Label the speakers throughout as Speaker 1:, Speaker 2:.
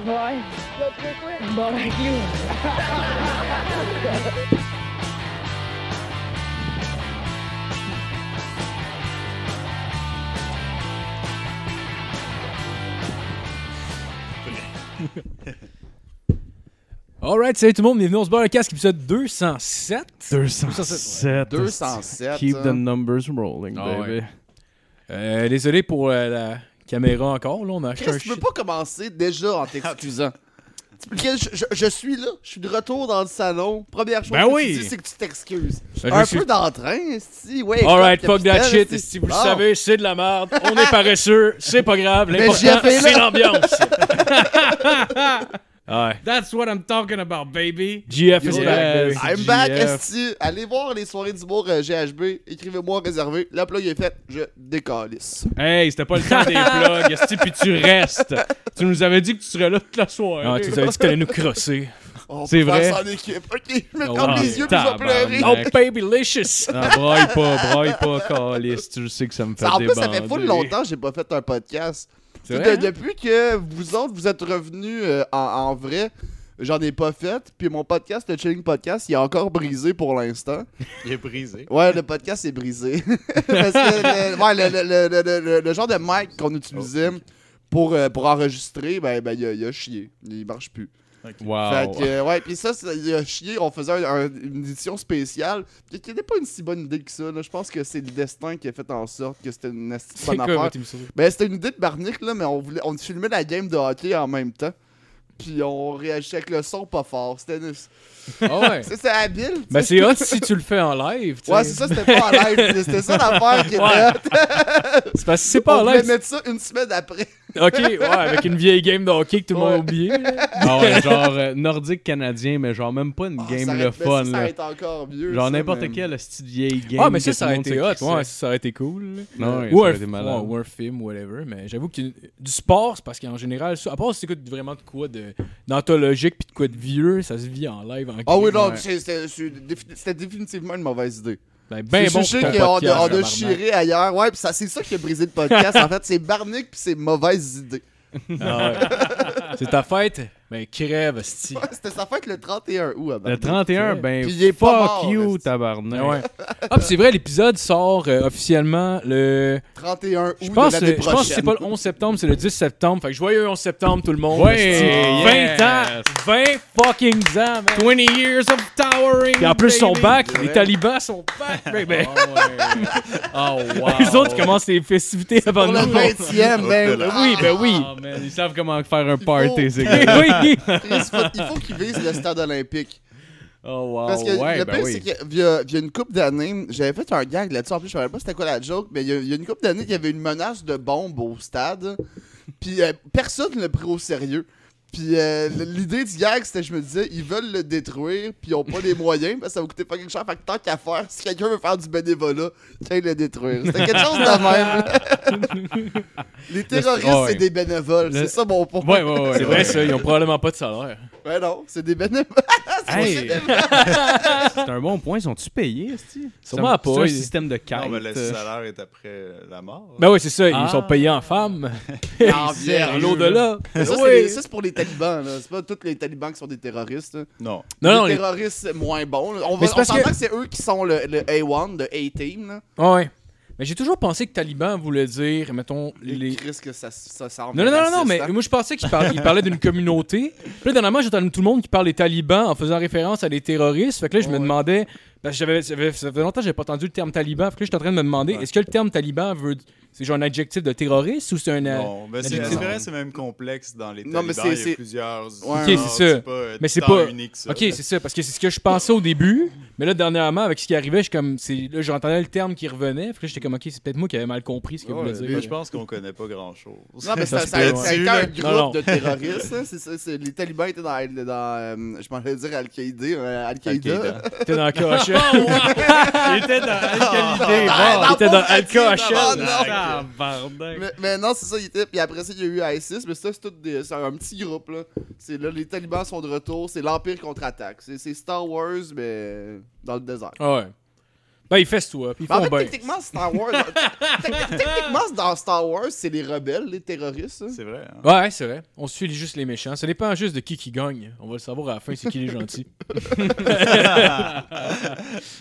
Speaker 1: boy. Boy like you.
Speaker 2: Alright, salut tout le monde, bienvenue, on se barre le casque, épisode 207.
Speaker 3: 207.
Speaker 4: 207.
Speaker 3: Keep
Speaker 4: hein.
Speaker 3: the numbers rolling,
Speaker 2: Ah ouais.
Speaker 3: baby.
Speaker 2: Euh, désolé pour euh, la caméra encore, là, on a acheté un
Speaker 4: Chris, tu peux
Speaker 2: shit.
Speaker 4: pas commencer déjà en t'excusant. Tu peux- je, je- je suis là, je suis de retour dans le salon. Première chose
Speaker 2: Ben
Speaker 4: que
Speaker 2: oui.
Speaker 4: tu dis, c'est que tu t'excuses.
Speaker 2: Ben, je
Speaker 4: un
Speaker 2: suis-
Speaker 4: peu d'entrain, si, ouais.
Speaker 2: Alright,
Speaker 4: écoute,
Speaker 2: fuck that
Speaker 4: capitaine,
Speaker 2: shit,
Speaker 4: esti.
Speaker 2: si vous le
Speaker 4: Bon.
Speaker 2: savez, c'est de la merde, on est paresseux, c'est pas grave,
Speaker 4: Mais
Speaker 2: l'important,
Speaker 4: JF est là.
Speaker 2: c'est l'ambiance. ouais,
Speaker 5: That's what I'm talking about, baby.
Speaker 2: GF is
Speaker 4: Yo,
Speaker 2: back,
Speaker 3: yes.
Speaker 2: baby.
Speaker 4: I'm back,
Speaker 3: GF.
Speaker 4: esti. Allez voir les soirées d'humour euh, GHB. Écrivez-moi réservé. La plug est faite, je décalisse.
Speaker 5: Hey, c'était pas le temps des plugs, esti, puis tu restes. Tu nous avais dit que tu serais là toute la soirée.
Speaker 2: Ah, tu nous avais dit que t'allais nous crosser.
Speaker 4: On
Speaker 5: C'est
Speaker 4: peut
Speaker 5: vrai.
Speaker 4: faire ça en équipe. Ok, je me
Speaker 2: Ah,
Speaker 3: Oh,
Speaker 4: ferme
Speaker 3: wow.
Speaker 4: les yeux puis je vais pleurer.
Speaker 2: Oh,
Speaker 3: Tabarnak.
Speaker 2: baby licious!
Speaker 3: Non, braille pas, braille pas, calice. Tu sais que ça me fait
Speaker 4: Ça, en plus, ça
Speaker 3: débander.
Speaker 4: fait full longtemps que j'ai pas fait un podcast.
Speaker 2: C'est
Speaker 4: Puis
Speaker 2: vrai,
Speaker 4: de- depuis que vous autres, vous êtes revenus euh, en, en vrai, j'en ai pas fait. Puis mon podcast, le Chilling Podcast, il est encore brisé pour l'instant.
Speaker 6: Il est brisé.
Speaker 4: Ouais, le podcast est brisé. Parce que le, ouais, le, le- le- le- le- le genre de mic qu'on utilisait pour, euh, pour enregistrer, ben, ben il, a, il a chié. Il marche plus. Fait
Speaker 3: Wow.
Speaker 4: que, euh, ouais, puis ça, ça, il a chié. On faisait un- un- une édition spéciale. Puis qui n'était pas une si bonne idée que ça. là. Je pense que c'est le destin qui a fait en sorte que c'était une esti de
Speaker 2: C'est
Speaker 4: bonne
Speaker 2: quoi
Speaker 4: affaire.
Speaker 2: votre émission?
Speaker 4: Ben, c'était une idée de Barnick, là, mais on, voulait, on filmait la game de hockey en même temps. Puis on réagissait avec le son pas fort. C'était une-
Speaker 2: Ah ouais.
Speaker 4: c'est- c'est habile. tu
Speaker 2: Ben
Speaker 4: sais.
Speaker 2: c'est hot si tu le fais en live, tu sais.
Speaker 4: Ouais, c'est ça, c'était pas en live. là. C'était ça l'affaire qui était
Speaker 2: Ouais.
Speaker 4: hot.
Speaker 2: C'est parce que c'est
Speaker 4: On
Speaker 2: pas en
Speaker 4: voulait
Speaker 2: live.
Speaker 4: mettre ça une semaine après.
Speaker 2: Ok, ouais, avec une vieille game de hockey que tout le monde a oublié.
Speaker 3: Ah ouais, genre euh, nordique canadien, mais genre même pas une
Speaker 4: Ah, ça
Speaker 3: game
Speaker 4: aurait-
Speaker 3: le
Speaker 4: mais
Speaker 3: fun.
Speaker 4: ça, ça
Speaker 3: là.
Speaker 4: aurait été encore mieux.
Speaker 3: Genre
Speaker 4: ça,
Speaker 3: n'importe
Speaker 4: mais-
Speaker 3: quelle style vieille game.
Speaker 2: Ah, mais
Speaker 3: que
Speaker 2: ça, ça aurait
Speaker 3: tout le
Speaker 2: été
Speaker 3: monde
Speaker 2: hot.
Speaker 3: s'est
Speaker 2: Ouais, ça,
Speaker 3: crissé.
Speaker 2: ça aurait été cool.
Speaker 3: Non, ouais, ça
Speaker 2: ou,
Speaker 3: aurait
Speaker 2: un,
Speaker 3: été malade.
Speaker 2: ouais, ou un film, whatever. Mais j'avoue que du sport, c'est parce qu'en général, ça- à part si t'écoutes vraiment de quoi de- d'anthologique puis de quoi de vieux, ça se vit en live en
Speaker 4: Ah oui, non,
Speaker 3: Ouais.
Speaker 4: c'est- c'est- c'est défi- c'était définitivement une mauvaise idée.
Speaker 2: Ben, ben
Speaker 4: je
Speaker 2: bon,
Speaker 4: sais
Speaker 2: pour ton
Speaker 4: qu'on
Speaker 2: podcast,
Speaker 4: a, on a
Speaker 2: tabarnak.
Speaker 4: chiré ailleurs. Ouais, puis ça, c'est ça qui a brisé le podcast. en fait, c'est Barnick puis ses mauvaises idées.
Speaker 2: Ah ouais. C'est ta fête? Ben, crève, sti.
Speaker 4: Ouais, c'était sa fête le 31 août à
Speaker 3: Le
Speaker 4: Barnick.
Speaker 3: 31, ben
Speaker 4: Puis il est
Speaker 3: fuck
Speaker 4: pas mort,
Speaker 3: you,
Speaker 4: esti.
Speaker 3: tabarnak.
Speaker 2: Ah ouais. Ah, puis c'est vrai, l'épisode sort euh, officiellement le.
Speaker 4: 31 août
Speaker 2: Je pense,
Speaker 4: de
Speaker 2: le-
Speaker 4: l'année
Speaker 2: je
Speaker 4: prochaine.
Speaker 2: pense que c'est pas le 11 septembre, c'est le 10 septembre. Fait que joyeux 11 septembre, tout le monde.
Speaker 3: Ouais,
Speaker 2: Esti.
Speaker 3: yes.
Speaker 2: 20 ans! 20 fucking ans, man!
Speaker 5: 20 years of towering.
Speaker 2: Puis en plus, ils sont
Speaker 5: baby.
Speaker 2: back.
Speaker 4: Ouais.
Speaker 2: Les talibans sont
Speaker 4: Ah,
Speaker 2: back, baby.
Speaker 3: Oh, wow.
Speaker 2: Les autres commencent les festivités avant
Speaker 4: Pour le
Speaker 2: nous.
Speaker 4: 20e, ben
Speaker 2: Oui, ben oui. Ben
Speaker 3: Ah, man, ils savent comment faire un
Speaker 4: faut-
Speaker 3: party, ces gars.
Speaker 2: oui.
Speaker 4: Chris, faut- il faut qu'il vise le stade olympique.
Speaker 3: Oh, wow.
Speaker 4: Parce que
Speaker 3: ouais,
Speaker 4: le
Speaker 3: ben
Speaker 4: pire,
Speaker 3: oui.
Speaker 4: c'est que via, via une couple d'années, j'avais fait un gag là-dessus. En plus, je savais pas c'était quoi la joke, mais il y, a- il y a une couple d'années, il y avait une menace de bombe au stade. Puis euh, personne ne l'a pris au sérieux. Puis euh, l- l'idée du gag, c'était, je me disais, ils veulent le détruire, puis ils ont pas les moyens, parce que ça va coûter pas quelque chose. Fait que tant qu'à faire, si quelqu'un veut faire du bénévolat, qu'ils le détruire. C'était quelque chose de même. les terroristes,
Speaker 3: ouais.
Speaker 4: c'est des bénévoles.
Speaker 3: Le-
Speaker 4: C'est ça mon point.
Speaker 3: Ouais, ouais, ouais.
Speaker 2: C'est vrai, ça. Ils ont probablement pas de salaire.
Speaker 4: Ouais, non, c'est des bénévoles.
Speaker 3: Hey. c'est un bon point. Sont-tu payés, Esti?
Speaker 2: Sûrement
Speaker 3: C'est un-
Speaker 2: pas.
Speaker 3: C'est un système de carte.
Speaker 6: Non, mais le salaire est après euh, la mort.
Speaker 2: Ben oui, c'est ça. Ils
Speaker 3: Ah.
Speaker 2: sont payés en femmes.
Speaker 4: En
Speaker 2: À l'au-delà.
Speaker 4: Mais ça, c'est
Speaker 2: Oui.
Speaker 4: des- ça, c'est pour les talibans. là. C'est pas tous les talibans qui sont des terroristes. là.
Speaker 6: Non.
Speaker 2: Non, non.
Speaker 4: les
Speaker 2: les-
Speaker 4: terroristes moins bons. là. On,
Speaker 2: Mais
Speaker 4: va,
Speaker 2: c'est
Speaker 4: on
Speaker 2: parce
Speaker 4: s'entend
Speaker 2: que-
Speaker 4: que c'est eux qui sont le, le A1, le A-team. là.
Speaker 2: Ah ouais. Mais j'ai toujours pensé que taliban voulait dire, mettons, les.
Speaker 4: Les risques que ça, ça semble.
Speaker 2: Non, non, non, non, non,
Speaker 4: raciste,
Speaker 2: mais
Speaker 4: hein.
Speaker 2: moi je pensais qu'il parlait, il parlait d'une communauté. Puis là, dernièrement, j'entends tout le monde qui parle des talibans en faisant référence à des terroristes. Fait que là, je me
Speaker 4: Ouais.
Speaker 2: demandais, parce que j'avais, ça faisait- ça faisait longtemps que j'avais pas entendu le terme taliban. Fait que là, j'étais en train de me demander, est-ce que le terme taliban veut. C'est genre un adjectif de terroriste ou c'est un. euh,
Speaker 6: Non, mais c'est
Speaker 2: Adjectif.
Speaker 6: c'est vrai, c'est même complexe dans les
Speaker 4: Non, mais c'est-
Speaker 6: talibans, Il y
Speaker 4: c'est-
Speaker 6: a plusieurs.
Speaker 4: Ouais,
Speaker 6: genres,
Speaker 4: c'est
Speaker 2: ça.
Speaker 6: pas, euh,
Speaker 2: Mais c'est
Speaker 6: tant
Speaker 2: pas-
Speaker 6: unique que ça.
Speaker 2: Ok, c'est ça, parce que c'est ce que je pensais au début, mais là, dernièrement, avec ce qui arrivait, je suis comme, c'est- là, j'entendais le terme qui revenait, puis là, j'étais comme, ok, c'est peut-être moi qui avais mal compris ce que
Speaker 4: Ouais,
Speaker 2: voulait
Speaker 6: Moi,
Speaker 2: dire.
Speaker 6: je pense qu'on connaît pas grand chose.
Speaker 4: Non, mais ça,
Speaker 2: Ça se
Speaker 4: ça, ça,
Speaker 2: peut,
Speaker 4: a été un
Speaker 6: là.
Speaker 4: groupe
Speaker 2: Non, non.
Speaker 4: de terroristes. hein. C'est ça, c'est- les talibans étaient dans. dans, euh, je m'en vais dire Al-Qaïda. euh, Al-Qaïda.
Speaker 6: Al-Qaïda.
Speaker 2: T'es dans le coche.
Speaker 4: Oh,
Speaker 5: Il était dans quelle idée,
Speaker 4: Ah,
Speaker 5: bon.
Speaker 4: dans
Speaker 2: T'étais dans
Speaker 4: le quartier,
Speaker 2: Al-Qaïda.
Speaker 4: non, non.
Speaker 5: Tabarnak.
Speaker 4: Mais, mais non, c'est ça, il était. Puis après ça, il y a eu ISIS, mais ça, c'est tout des- c'est un petit groupe, là. C'est là, les talibans sont de retour, c'est l'Empire contre-attaque. C'est c'est Star Wars, mais dans le désert.
Speaker 2: Ah ouais. Ben, ils fessent toi, puis ils
Speaker 4: Mais Bah,
Speaker 2: font
Speaker 4: en fait,
Speaker 2: bien.
Speaker 4: techniquement, Star Wars. Techni- techniquement, dans Star Wars, c'est les rebelles, les terroristes. hein.
Speaker 6: C'est vrai. hein.
Speaker 2: Ouais, c'est vrai. On suit juste les méchants. Ce n'est pas juste de qui qui gagne. On va le savoir à la fin, c'est qui les gentils.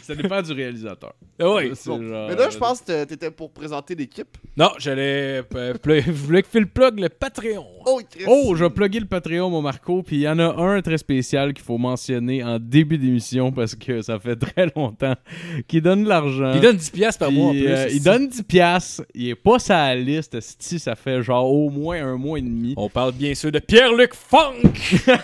Speaker 3: Ça dépend du réalisateur.
Speaker 2: Ah ouais.
Speaker 3: C'est genre- euh,
Speaker 4: Mais là, je pense que t'étais pour présenter l'équipe.
Speaker 2: Non, j'allais. euh, pl- Je voulais que Phil plug le Patreon.
Speaker 4: Oh, Chris.
Speaker 3: Oh, je vais plugger le Patreon, mon Marco, puis il y en a un très spécial qu'il faut mentionner en début d'émission parce que ça fait très longtemps qu'il donne de l'argent.
Speaker 2: Il donne 10$ piastres par
Speaker 3: Puis,
Speaker 2: mois en plus.
Speaker 3: euh, il donne 10 piastres. Il est pas sa liste. Si ça fait genre au moins un mois et demi.
Speaker 2: On parle bien sûr de Pierre-Luc Funk!
Speaker 4: Très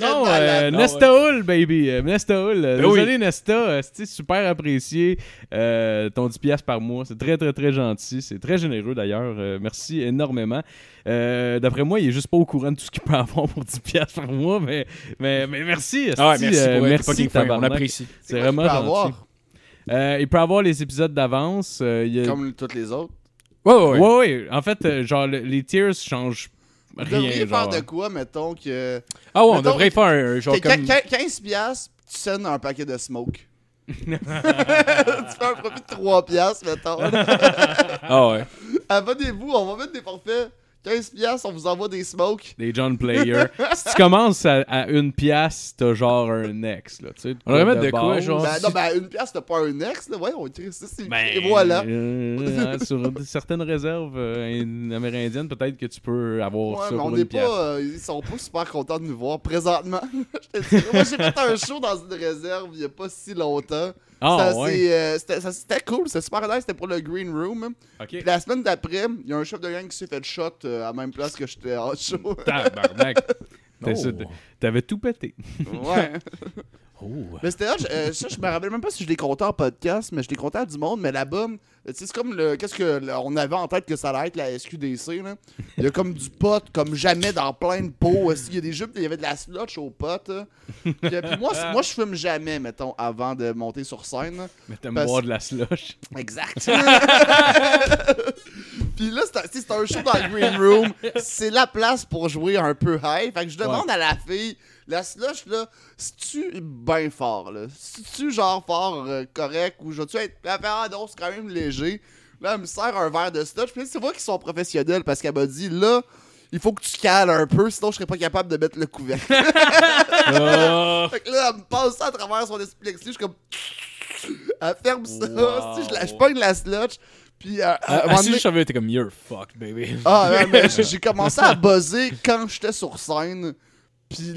Speaker 3: Non,
Speaker 4: malade.
Speaker 3: euh, Nesta Hull, baby. Euh, Nesta Hull. Euh,
Speaker 2: Ben oui.
Speaker 3: Désolé, Nesta. Euh, c'est super apprécié. Euh, ton 10 piastres par mois. C'est très, très, très gentil. C'est très généreux, d'ailleurs. Euh, merci énormément. Euh, D'après moi, il est juste pas au courant de tout ce qu'il peut avoir pour 10 piastres par mois. Mais, mais, mais merci.
Speaker 2: Ah ouais,
Speaker 3: esti,
Speaker 2: merci
Speaker 3: euh,
Speaker 2: pour être
Speaker 3: merci
Speaker 2: fucking fin, on
Speaker 3: tabarnak.
Speaker 2: apprécie.
Speaker 3: C'est
Speaker 4: quoi qu'il
Speaker 3: vraiment
Speaker 4: peut
Speaker 3: gentil.
Speaker 4: avoir?
Speaker 3: Euh, il peut avoir les épisodes d'avance. Euh, il y a-
Speaker 4: Comme toutes les autres.
Speaker 2: Ouais, ouais, ouais.
Speaker 3: Ouais, ouais. En fait, euh, genre, le- les tiers changent
Speaker 4: Vous
Speaker 3: rien.
Speaker 4: devriez faire
Speaker 3: genre.
Speaker 4: de quoi, mettons, que.
Speaker 2: Ah ouais, on
Speaker 4: Mettons-
Speaker 2: devrait faire un un
Speaker 4: que
Speaker 2: genre comme.
Speaker 4: quin- quin- 15 piastres, tu sonnes un paquet de smoke. tu fais un profit de 3 piastres, mettons.
Speaker 2: Ah ouais.
Speaker 4: Abonnez-vous, on va mettre des forfaits. 15 piastres, on vous envoie des smokes.
Speaker 3: Des John Player. si tu commences à, à une pièce, t'as genre un ex, là. Tu sais,
Speaker 2: On devrait mettre de
Speaker 3: base.
Speaker 2: quoi, genre-
Speaker 4: Ben,
Speaker 2: si-
Speaker 4: non, ben, une pièce, t'as pas un ex, là. Ouais, on écrit ça, c'est
Speaker 3: Ben,
Speaker 4: Et voilà.
Speaker 3: euh, hein, sur d- certaines réserves euh, in- amérindiennes, peut-être que tu peux avoir
Speaker 4: Ouais,
Speaker 3: ça
Speaker 4: mais
Speaker 3: pour
Speaker 4: on
Speaker 3: une
Speaker 4: est
Speaker 3: pièce.
Speaker 4: pas. euh, ils sont pas super contents de nous voir présentement. Je te dis, Moi, j'ai fait un show dans une réserve il y a pas si longtemps.
Speaker 3: Ah,
Speaker 4: Ça,
Speaker 3: ouais.
Speaker 4: c'est, euh, c'était, ça, c'était cool, c'était super nice, c'était pour le Green Room. Puis
Speaker 3: Ok.
Speaker 4: la semaine d'après, il y a un chef de gang qui s'est fait shot euh, à la même place que j'étais en show.
Speaker 3: Tabarnak. T'as-
Speaker 2: Oh.
Speaker 3: t'as- T'avais tout pété.
Speaker 4: ouais.
Speaker 2: Oh.
Speaker 4: Mais c'était là, je- euh, ça, je me rappelle même pas si je l'ai compté en podcast, mais je l'ai compté à du monde, mais là-bas, euh, tu sais, c'est comme le. Qu'est-ce que le- on avait en tête que ça allait être la SQDC, là? Il y a comme du pot, comme jamais dans plein de pots. aussi. Il y a des jupes, il y avait de la slotch au pot. hein. Puis, euh, puis moi, c'est- moi, je fume jamais, mettons, avant de monter sur scène. là.
Speaker 3: Mais t'aimes
Speaker 4: Parce-
Speaker 3: boire de la slush.
Speaker 4: Exact. Puis là, c'est un- c'est un show dans le green room. C'est la place pour jouer un peu high. Fait que je demande à la fille, la slush, là, si tu bien fort, là? Si tu genre fort, euh, correct, ou je tu être. Elle fait, ah non, c'est quand même léger. Là, elle me sert un verre de slush. Puis là, c'est moi qui sont professionnels parce qu'elle m'a dit, là, il faut que tu cales un peu, sinon je serais pas capable de mettre le
Speaker 2: Euh,
Speaker 4: couvercle. Fait que là, elle me passe ça à travers son esplexi, je suis comme. Elle ferme ça, si je, la, je pogne la slotch, puis. euh, à un
Speaker 2: Ah,
Speaker 4: moment
Speaker 2: si
Speaker 4: donné-
Speaker 2: je savais, t'es comme You're fucked, baby.
Speaker 4: Ah, ouais, mais j'ai- j'ai commencé à buzzer quand j'étais sur scène, puis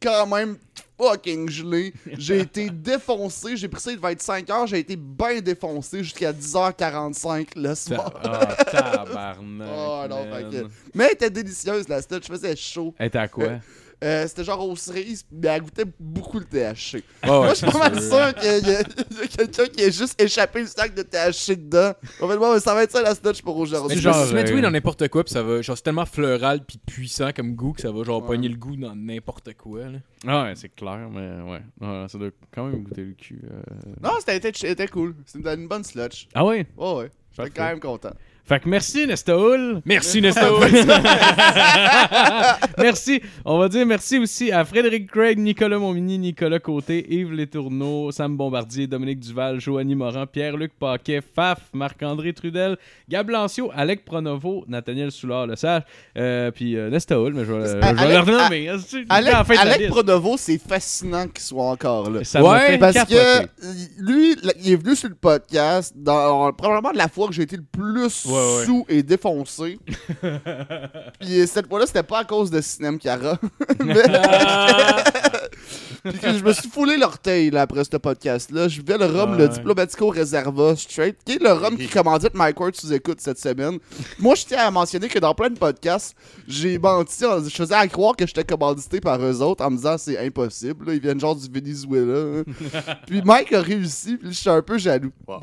Speaker 4: quand même fucking gelé. J'ai été défoncé, j'ai pris ça, il devait être 5 heures, j'ai été bien défoncé jusqu'à 10h45 le
Speaker 3: Ta-
Speaker 4: soir.
Speaker 3: Ah, tabarnak.
Speaker 4: Oh non, fait
Speaker 3: man.
Speaker 4: que- Mais elle était délicieuse la slotch, je faisais chaud.
Speaker 3: Hey, t'es à quoi?
Speaker 4: Euh, C'était genre aux cerises, mais elle goûtait beaucoup le THC.
Speaker 2: Ah ouais.
Speaker 4: Moi, je suis pas mal sûr qu'il y a, il y a- il y a quelqu'un qui a juste échappé le sac de THC dedans. En fait, bon, ça va être ça la sludge pour
Speaker 2: Mais
Speaker 4: aujourd'hui.
Speaker 2: je
Speaker 3: genre,
Speaker 2: genre, se mettre
Speaker 3: euh,
Speaker 2: oui dans n'importe quoi, puis ça va. Genre, c'est tellement floral puis puissant comme goût que ça va genre
Speaker 4: Ouais.
Speaker 2: pogner le goût dans n'importe quoi. Là.
Speaker 3: Ah, ouais, c'est clair, mais ouais. Ouais, Ça doit quand même goûter le cul. euh.
Speaker 4: Non, c'était c'était- c'était cool. C'était une bonne sludge.
Speaker 3: Ah ouais?
Speaker 4: Oh ouais. J'étais
Speaker 3: Parfait.
Speaker 4: quand même content.
Speaker 3: Fait que merci, Nestaoul.
Speaker 2: Merci, Nesto!
Speaker 3: merci. On va dire merci aussi à Frédéric Craig, Nicolas Momini, Nicolas Côté, Yves Letourneau, Sam Bombardier, Dominique Duval, Joanie Morin, Pierre-Luc Paquet, Faf, Marc-André Trudel, Gab Lancio, Alec Pronovo, Nathaniel Soulard, le sage, euh, puis euh, Nesta Hull, mais je vais, le-
Speaker 4: Ah,
Speaker 3: je vais le
Speaker 4: Alec-
Speaker 3: renommer. hein, c'est-
Speaker 4: Alec,
Speaker 3: la fin de la
Speaker 4: Alec
Speaker 3: liste.
Speaker 4: Pronovo, c'est fascinant qu'il soit encore là.
Speaker 3: Ça m'a
Speaker 2: Ouais,
Speaker 3: fait
Speaker 4: Parce
Speaker 3: capoter.
Speaker 4: que il- lui, la- il est venu sur le podcast dans probablement la fois que j'ai été le plus
Speaker 2: Ouais, ouais.
Speaker 4: sous et défoncé. Puis cette fois-là, c'était pas à cause de Cinem Cara. Mais- Puis que je me suis foulé l'orteil là, après ce podcast-là. Je vais le rhum, le Diplomatico Reserva Straight, qui est le rhum qui commandite Mike Ward sous écoute cette semaine. Moi, je tiens à mentionner que dans plein de podcasts, j'ai menti. en- Je faisais à croire que j'étais commandité par eux autres en me disant c'est impossible. là, ils viennent genre du Venezuela. hein. puis Mike a réussi, puis je suis un peu jaloux.
Speaker 6: Wow.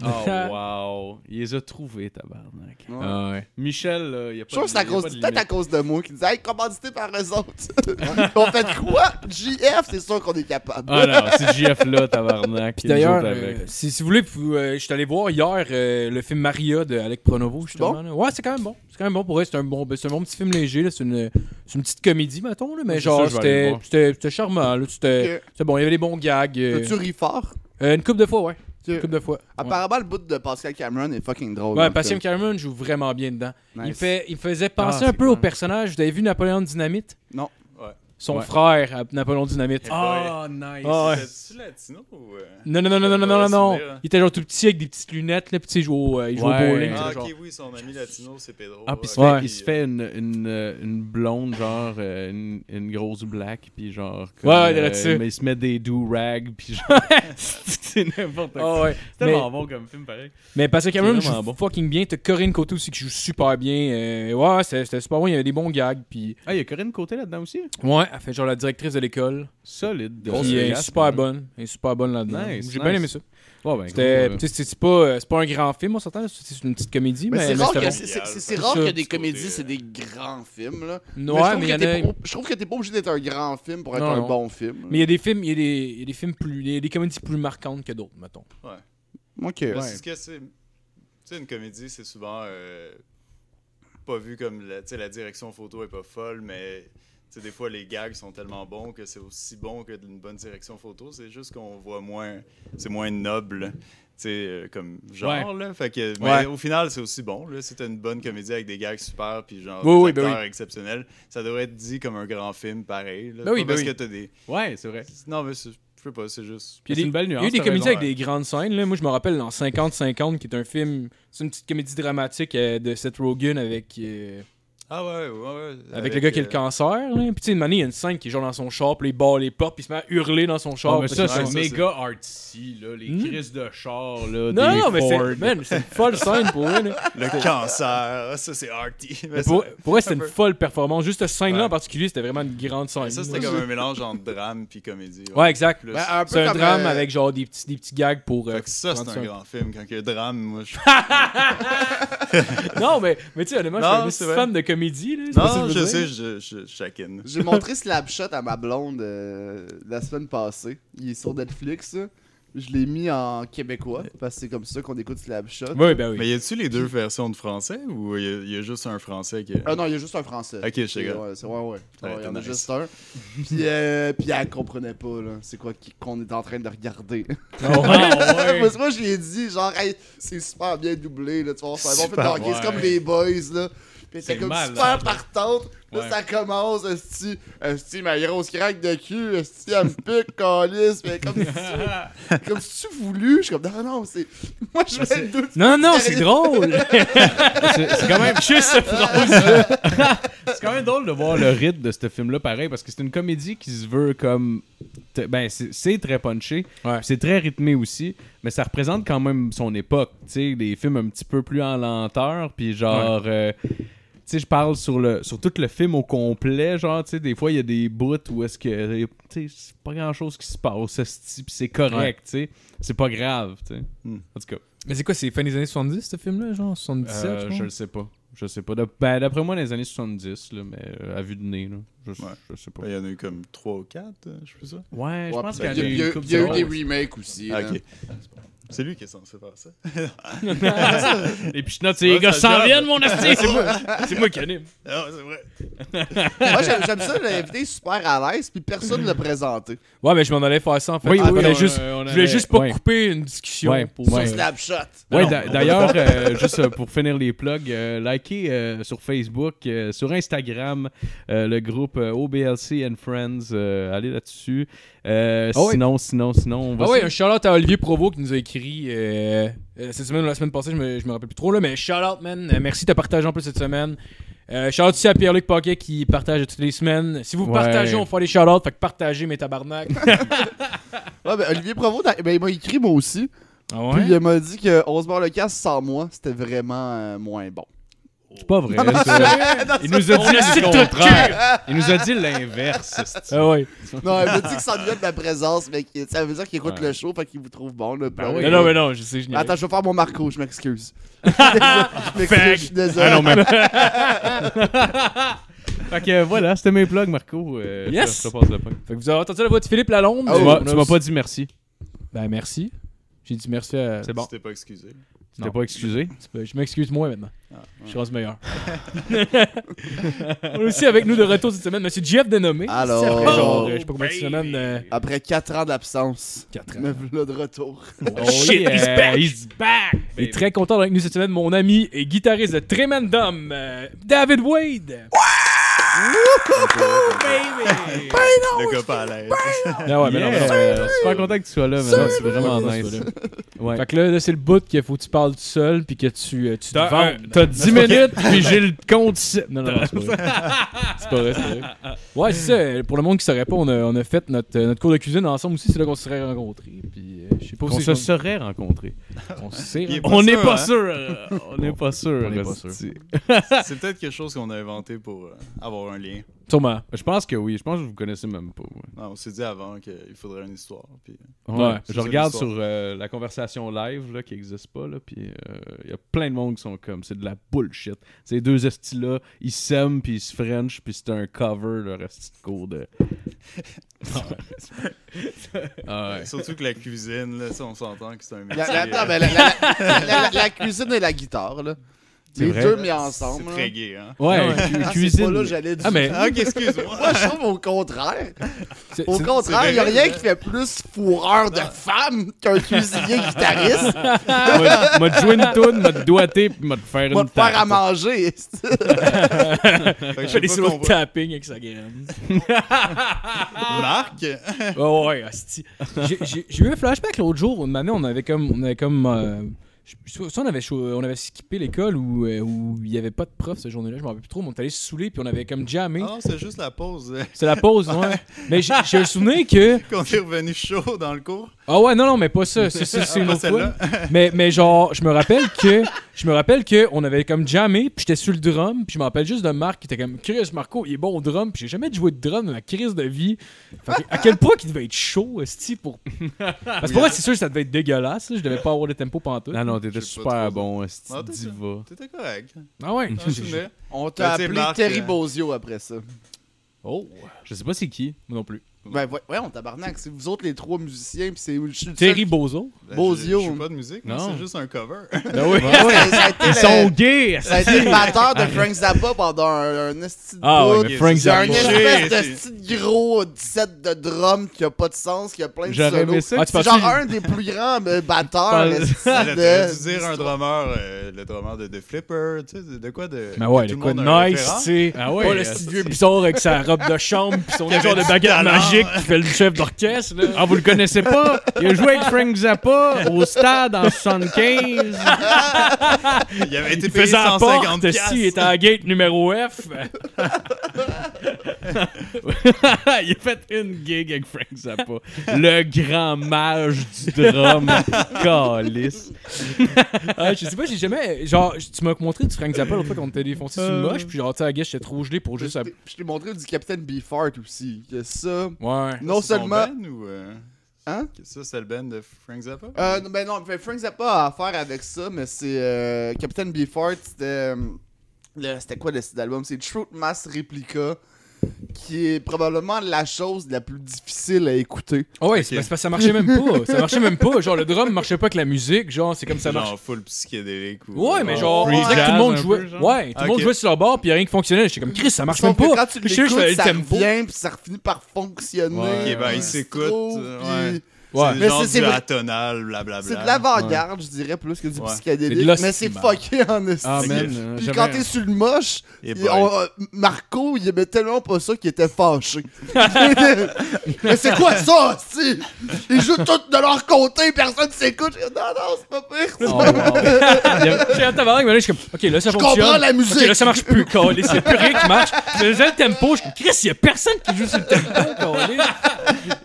Speaker 3: Oh, wow. Il les a trouvés, tabarnak.
Speaker 2: Ah ouais.
Speaker 3: Michel, euh, il y a pas
Speaker 4: Je suis sûr que c'est à
Speaker 3: de- il y a
Speaker 4: cause-
Speaker 3: pas de
Speaker 4: peut-être à
Speaker 3: limite.
Speaker 4: cause de moi qui disait Hey, commandité par eux autres. On fait quoi JF, c'est sûr qu'on est capable.
Speaker 3: Ah non, c'est JF là, tabarnak.
Speaker 2: Puis
Speaker 3: Il joue
Speaker 2: d'ailleurs,
Speaker 3: avec.
Speaker 2: euh, si, si vous voulez, vous, euh, je suis allé voir hier euh, le film Maria de Alec Pronovo, justement.
Speaker 4: bon?
Speaker 2: là. Ouais, c'est quand même bon. C'est quand même bon pour eux. C'est un, bon, ben, c'est un bon petit film léger. là. C'est une, c'est une petite comédie, mettons. là, Mais
Speaker 3: Ouais, c'est
Speaker 2: genre,
Speaker 3: ça, je vais aller le
Speaker 2: c'était
Speaker 3: voir.
Speaker 2: c'était- c'était charmant. là. C'était
Speaker 4: Ok.
Speaker 2: c'était bon. Il y avait des bons gags. euh,
Speaker 4: T'as-tu ri fort
Speaker 2: euh, une couple de fois, ouais.
Speaker 4: Que-
Speaker 2: Coupe de fois. Ouais.
Speaker 4: Apparemment, le bout de Pascal Cameron est fucking drôle. hein.
Speaker 2: Ouais,
Speaker 4: en
Speaker 2: Pascal
Speaker 4: tout
Speaker 2: Cameron joue vraiment bien dedans.
Speaker 4: cas.
Speaker 2: Il,
Speaker 4: Nice.
Speaker 2: fait, il faisait penser
Speaker 3: Ah,
Speaker 2: un
Speaker 3: c'est
Speaker 2: peu au
Speaker 3: cool.
Speaker 2: personnage. Vous avez vu Napoléon Dynamite
Speaker 4: Non.
Speaker 6: Ouais.
Speaker 2: Son
Speaker 3: Ouais.
Speaker 2: frère, à Napoléon Dynamite.
Speaker 6: Hey
Speaker 2: Ah, nice. Ah, ouais.
Speaker 6: tu latino ou. euh?
Speaker 2: Non, non, non, non, non, non, non, non.
Speaker 6: Souvenir, hein.
Speaker 2: Il était genre tout petit avec des petites lunettes, là, puis tu sais, il joue au, euh, il joue au
Speaker 3: Ouais.
Speaker 2: bowling.
Speaker 6: Ah,
Speaker 2: c'est genre.
Speaker 6: ok, oui, son ami latino, c'est Pedro.
Speaker 3: Ah, puis il se
Speaker 6: Ok,
Speaker 3: fait-
Speaker 2: Ouais.
Speaker 3: il se fait une, une, euh, une blonde, genre euh, une, une grosse black, puis genre.
Speaker 2: Ouais, ouais, là-dessus.
Speaker 3: Mais il se met des do-rags, puis genre. c'est n'importe quoi.
Speaker 2: Ah ouais.
Speaker 3: c'est
Speaker 2: mais,
Speaker 3: tellement bon comme film, pareil.
Speaker 2: mais Pascal Cameron
Speaker 3: C'est
Speaker 2: joue
Speaker 3: vraiment bon.
Speaker 2: fucking bien. T'as Corinne Côté aussi qui joue super bien. Euh, ouais, c'était c'était super bon. Il y avait des bons gags. Puis,
Speaker 3: Ah, il y a Corinne Côté là-dedans aussi.
Speaker 2: ouais, elle fait genre la directrice de l'école.
Speaker 3: Solide.
Speaker 2: Puis elle est
Speaker 4: hein.
Speaker 2: super bonne. Elle est super bonne là-dedans.
Speaker 3: Nice,
Speaker 2: J'ai bien aimé
Speaker 3: nice.
Speaker 2: ça.
Speaker 3: Ouais, ben,
Speaker 2: C'était,
Speaker 3: cool, euh.
Speaker 2: tu sais, c'est c'est pas, euh, c'est pas un grand film, on s'entend. C'est c'est une petite comédie, mais,
Speaker 4: Mais c'est
Speaker 2: mais
Speaker 4: rare,
Speaker 2: c'était
Speaker 4: que,
Speaker 2: bon.
Speaker 4: c'est- c'est- c'est- c'est
Speaker 6: C'est
Speaker 4: rare
Speaker 2: ça.
Speaker 4: que des comédies,
Speaker 6: Côté,
Speaker 4: c'est des grands films. Là.
Speaker 2: Non,
Speaker 4: mais je trouve,
Speaker 2: mais il
Speaker 4: que
Speaker 2: y en
Speaker 4: t'es
Speaker 2: a-
Speaker 4: pas- je trouve que t'es pas obligé d'être un grand film pour être
Speaker 2: Non,
Speaker 4: un
Speaker 2: non.
Speaker 4: bon film.
Speaker 2: Mais il y a des films, il y a des, il y a des films plus, il y a des comédies plus marquantes que d'autres, mettons.
Speaker 4: Ok.
Speaker 6: Parce que c'est. Tu sais, une comédie, c'est souvent euh, pas vu comme. La, tu sais, la direction photo est pas folle, mais. Tu sais, des fois, les gags sont tellement bons que c'est aussi bon que d'une bonne direction photo. C'est juste qu'on voit moins. C'est moins noble. Tu sais, euh, comme genre, là. Fait que, mais
Speaker 2: Ouais.
Speaker 6: au final, c'est aussi bon. Là. Si t'as une bonne comédie avec des gags super, puis genre,
Speaker 2: Oui,
Speaker 6: des
Speaker 2: oui, ben
Speaker 6: acteurs exceptionnels, ça devrait être dit comme un grand film pareil. Là.
Speaker 2: Ben oui, ben
Speaker 6: Pas parce
Speaker 2: oui.
Speaker 6: que t'as des.
Speaker 3: Ouais, c'est vrai.
Speaker 6: Non, mais c'est- je sais pas, c'est juste.
Speaker 2: Puis il
Speaker 3: C'est
Speaker 2: y a
Speaker 3: une
Speaker 2: des-
Speaker 3: belle
Speaker 2: Il
Speaker 3: nuance,
Speaker 2: y a eu des
Speaker 3: t'as
Speaker 2: comédies
Speaker 3: raison,
Speaker 2: avec des grandes scènes. Là. Moi, je me rappelle dans 50-50, qui est un film. C'est une petite comédie dramatique euh, de Seth Rogen avec, euh,
Speaker 6: Ah ouais, ouais, ouais.
Speaker 2: avec, le gars qui a
Speaker 6: euh,
Speaker 2: le cancer. Là. Puis, tu sais, une manière, il y a une scène qui est genre dans son char, puis il barre les portes, puis il se met à hurler dans son char.
Speaker 3: Ah, mais
Speaker 2: parce
Speaker 3: ça,
Speaker 2: que-
Speaker 3: c'est
Speaker 6: ouais, ça,
Speaker 3: méga artsy, là. Les
Speaker 2: Hmm?
Speaker 3: crises de char,
Speaker 2: Non,
Speaker 3: là. des
Speaker 2: non, mais
Speaker 3: Ford.
Speaker 2: c'est man, c'est une folle scène pour eux. là.
Speaker 6: Le cancer, ça c'est arty. Mais
Speaker 2: Mais
Speaker 6: ça-
Speaker 2: Pour, pour elle, c'était
Speaker 6: un
Speaker 2: une
Speaker 6: peu.
Speaker 2: folle performance. Juste cette scène-là
Speaker 6: Ouais.
Speaker 2: en particulier, c'était vraiment une grande scène.
Speaker 6: mais ça c'était comme un mélange entre drame puis comédie.
Speaker 2: Ouais, exact.
Speaker 6: Plus.
Speaker 4: Ben, un peu
Speaker 2: C'est un
Speaker 4: comme,
Speaker 2: drame
Speaker 4: euh,
Speaker 2: avec genre des petits, des petits gags pour. euh,
Speaker 6: Fait que ça c'est
Speaker 2: prendre
Speaker 6: un grand film. Quand il y a drame, moi je.
Speaker 2: Non, mais, mais tu sais, honnêtement,
Speaker 6: Non,
Speaker 2: je
Speaker 6: c'est
Speaker 2: suis
Speaker 6: vrai.
Speaker 2: un fan de comédie. Là, c'est pas ça que
Speaker 6: non,
Speaker 2: je
Speaker 6: je
Speaker 2: veux
Speaker 6: sais,
Speaker 2: dire.
Speaker 6: je, je, je chacune.
Speaker 4: J'ai montré Slapshot à ma blonde euh, la semaine passée. Il est sur Netflix. là. Je l'ai mis en québécois parce que c'est comme ça qu'on écoute Slapshot.
Speaker 2: Oui, ben oui.
Speaker 6: Mais y a-tu les deux versions de français ou y a, y a juste un français qui. est-
Speaker 4: Ah non, il y a juste un français.
Speaker 6: Ok, je sais
Speaker 4: C'est-
Speaker 6: gars.
Speaker 4: ouais, c'est- ouais, ouais. Ouais, il y en a
Speaker 6: nice.
Speaker 4: juste un. Puis, euh, puis elle comprenait pas, là. C'est quoi qui- qu'on est en train de regarder.
Speaker 6: Ah
Speaker 4: Parce que moi, je lui ai dit, genre, Hey, c'est super bien doublé, là. Tu vois, c'est un bon film
Speaker 6: Super,
Speaker 4: d'hockey, C'est comme les boys, là. Puis
Speaker 3: C'est
Speaker 4: c'est comme
Speaker 3: mal,
Speaker 4: super
Speaker 3: là.
Speaker 4: partante. Là,
Speaker 3: Ouais.
Speaker 4: ça commence, esti. Esti, ma grosse craque de cul. Esti, elle me pique, calice. Mais comme si comme si tu voulu. Je suis comme, non, non, c'est. Moi, je vais être deux.
Speaker 2: Non, non, c'est drôle.
Speaker 3: C'est c'est quand même
Speaker 2: Juste cette phrase.
Speaker 3: C'est quand même drôle de voir le rythme de ce film-là, pareil, parce que c'est une comédie qui se veut comme. t- Ben, c'est c'est très punché,
Speaker 2: Ouais.
Speaker 3: puis c'est très rythmé aussi, mais ça représente quand même son époque. Tu sais, des films un petit peu plus en lenteur, puis genre. euh, tu sais, je parle sur, le, sur tout le film au complet, genre, tu sais, des fois, il y a des bouts où est-ce que, tu sais, c'est pas grand-chose qui se passe, esti, puis c'est
Speaker 2: Ouais.
Speaker 3: correct, tu sais, c'est pas grave, tu sais.
Speaker 6: Hmm.
Speaker 3: En tout cas,
Speaker 2: Mais c'est quoi, c'est fin des années 70, ce film-là, genre 77,
Speaker 3: euh, je le sais pas, je sais pas. D'ap- Ben, d'après moi, dans les années 70, là, mais euh, à vue de nez, là, je,
Speaker 6: Ouais.
Speaker 3: je sais pas.
Speaker 6: Il y en a eu comme 3 ou 4, je sais plus ça.
Speaker 3: Ouais, je
Speaker 4: Ouais,
Speaker 3: pense
Speaker 4: puis
Speaker 3: qu'il y en a
Speaker 4: il y
Speaker 3: eu
Speaker 4: a- il y a
Speaker 3: une
Speaker 4: eu
Speaker 3: couple
Speaker 4: il y a eu
Speaker 3: de-
Speaker 4: des remakes aussi.
Speaker 6: Ah,
Speaker 4: là.
Speaker 6: ok. C'est lui qui est censé faire ça.
Speaker 3: Les pichenottes, c'est
Speaker 6: Ouais,
Speaker 3: les gars
Speaker 6: ça
Speaker 3: s'en
Speaker 6: job.
Speaker 3: viennent, mon asti! C'est moi.
Speaker 2: C'est moi qui anime.
Speaker 6: Ah, c'est vrai.
Speaker 4: Moi, j'aime j'aime ça, l'invité super à l'aise, puis personne ne l'a présenté.
Speaker 2: Ouais, mais je m'en allais faire ça en fait.
Speaker 3: Oui,
Speaker 2: Je
Speaker 3: oui,
Speaker 2: voulais
Speaker 3: on-
Speaker 2: juste,
Speaker 3: on
Speaker 2: je voulais juste pas
Speaker 3: avait- ouais.
Speaker 2: couper une discussion
Speaker 3: Ouais,
Speaker 2: pour.
Speaker 3: ouais.
Speaker 4: Sur Slapshot.
Speaker 3: Ouais, d'a- d'ailleurs, euh, juste euh, pour finir les plugs, euh, likez euh, sur Facebook, euh, sur Instagram, euh, le groupe euh, OBLC and Friends. euh, allez là-dessus. Euh,
Speaker 2: Ah ouais.
Speaker 3: Sinon, sinon, sinon, on va
Speaker 2: Ah ouais,
Speaker 3: se-
Speaker 2: un shout-out à Olivier Provost qui nous a écrit euh, euh, cette semaine ou la semaine passée, je me, je me rappelle plus trop là, mais shout-out, man. Euh, merci de partager en plus cette semaine. Euh, shout-out aussi à Pierre-Luc Paquet qui partage toutes les semaines. Si vous
Speaker 3: Ouais.
Speaker 2: partagez, on fera les shout-outs, fait que partagez mes tabarnak.
Speaker 4: Ouais, ben, Olivier Provost, dans- ben, il m'a écrit, moi aussi.
Speaker 2: ah
Speaker 4: Puis il m'a dit que On se barre le casse sans moi, c'était vraiment euh, moins bon.
Speaker 3: C'est pas vrai.
Speaker 2: Ah,
Speaker 3: ça. Il nous a dit le contraire. Il nous a dit l'inverse. asti.
Speaker 2: Ah ouais.
Speaker 4: Non, il m'a dit que ça devient de la présence, mais qu'il- ça veut dire qu'il écoute
Speaker 3: Ouais.
Speaker 4: le show, fait qu'il vous trouve bon. Là,
Speaker 3: Ben oui.
Speaker 2: Non, non, mais non, je sais, je n'y
Speaker 4: Attends, je vais faire mon Marco, je m'excuse. je m'excuse, je suis désolé.
Speaker 3: Ah non, mais. fait que euh, voilà, c'était mes plugs, Marco. Euh,
Speaker 2: Yes.
Speaker 3: Je te passe le pain.
Speaker 2: Fait que vous avez entendu la voix de Philippe Lalonde.
Speaker 4: Ah
Speaker 3: Tu
Speaker 4: oui.
Speaker 3: m'as-
Speaker 2: On a
Speaker 3: tu m'as
Speaker 2: aussi-
Speaker 3: pas dit merci.
Speaker 2: Ben merci. J'ai dit merci à.
Speaker 3: C'est bon.
Speaker 6: Tu t'es pas excusé.
Speaker 3: Tu t'es
Speaker 2: Non.
Speaker 3: pas excusé.
Speaker 2: C'est pas- Je m'excuse moi maintenant.
Speaker 6: Ah,
Speaker 2: Je suis rendu meilleur. On est aussi avec nous de retour cette semaine, Monsieur Jeff Dénommé.
Speaker 3: Ah,
Speaker 4: Alors.
Speaker 2: C'est après
Speaker 3: oh,
Speaker 2: genre, euh, je sais pas combien de semaines. euh,
Speaker 4: Après 4 ans d'absence,
Speaker 2: Quatre
Speaker 4: me voilà de retour.
Speaker 3: Oh
Speaker 2: Shit, he's back.
Speaker 3: he's back,
Speaker 2: Il
Speaker 3: baby.
Speaker 2: est très content d'être avec nous cette semaine, mon ami et guitariste de Tremendum, euh, David Wade.
Speaker 6: le gars pas à l'aise.
Speaker 2: Ah ouais, mais non, mais non, mais
Speaker 3: Yeah, super content que tu sois là, man. C'est vraiment
Speaker 2: Ouais,
Speaker 3: nice.
Speaker 2: c'est
Speaker 3: Ouais.
Speaker 2: non. Fait que là, là, c'est le bout qu'il faut que tu parles tout seul puis que tu, euh, tu te
Speaker 3: T'as un-
Speaker 2: vendes.
Speaker 3: t'as 10 minutes, puis j'ai le compte. ici.
Speaker 2: Non, non, non, c'est pas vrai. C'est pas vrai, c'est pas vrai. Ouais, c'est ça. Pour le monde qui saurait pas, on a, on a fait notre, euh, notre cours de cuisine ensemble aussi. C'est là qu'on se serait rencontrés. Puis, euh, je sais pas
Speaker 3: On
Speaker 2: si
Speaker 3: se serait rencontrés.
Speaker 2: on se sait.
Speaker 6: Il est
Speaker 3: On n'est
Speaker 6: sûr,
Speaker 3: pas
Speaker 6: hein?
Speaker 3: sûr. euh, On n'est pas sûr.
Speaker 2: On est pas sûr.
Speaker 3: hostie.
Speaker 6: C'est peut-être quelque chose qu'on a inventé pour euh, avoir un lien.
Speaker 2: Sûrement.
Speaker 3: Je pense que oui. Je pense que vous connaissez même pas. ouais.
Speaker 6: Non, on s'est dit avant qu'il faudrait une histoire. Puis...
Speaker 2: Ouais,
Speaker 3: je
Speaker 6: c'est
Speaker 3: regarde
Speaker 6: ça
Speaker 3: sur
Speaker 6: l'histoire.
Speaker 3: euh, la conversation live là, qui n'existe pas, là, puis il y a plein de monde qui sont comme, c'est de la bullshit. Ces deux estis-là, ils s'aiment, puis ils se French, puis c'est un cover, leur esti de cours de. Ah ouais.
Speaker 6: Surtout que la cuisine, là, ça, on s'entend que c'est un métier.
Speaker 4: La, la-
Speaker 6: euh,
Speaker 4: non, mais la- la- la- la- la cuisine et la guitare, là.
Speaker 3: C'est
Speaker 4: Les
Speaker 3: vrai.
Speaker 4: deux mis
Speaker 6: euh, c'est
Speaker 4: ensemble. là.
Speaker 6: très gay, hein?
Speaker 3: Ouais,
Speaker 2: Ouais.
Speaker 3: cu-
Speaker 4: Ah, c'est
Speaker 3: cuisine.
Speaker 4: pas là que j'allais dire.
Speaker 2: Ah, mais.
Speaker 6: Ah, ok, excuse-moi.
Speaker 4: Moi, je trouve au contraire.
Speaker 2: c'est-
Speaker 4: Au
Speaker 2: c'est-
Speaker 4: contraire, il n'y a
Speaker 6: vrai,
Speaker 4: rien
Speaker 6: là.
Speaker 4: qui fait plus fourreur de femme qu'un cuisinier guitariste.
Speaker 3: M'a- M'a joué une toune, m'a doigté, puis m'a faire
Speaker 4: Va
Speaker 3: une
Speaker 4: te faire à
Speaker 3: tarte.
Speaker 4: manger.
Speaker 6: Fait que je
Speaker 2: fait
Speaker 6: sais
Speaker 2: des
Speaker 6: pas
Speaker 2: solos de
Speaker 6: comprendre.
Speaker 2: tapping avec sa graine.
Speaker 6: Marc,
Speaker 2: Oh ouais, hostie. J'ai- J'ai j'ai eu un flashback l'autre jour. Une année, on avait comme. On avait comme euh, je- soit soit on avait, cho- on avait skippé l'école ou euh, ou il n'y avait pas de prof ce journée-là, je m'en rappelle plus trop, mais on était allé se saouler puis on avait comme jammé.
Speaker 6: non, Ah, c'est juste la pause. euh,
Speaker 2: C'est la pause, ouais. Mais j'ai j'ai un souvenir que.
Speaker 6: Qu'on est revenu chaud dans le cours.
Speaker 2: Ah ouais, non, non, mais pas ça. C'est- C'est c'est une
Speaker 6: Ah,
Speaker 2: autre
Speaker 6: Pas
Speaker 2: fois.
Speaker 6: celle-là.
Speaker 2: Mais, mais genre, je me rappelle que. Je me rappelle que on avait comme jammé, puis j'étais sur le drum, puis je me rappelle juste de Marc qui était comme Chris Marco, il est bon au drum, puis j'ai jamais joué de drum dans ma crise de vie. Fait que, à quel point qu'il devait être chaud, esti, pour. Parce que pour moi, c'est sûr que ça devait être dégueulasse, là, je devais pas avoir le tempo pantoute.
Speaker 3: Non, non, t'étais
Speaker 6: J'ai pas
Speaker 3: super
Speaker 6: trop-
Speaker 3: bon, esti
Speaker 6: Non, t'es-
Speaker 3: diva.
Speaker 6: T'étais correct.
Speaker 2: Ah ouais.
Speaker 6: T'en souvenais?
Speaker 4: On
Speaker 6: t'a
Speaker 4: t'a
Speaker 6: appelé
Speaker 4: appelé
Speaker 6: Terry
Speaker 4: Terry Bozio après ça.
Speaker 2: Oh,
Speaker 3: Je sais pas c'est qui.
Speaker 2: moi non plus.
Speaker 4: Ben, ouais, ouais, on tabarnak. C'est vous autres les trois musiciens, puis c'est je suis le
Speaker 2: Terry Bozo.
Speaker 6: Ben,
Speaker 4: Bozio.
Speaker 6: Je je fais pas de musique, moi,
Speaker 3: Non.
Speaker 6: c'est juste un cover.
Speaker 2: Ben oui.
Speaker 4: seul- Ça- ça a été
Speaker 3: Ils
Speaker 4: le-
Speaker 3: sont gays!
Speaker 4: Ça a été le batteur de Frank Zappa pendant un, un esti de
Speaker 2: Ah ouais,
Speaker 4: bout.
Speaker 2: mais Frank
Speaker 4: Il y a un
Speaker 2: Zappa.
Speaker 6: J'ai-
Speaker 4: espèce de
Speaker 6: c'est-
Speaker 4: petit gros set de drum qui a pas de sens, qui a plein de
Speaker 3: J'aurais
Speaker 4: solos.
Speaker 3: aimé ça.
Speaker 2: Ah,
Speaker 3: que-
Speaker 2: tu
Speaker 4: C'est
Speaker 2: penses-
Speaker 4: genre un des plus grands euh, batteurs
Speaker 3: Pas-
Speaker 4: esti
Speaker 6: Elle a dû
Speaker 4: de...
Speaker 6: dire un drummer, euh, le drummer de, de Flipper, tu sais, de, de quoi de.
Speaker 2: Ben ouais,
Speaker 6: que
Speaker 2: le
Speaker 6: tout
Speaker 2: quoi
Speaker 6: monde a un
Speaker 2: de nice,
Speaker 6: référent.
Speaker 2: tu sais.
Speaker 3: Ah ouais,
Speaker 2: pas le
Speaker 3: euh,
Speaker 2: petit vieux bizarre avec sa robe de chambre pis son genre de baguette magique qui fait le chef d'orchestre, là.
Speaker 3: Ah, vous le connaissez pas? Il a joué avec Frank Zappa au stade en 75.
Speaker 6: Il avait été
Speaker 2: Il
Speaker 6: payé
Speaker 2: faisait la
Speaker 6: 150
Speaker 2: porte,
Speaker 6: piastres.
Speaker 2: si, il était à la gate numéro F.
Speaker 3: il a fait une gig avec Frank Zappa. Le grand mage du drum. Calice.
Speaker 2: Ah, je sais pas, j'ai jamais... Genre, tu m'as montré du Frank Zappa l'autre fois qu'on était défoncé sur le
Speaker 3: Euh.
Speaker 2: moche, puis genre, tu sais, à la gueule, j'étais trop gelé pour juste... à-
Speaker 4: Je t'ai- Je t'ai montré du Capitaine Beefheart aussi. Que ça...
Speaker 2: Ouais.
Speaker 4: Non
Speaker 6: C'est ton
Speaker 4: seulement...
Speaker 6: band ou, euh,
Speaker 4: Hein?
Speaker 6: que ça, c'est le band de Frank Zappa?
Speaker 4: Euh, non, ben non, ben Frank Zappa a affaire avec ça, mais c'est euh, Captain Beefheart, c'était euh, le- c'était quoi le site d'album C'est Truth Mass Replica, qui est probablement la chose la plus difficile à écouter.
Speaker 2: Ah ouais, c'est parce que ça marchait même pas. Ça marchait même pas. Genre, le drum marchait pas avec la musique. Genre, c'est comme ça marche.
Speaker 6: genre full psychédélique ou.
Speaker 2: Ouais, mais genre,
Speaker 3: free
Speaker 2: on dirait que tout le
Speaker 3: jazz
Speaker 2: monde
Speaker 3: un
Speaker 2: jouait.
Speaker 3: peu, genre.
Speaker 2: ouais, tout le
Speaker 6: Ok.
Speaker 2: monde jouait sur leur bord, puis y a rien qui fonctionnait. J'étais comme, Chris, ça marche même
Speaker 4: Sauf que
Speaker 2: pas.
Speaker 4: Quand
Speaker 2: Je
Speaker 4: tu
Speaker 2: sais, je faisais
Speaker 4: l'écoutes,
Speaker 2: le
Speaker 4: ça
Speaker 2: tempo.
Speaker 4: revient, puis ça finit par fonctionner.
Speaker 6: Ok, ben, il s'écoute,
Speaker 4: Trop,
Speaker 6: ouais.
Speaker 4: puis
Speaker 2: Ouais.
Speaker 6: C'est
Speaker 4: Mais
Speaker 6: genre
Speaker 4: c'est- c'est
Speaker 6: du
Speaker 4: vrai-
Speaker 6: atonal, blablabla.
Speaker 4: C'est de l'avant-garde, je dirais, plus que du
Speaker 6: Ouais.
Speaker 4: psychédélique.
Speaker 2: C'est de l'hostie,
Speaker 4: mais c'est
Speaker 2: man.
Speaker 4: fucké en esti.
Speaker 3: Ah,
Speaker 6: man,
Speaker 3: euh,
Speaker 4: Puis
Speaker 3: j'avais
Speaker 4: quand
Speaker 3: un-
Speaker 4: t'es sur le moche,
Speaker 6: Et
Speaker 4: il-
Speaker 6: Eh boy.
Speaker 4: on- euh, Marco, il aimait tellement pas ça qu'il était fâché. Mais c'est quoi ça, si Ils jouent tous de leur côté, personne s'écoute. Non, non, c'est pas pire. ça.
Speaker 3: Oh, wow.
Speaker 2: J'étais à tabarnak, mais là, je suis comme, ok, là, ça
Speaker 4: Je
Speaker 2: fonctionne.
Speaker 4: comprends la musique.
Speaker 2: Ok, là, ça marche plus, calé. C'est plus rien qui marche. Mais j'ai le tempo. Je suis comme, Chris, il y a personne qui joue sur le tempo, calé.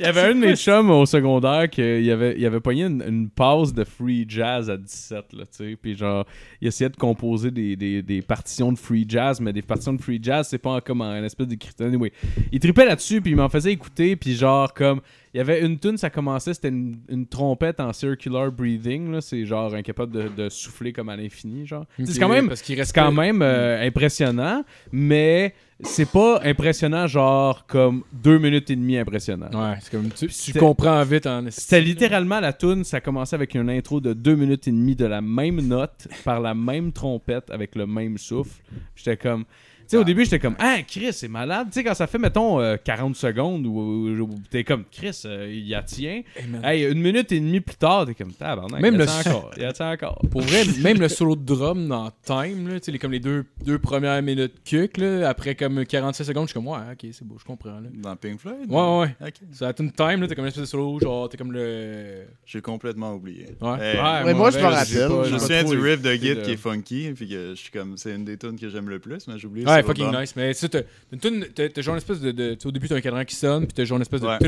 Speaker 3: Il y avait un de mes chums au secondaire qui il avait, il avait pogné une, une pause de free jazz à 17, là, tu sais. Puis genre, il essayait de composer des, des, des partitions de free jazz, mais des partitions de free jazz, c'est pas comme un espèce de criton. Anyway, il tripait là-dessus, puis il m'en faisait écouter, puis genre, comme, il Il y avait une tune, ça commençait, c'était une, une trompette en circular breathing. là. C'est genre incapable de, de souffler comme à l'infini. genre. Tu sais, C'est quand même,
Speaker 2: Parce qu'il reste
Speaker 3: c'est quand même euh, impressionnant, mais c'est pas impressionnant, genre comme deux minutes et demie impressionnant.
Speaker 2: Ouais, c'est comme tu, tu
Speaker 3: C'était-
Speaker 2: comprends vite en
Speaker 3: C'était littéralement la tune, ça commençait avec une intro de deux minutes et demie de la même note, par la même trompette, avec le même souffle. J'étais comme. Tu sais, au début, j'étais comme, ah, Chris, c'est malade. Tu sais, quand ça fait, mettons, euh, 40 secondes, ou- ou ou t'es comme, Chris, euh, il y a tient. Hey, une minute et demie plus tard, t'es comme, tabarnak,
Speaker 2: Même
Speaker 3: il y a
Speaker 2: le-
Speaker 3: tient encore. Il y a tient encore.
Speaker 2: Pour vrai, même le solo de drum dans Time, là, tu sais, les- comme les deux, deux premières minutes cuc, là, après comme 45 secondes, je suis comme, ouais, ok, c'est beau, je comprends. Là.
Speaker 6: Dans Pink Floyd?
Speaker 2: Ouais, ouais.
Speaker 6: Ok.
Speaker 2: Ça a une time, là, t'es comme une espèce de solo, genre, t'es comme le.
Speaker 6: J'ai complètement oublié.
Speaker 2: Ouais.
Speaker 6: Euh,
Speaker 4: Ouais, moi, je me
Speaker 3: ben, j'ai
Speaker 4: rappelle.
Speaker 3: pas-
Speaker 6: Je
Speaker 3: j'ai
Speaker 6: me
Speaker 3: pas
Speaker 6: souviens
Speaker 3: trop
Speaker 6: du riff de
Speaker 3: écouté
Speaker 6: Git
Speaker 3: le-
Speaker 6: qui est funky, puis que je suis comme, c'est une des tunes que j'aime le plus, mais j'ai oublié.
Speaker 2: Ouais,
Speaker 6: sur
Speaker 2: fucking
Speaker 6: l'album.
Speaker 2: nice. Mais tu sais, t'as- t'as une toune- t'as t'as genre une espèce de. de- tu sais, au début, t'as un cadran qui sonne, puis t'as genre une espèce de.
Speaker 6: Ouais.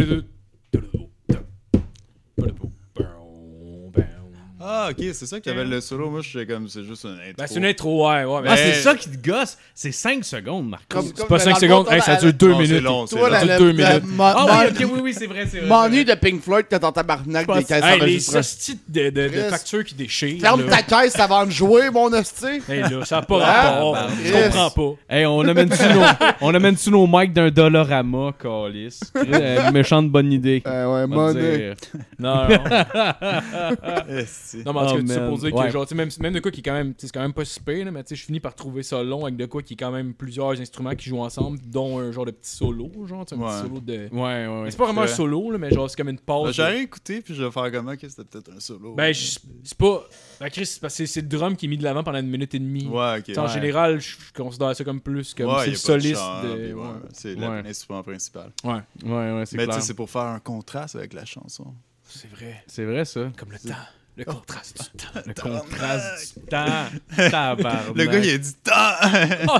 Speaker 6: Ah, ok, c'est ça que t'avais le solo. Moi, je suis comme, c'est juste une intro.
Speaker 2: Ben, c'est une intro, ouais, ouais. mais-
Speaker 3: Ah, c'est
Speaker 6: Mais-
Speaker 3: ça qui te gosse. C'est 5 secondes, Marco.
Speaker 4: Ben, Comme-
Speaker 2: c'est
Speaker 4: comme
Speaker 2: pas
Speaker 4: dans
Speaker 2: 5
Speaker 4: le
Speaker 2: secondes,
Speaker 4: monde,
Speaker 2: hey, ça
Speaker 4: la-
Speaker 2: dure 2
Speaker 6: Non, c'est
Speaker 2: minutes.
Speaker 6: long, c'est
Speaker 4: Toi,
Speaker 6: long.
Speaker 4: la,
Speaker 2: dure
Speaker 4: la,
Speaker 2: deux
Speaker 4: la,
Speaker 2: minutes.
Speaker 4: mon-
Speaker 3: Ah oui,
Speaker 4: mon-
Speaker 3: ok, oui, oui, c'est vrai, c'est vrai.
Speaker 4: M'ennuie de Pink Floyd quand t'entends tabarnak des caisses
Speaker 2: Hey, les
Speaker 4: enregistrées.
Speaker 2: sorties de, de, de
Speaker 4: Chris.
Speaker 2: factures qui déchirent.
Speaker 4: Ferme
Speaker 2: là.
Speaker 4: ta caisse avant de jouer, mon hostie.
Speaker 2: Hey, là, ça n'a pas
Speaker 4: Ah,
Speaker 2: rapport.
Speaker 3: ben,
Speaker 2: Je
Speaker 4: Chris.
Speaker 2: comprends pas.
Speaker 3: Hey, on amène-tu nos, on amène-tu nos mics d'un Dollarama, Calis? Euh, méchante bonne idée.
Speaker 4: Euh, ouais,
Speaker 3: On va
Speaker 4: money.
Speaker 3: dire.
Speaker 2: Non, non.
Speaker 6: Esti.
Speaker 2: Non, mais en tout
Speaker 3: Oh,
Speaker 2: cas, tu sais,
Speaker 3: man.
Speaker 2: pour dire que,
Speaker 3: Ouais.
Speaker 2: genre, tu sais, même, même de quoi qui est quand même, tu sais, c'est quand même pas super, là, mais tu sais, je finis par trouver ça long avec de quoi qui est quand même plusieurs instruments qui jouent ensemble, dont un genre de petit solo, genre, tu sais, un
Speaker 6: Ouais.
Speaker 2: petit solo de.
Speaker 3: Ouais, ouais.
Speaker 2: Mais c'est pas vraiment un
Speaker 6: c'est-
Speaker 2: solo, là, mais genre, c'est comme une
Speaker 6: Ben,
Speaker 2: pause.
Speaker 6: J'ai
Speaker 2: de-
Speaker 6: rien écouté, puis je vais faire comment que c'était peut-être un solo.
Speaker 2: Ben, je- c'est pas. Ben, Chris, c'est parce que c'est le drum qui est mis de l'avant pendant une minute et demie.
Speaker 6: Ouais, ok.
Speaker 2: Tu sais, En
Speaker 6: Ouais.
Speaker 2: général, je je considère ça comme plus comme
Speaker 6: Ouais, y a
Speaker 2: c'est
Speaker 6: pas
Speaker 2: le
Speaker 6: de
Speaker 2: soliste
Speaker 6: chant,
Speaker 2: de.
Speaker 6: puis ouais,
Speaker 2: ouais.
Speaker 6: C'est
Speaker 3: Ouais.
Speaker 6: la- l'instrument principal.
Speaker 3: Ouais, ouais, c'est
Speaker 6: Mais tu
Speaker 3: clair.
Speaker 6: sais, c'est pour faire un contraste avec la chanson.
Speaker 2: C'est vrai.
Speaker 3: C'est vrai, ça.
Speaker 2: Comme le temps. Le
Speaker 6: Oh.
Speaker 2: contraste du temps.
Speaker 3: Le contraste du temps. Tabarnak.
Speaker 6: Le gars, il a dit tant!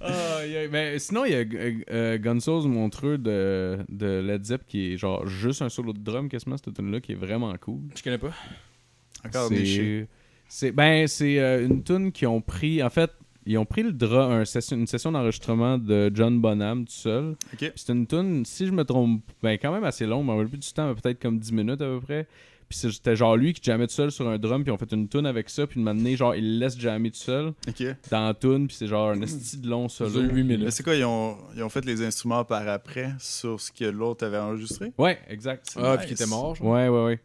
Speaker 3: Ah, il y a- mais sinon, il y a euh, euh, Guns N' Roses Montreux de, de Led Zepp qui est genre juste un solo de drum, quasiment, cette tune là qui est vraiment cool.
Speaker 2: Je connais pas.
Speaker 6: Encore
Speaker 3: C'est-
Speaker 6: déchiré.
Speaker 3: C'est ben c'est euh, une tune qu'ils ont pris en fait ils ont pris le dra- un session- une session d'enregistrement de John Bonham tout seul.
Speaker 6: Ok.
Speaker 3: Puis C'est une tune si je me trompe ben quand même assez longue, mais on plus du temps, mais peut-être comme 10 minutes à peu près. Puis c'est- c'était genre lui qui jammait tout seul sur un drum, puis on fait une tune avec ça, puis de m'amener genre il le laisse jammer tout seul
Speaker 6: Ok.
Speaker 3: dans la tune, puis c'est genre un esti de long
Speaker 2: Ça
Speaker 3: solo.
Speaker 2: dure 8
Speaker 6: Mais
Speaker 2: minutes.
Speaker 6: c'est quoi, ils ont, ils ont fait les instruments par après sur ce que l'autre avait enregistré?
Speaker 3: Ouais, exact.
Speaker 2: Ah,
Speaker 6: nice.
Speaker 2: puis qui était mort. genre.
Speaker 3: Ouais, ouais, ouais.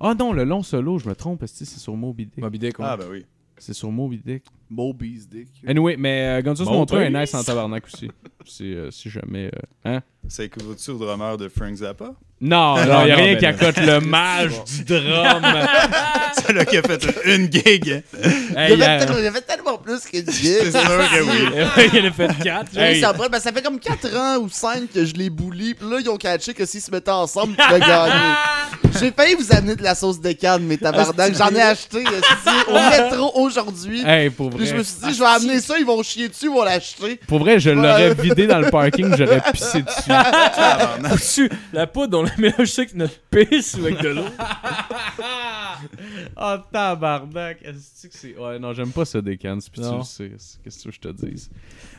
Speaker 3: Ah non, le long solo, je me trompe, esti, c'est sur Moby Dick.
Speaker 2: Moby Dick, ouais.
Speaker 6: Ah, ben oui.
Speaker 3: C'est sur Moby Dick.
Speaker 4: Moby's Dick.
Speaker 3: Anyway, mais euh, Guns N' Roses
Speaker 6: Bon,
Speaker 3: Montreux est
Speaker 6: oui.
Speaker 3: nice en tabarnak aussi. si, euh, si jamais. euh, hein?
Speaker 6: Ça écoute-tu au drummer de Frank Zappa?
Speaker 3: Non, non,
Speaker 2: non,
Speaker 3: il a rien
Speaker 2: ben
Speaker 3: qui
Speaker 2: non.
Speaker 3: accote le mage du drum.
Speaker 6: C'est là qui a fait une gig!
Speaker 3: Hey,
Speaker 4: Il y
Speaker 3: euh,
Speaker 4: avait tel- il y avait tellement plus que du
Speaker 6: C'est
Speaker 4: Dick.
Speaker 6: sûr que oui.
Speaker 2: Il a fait 4.
Speaker 4: J'ai
Speaker 3: Hey.
Speaker 4: mis ça après, ben, ça fait comme 4 ans ou 5 que je les boulis. Puis là, ils ont catché que s'ils se mettaient ensemble, ils pouvaient gagner. J'ai failli vous amener de la sauce de canne, mais tabarnak. J'en ai acheté esti, au métro aujourd'hui.
Speaker 3: hey, pour vrai.
Speaker 4: Puis je me suis dit, je vais amener ça, ils vont chier dessus, ils vont l'acheter.
Speaker 3: Pour vrai, je l'aurais vidé dans le parking, j'aurais pissé dessus.
Speaker 6: Tabarnak.
Speaker 2: Dessus, Ah, la poudre, on la mélange ça avec notre pisse ou avec de l'eau.
Speaker 3: oh, tabarnak. Est-ce que c'est. Ouais, non, j'aime pas ça des cannes, puis tu
Speaker 2: Non.
Speaker 3: le sais. Qu'est-ce que tu veux que je te dise?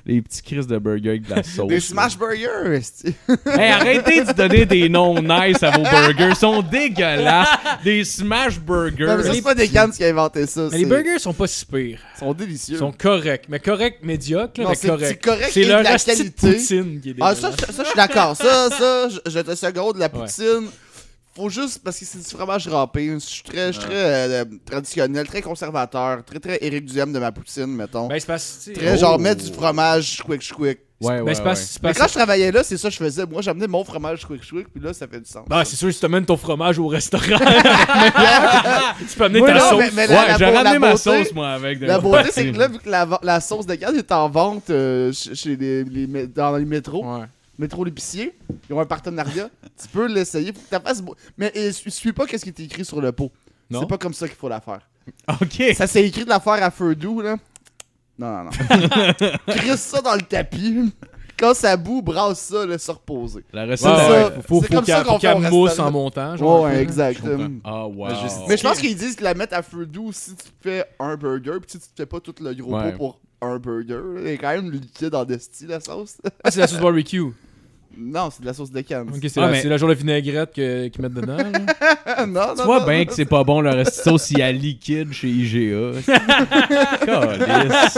Speaker 3: Les petits crises de burger avec de la sauce.
Speaker 4: Des
Speaker 3: là.
Speaker 4: smash burgers, esti.
Speaker 3: Hey, arrêtez de donner des noms nice à vos burgers. Ils sont dégueulasses. Des smash burgers.
Speaker 4: Non, mais ça, c'est pas des cannes qui a inventé ça.
Speaker 2: Mais les
Speaker 4: c'est-
Speaker 2: burgers sont pas si pires.
Speaker 4: Ils sont délicieux.
Speaker 2: Ils sont corrects. Mais corrects, médiocres, là,
Speaker 4: Non,
Speaker 2: mais
Speaker 4: c'est- c'est
Speaker 2: corrects.
Speaker 4: correct
Speaker 2: C'est
Speaker 4: et de
Speaker 2: leur
Speaker 4: la
Speaker 2: asti de
Speaker 4: qualité.
Speaker 2: poutine qui est
Speaker 4: Ah,
Speaker 2: dégueulasse.
Speaker 4: ça, ça, ça, je suis d'accord. Ça, ça, je, je te seconde. La poutine, faut juste. Parce que c'est du fromage râpé. Je suis très, je suis très euh, traditionnel, très conservateur, très, très Éric Duhem de ma poutine, mettons.
Speaker 2: Ben, c'est parce que.
Speaker 4: très genre, mettre du fromage quick quick.
Speaker 3: Ouais,
Speaker 2: Ben,
Speaker 3: ouais,
Speaker 2: c'est
Speaker 3: ouais.
Speaker 2: parce c'est
Speaker 4: Mais
Speaker 2: parce-
Speaker 4: quand je travaillais là, c'est ça que je faisais. Moi, j'amenais mon fromage quick quick, puis là, ça fait du sens.
Speaker 2: Ben, c'est sûr, si tu amènes ton fromage au restaurant, tu peux amener
Speaker 4: Oui,
Speaker 2: ta
Speaker 4: non,
Speaker 2: sauce.
Speaker 3: Ouais,
Speaker 4: mais- mais- la-
Speaker 3: j'ai
Speaker 4: la-
Speaker 3: ramené
Speaker 4: la
Speaker 3: ma
Speaker 4: beauté-
Speaker 3: sauce, moi, avec. de-
Speaker 4: La beauté, c'est que là, vu que la, la sauce de garde est en vente euh, ch- chez les, les mé- dans les métros,
Speaker 2: Ouais.
Speaker 4: métro l'épicier, ils ont un partenariat. tu peux l'essayer, faut que ta face. bo- Mais et, su- suis pas qu'est-ce qui est écrit sur le pot.
Speaker 2: Non.
Speaker 4: C'est pas comme ça qu'il faut la faire.
Speaker 3: Ok.
Speaker 4: Ça s'est écrit de l'affaire à feu doux, là. Non, non, non. Crisse ça dans le tapis. Quand ça bout, brasse ça, laisse ça reposer.
Speaker 3: La
Speaker 2: Ouais,
Speaker 3: recette.
Speaker 4: C'est
Speaker 2: ouais,
Speaker 4: ça.
Speaker 2: faut- Faut
Speaker 4: C'est
Speaker 2: faut
Speaker 4: comme ça
Speaker 2: qu'elle faut
Speaker 4: qu'on fait au
Speaker 2: qu'elle mousse
Speaker 4: restaurant.
Speaker 2: en montant.
Speaker 4: Ouais,
Speaker 2: Ah, genre.
Speaker 4: ouais, exact.
Speaker 2: Je comprends.
Speaker 4: Hum.
Speaker 3: Ah, wow.
Speaker 6: Mais juste-
Speaker 4: Mais je pense qu'ils disent que la mettre à feu doux si tu fais un burger, puis si tu te fais pas tout le gros
Speaker 3: Ouais.
Speaker 4: pot pour un burger. là, Il y a quand même le liquide en desti, la sauce.
Speaker 2: Ah, c'est la sauce barbecue.
Speaker 4: Non, c'est de la sauce de canne.
Speaker 2: Ok, c'est
Speaker 3: Ah,
Speaker 2: la,
Speaker 3: mais-
Speaker 2: c'est la genre de vinaigrette que- qu'ils mettent dedans. là.
Speaker 4: Ah, non,
Speaker 3: Tu
Speaker 4: non,
Speaker 3: vois
Speaker 4: non,
Speaker 3: bien
Speaker 4: non.
Speaker 3: que c'est pas bon leur esti de sauce, il y a liquide chez IGA. Calisse.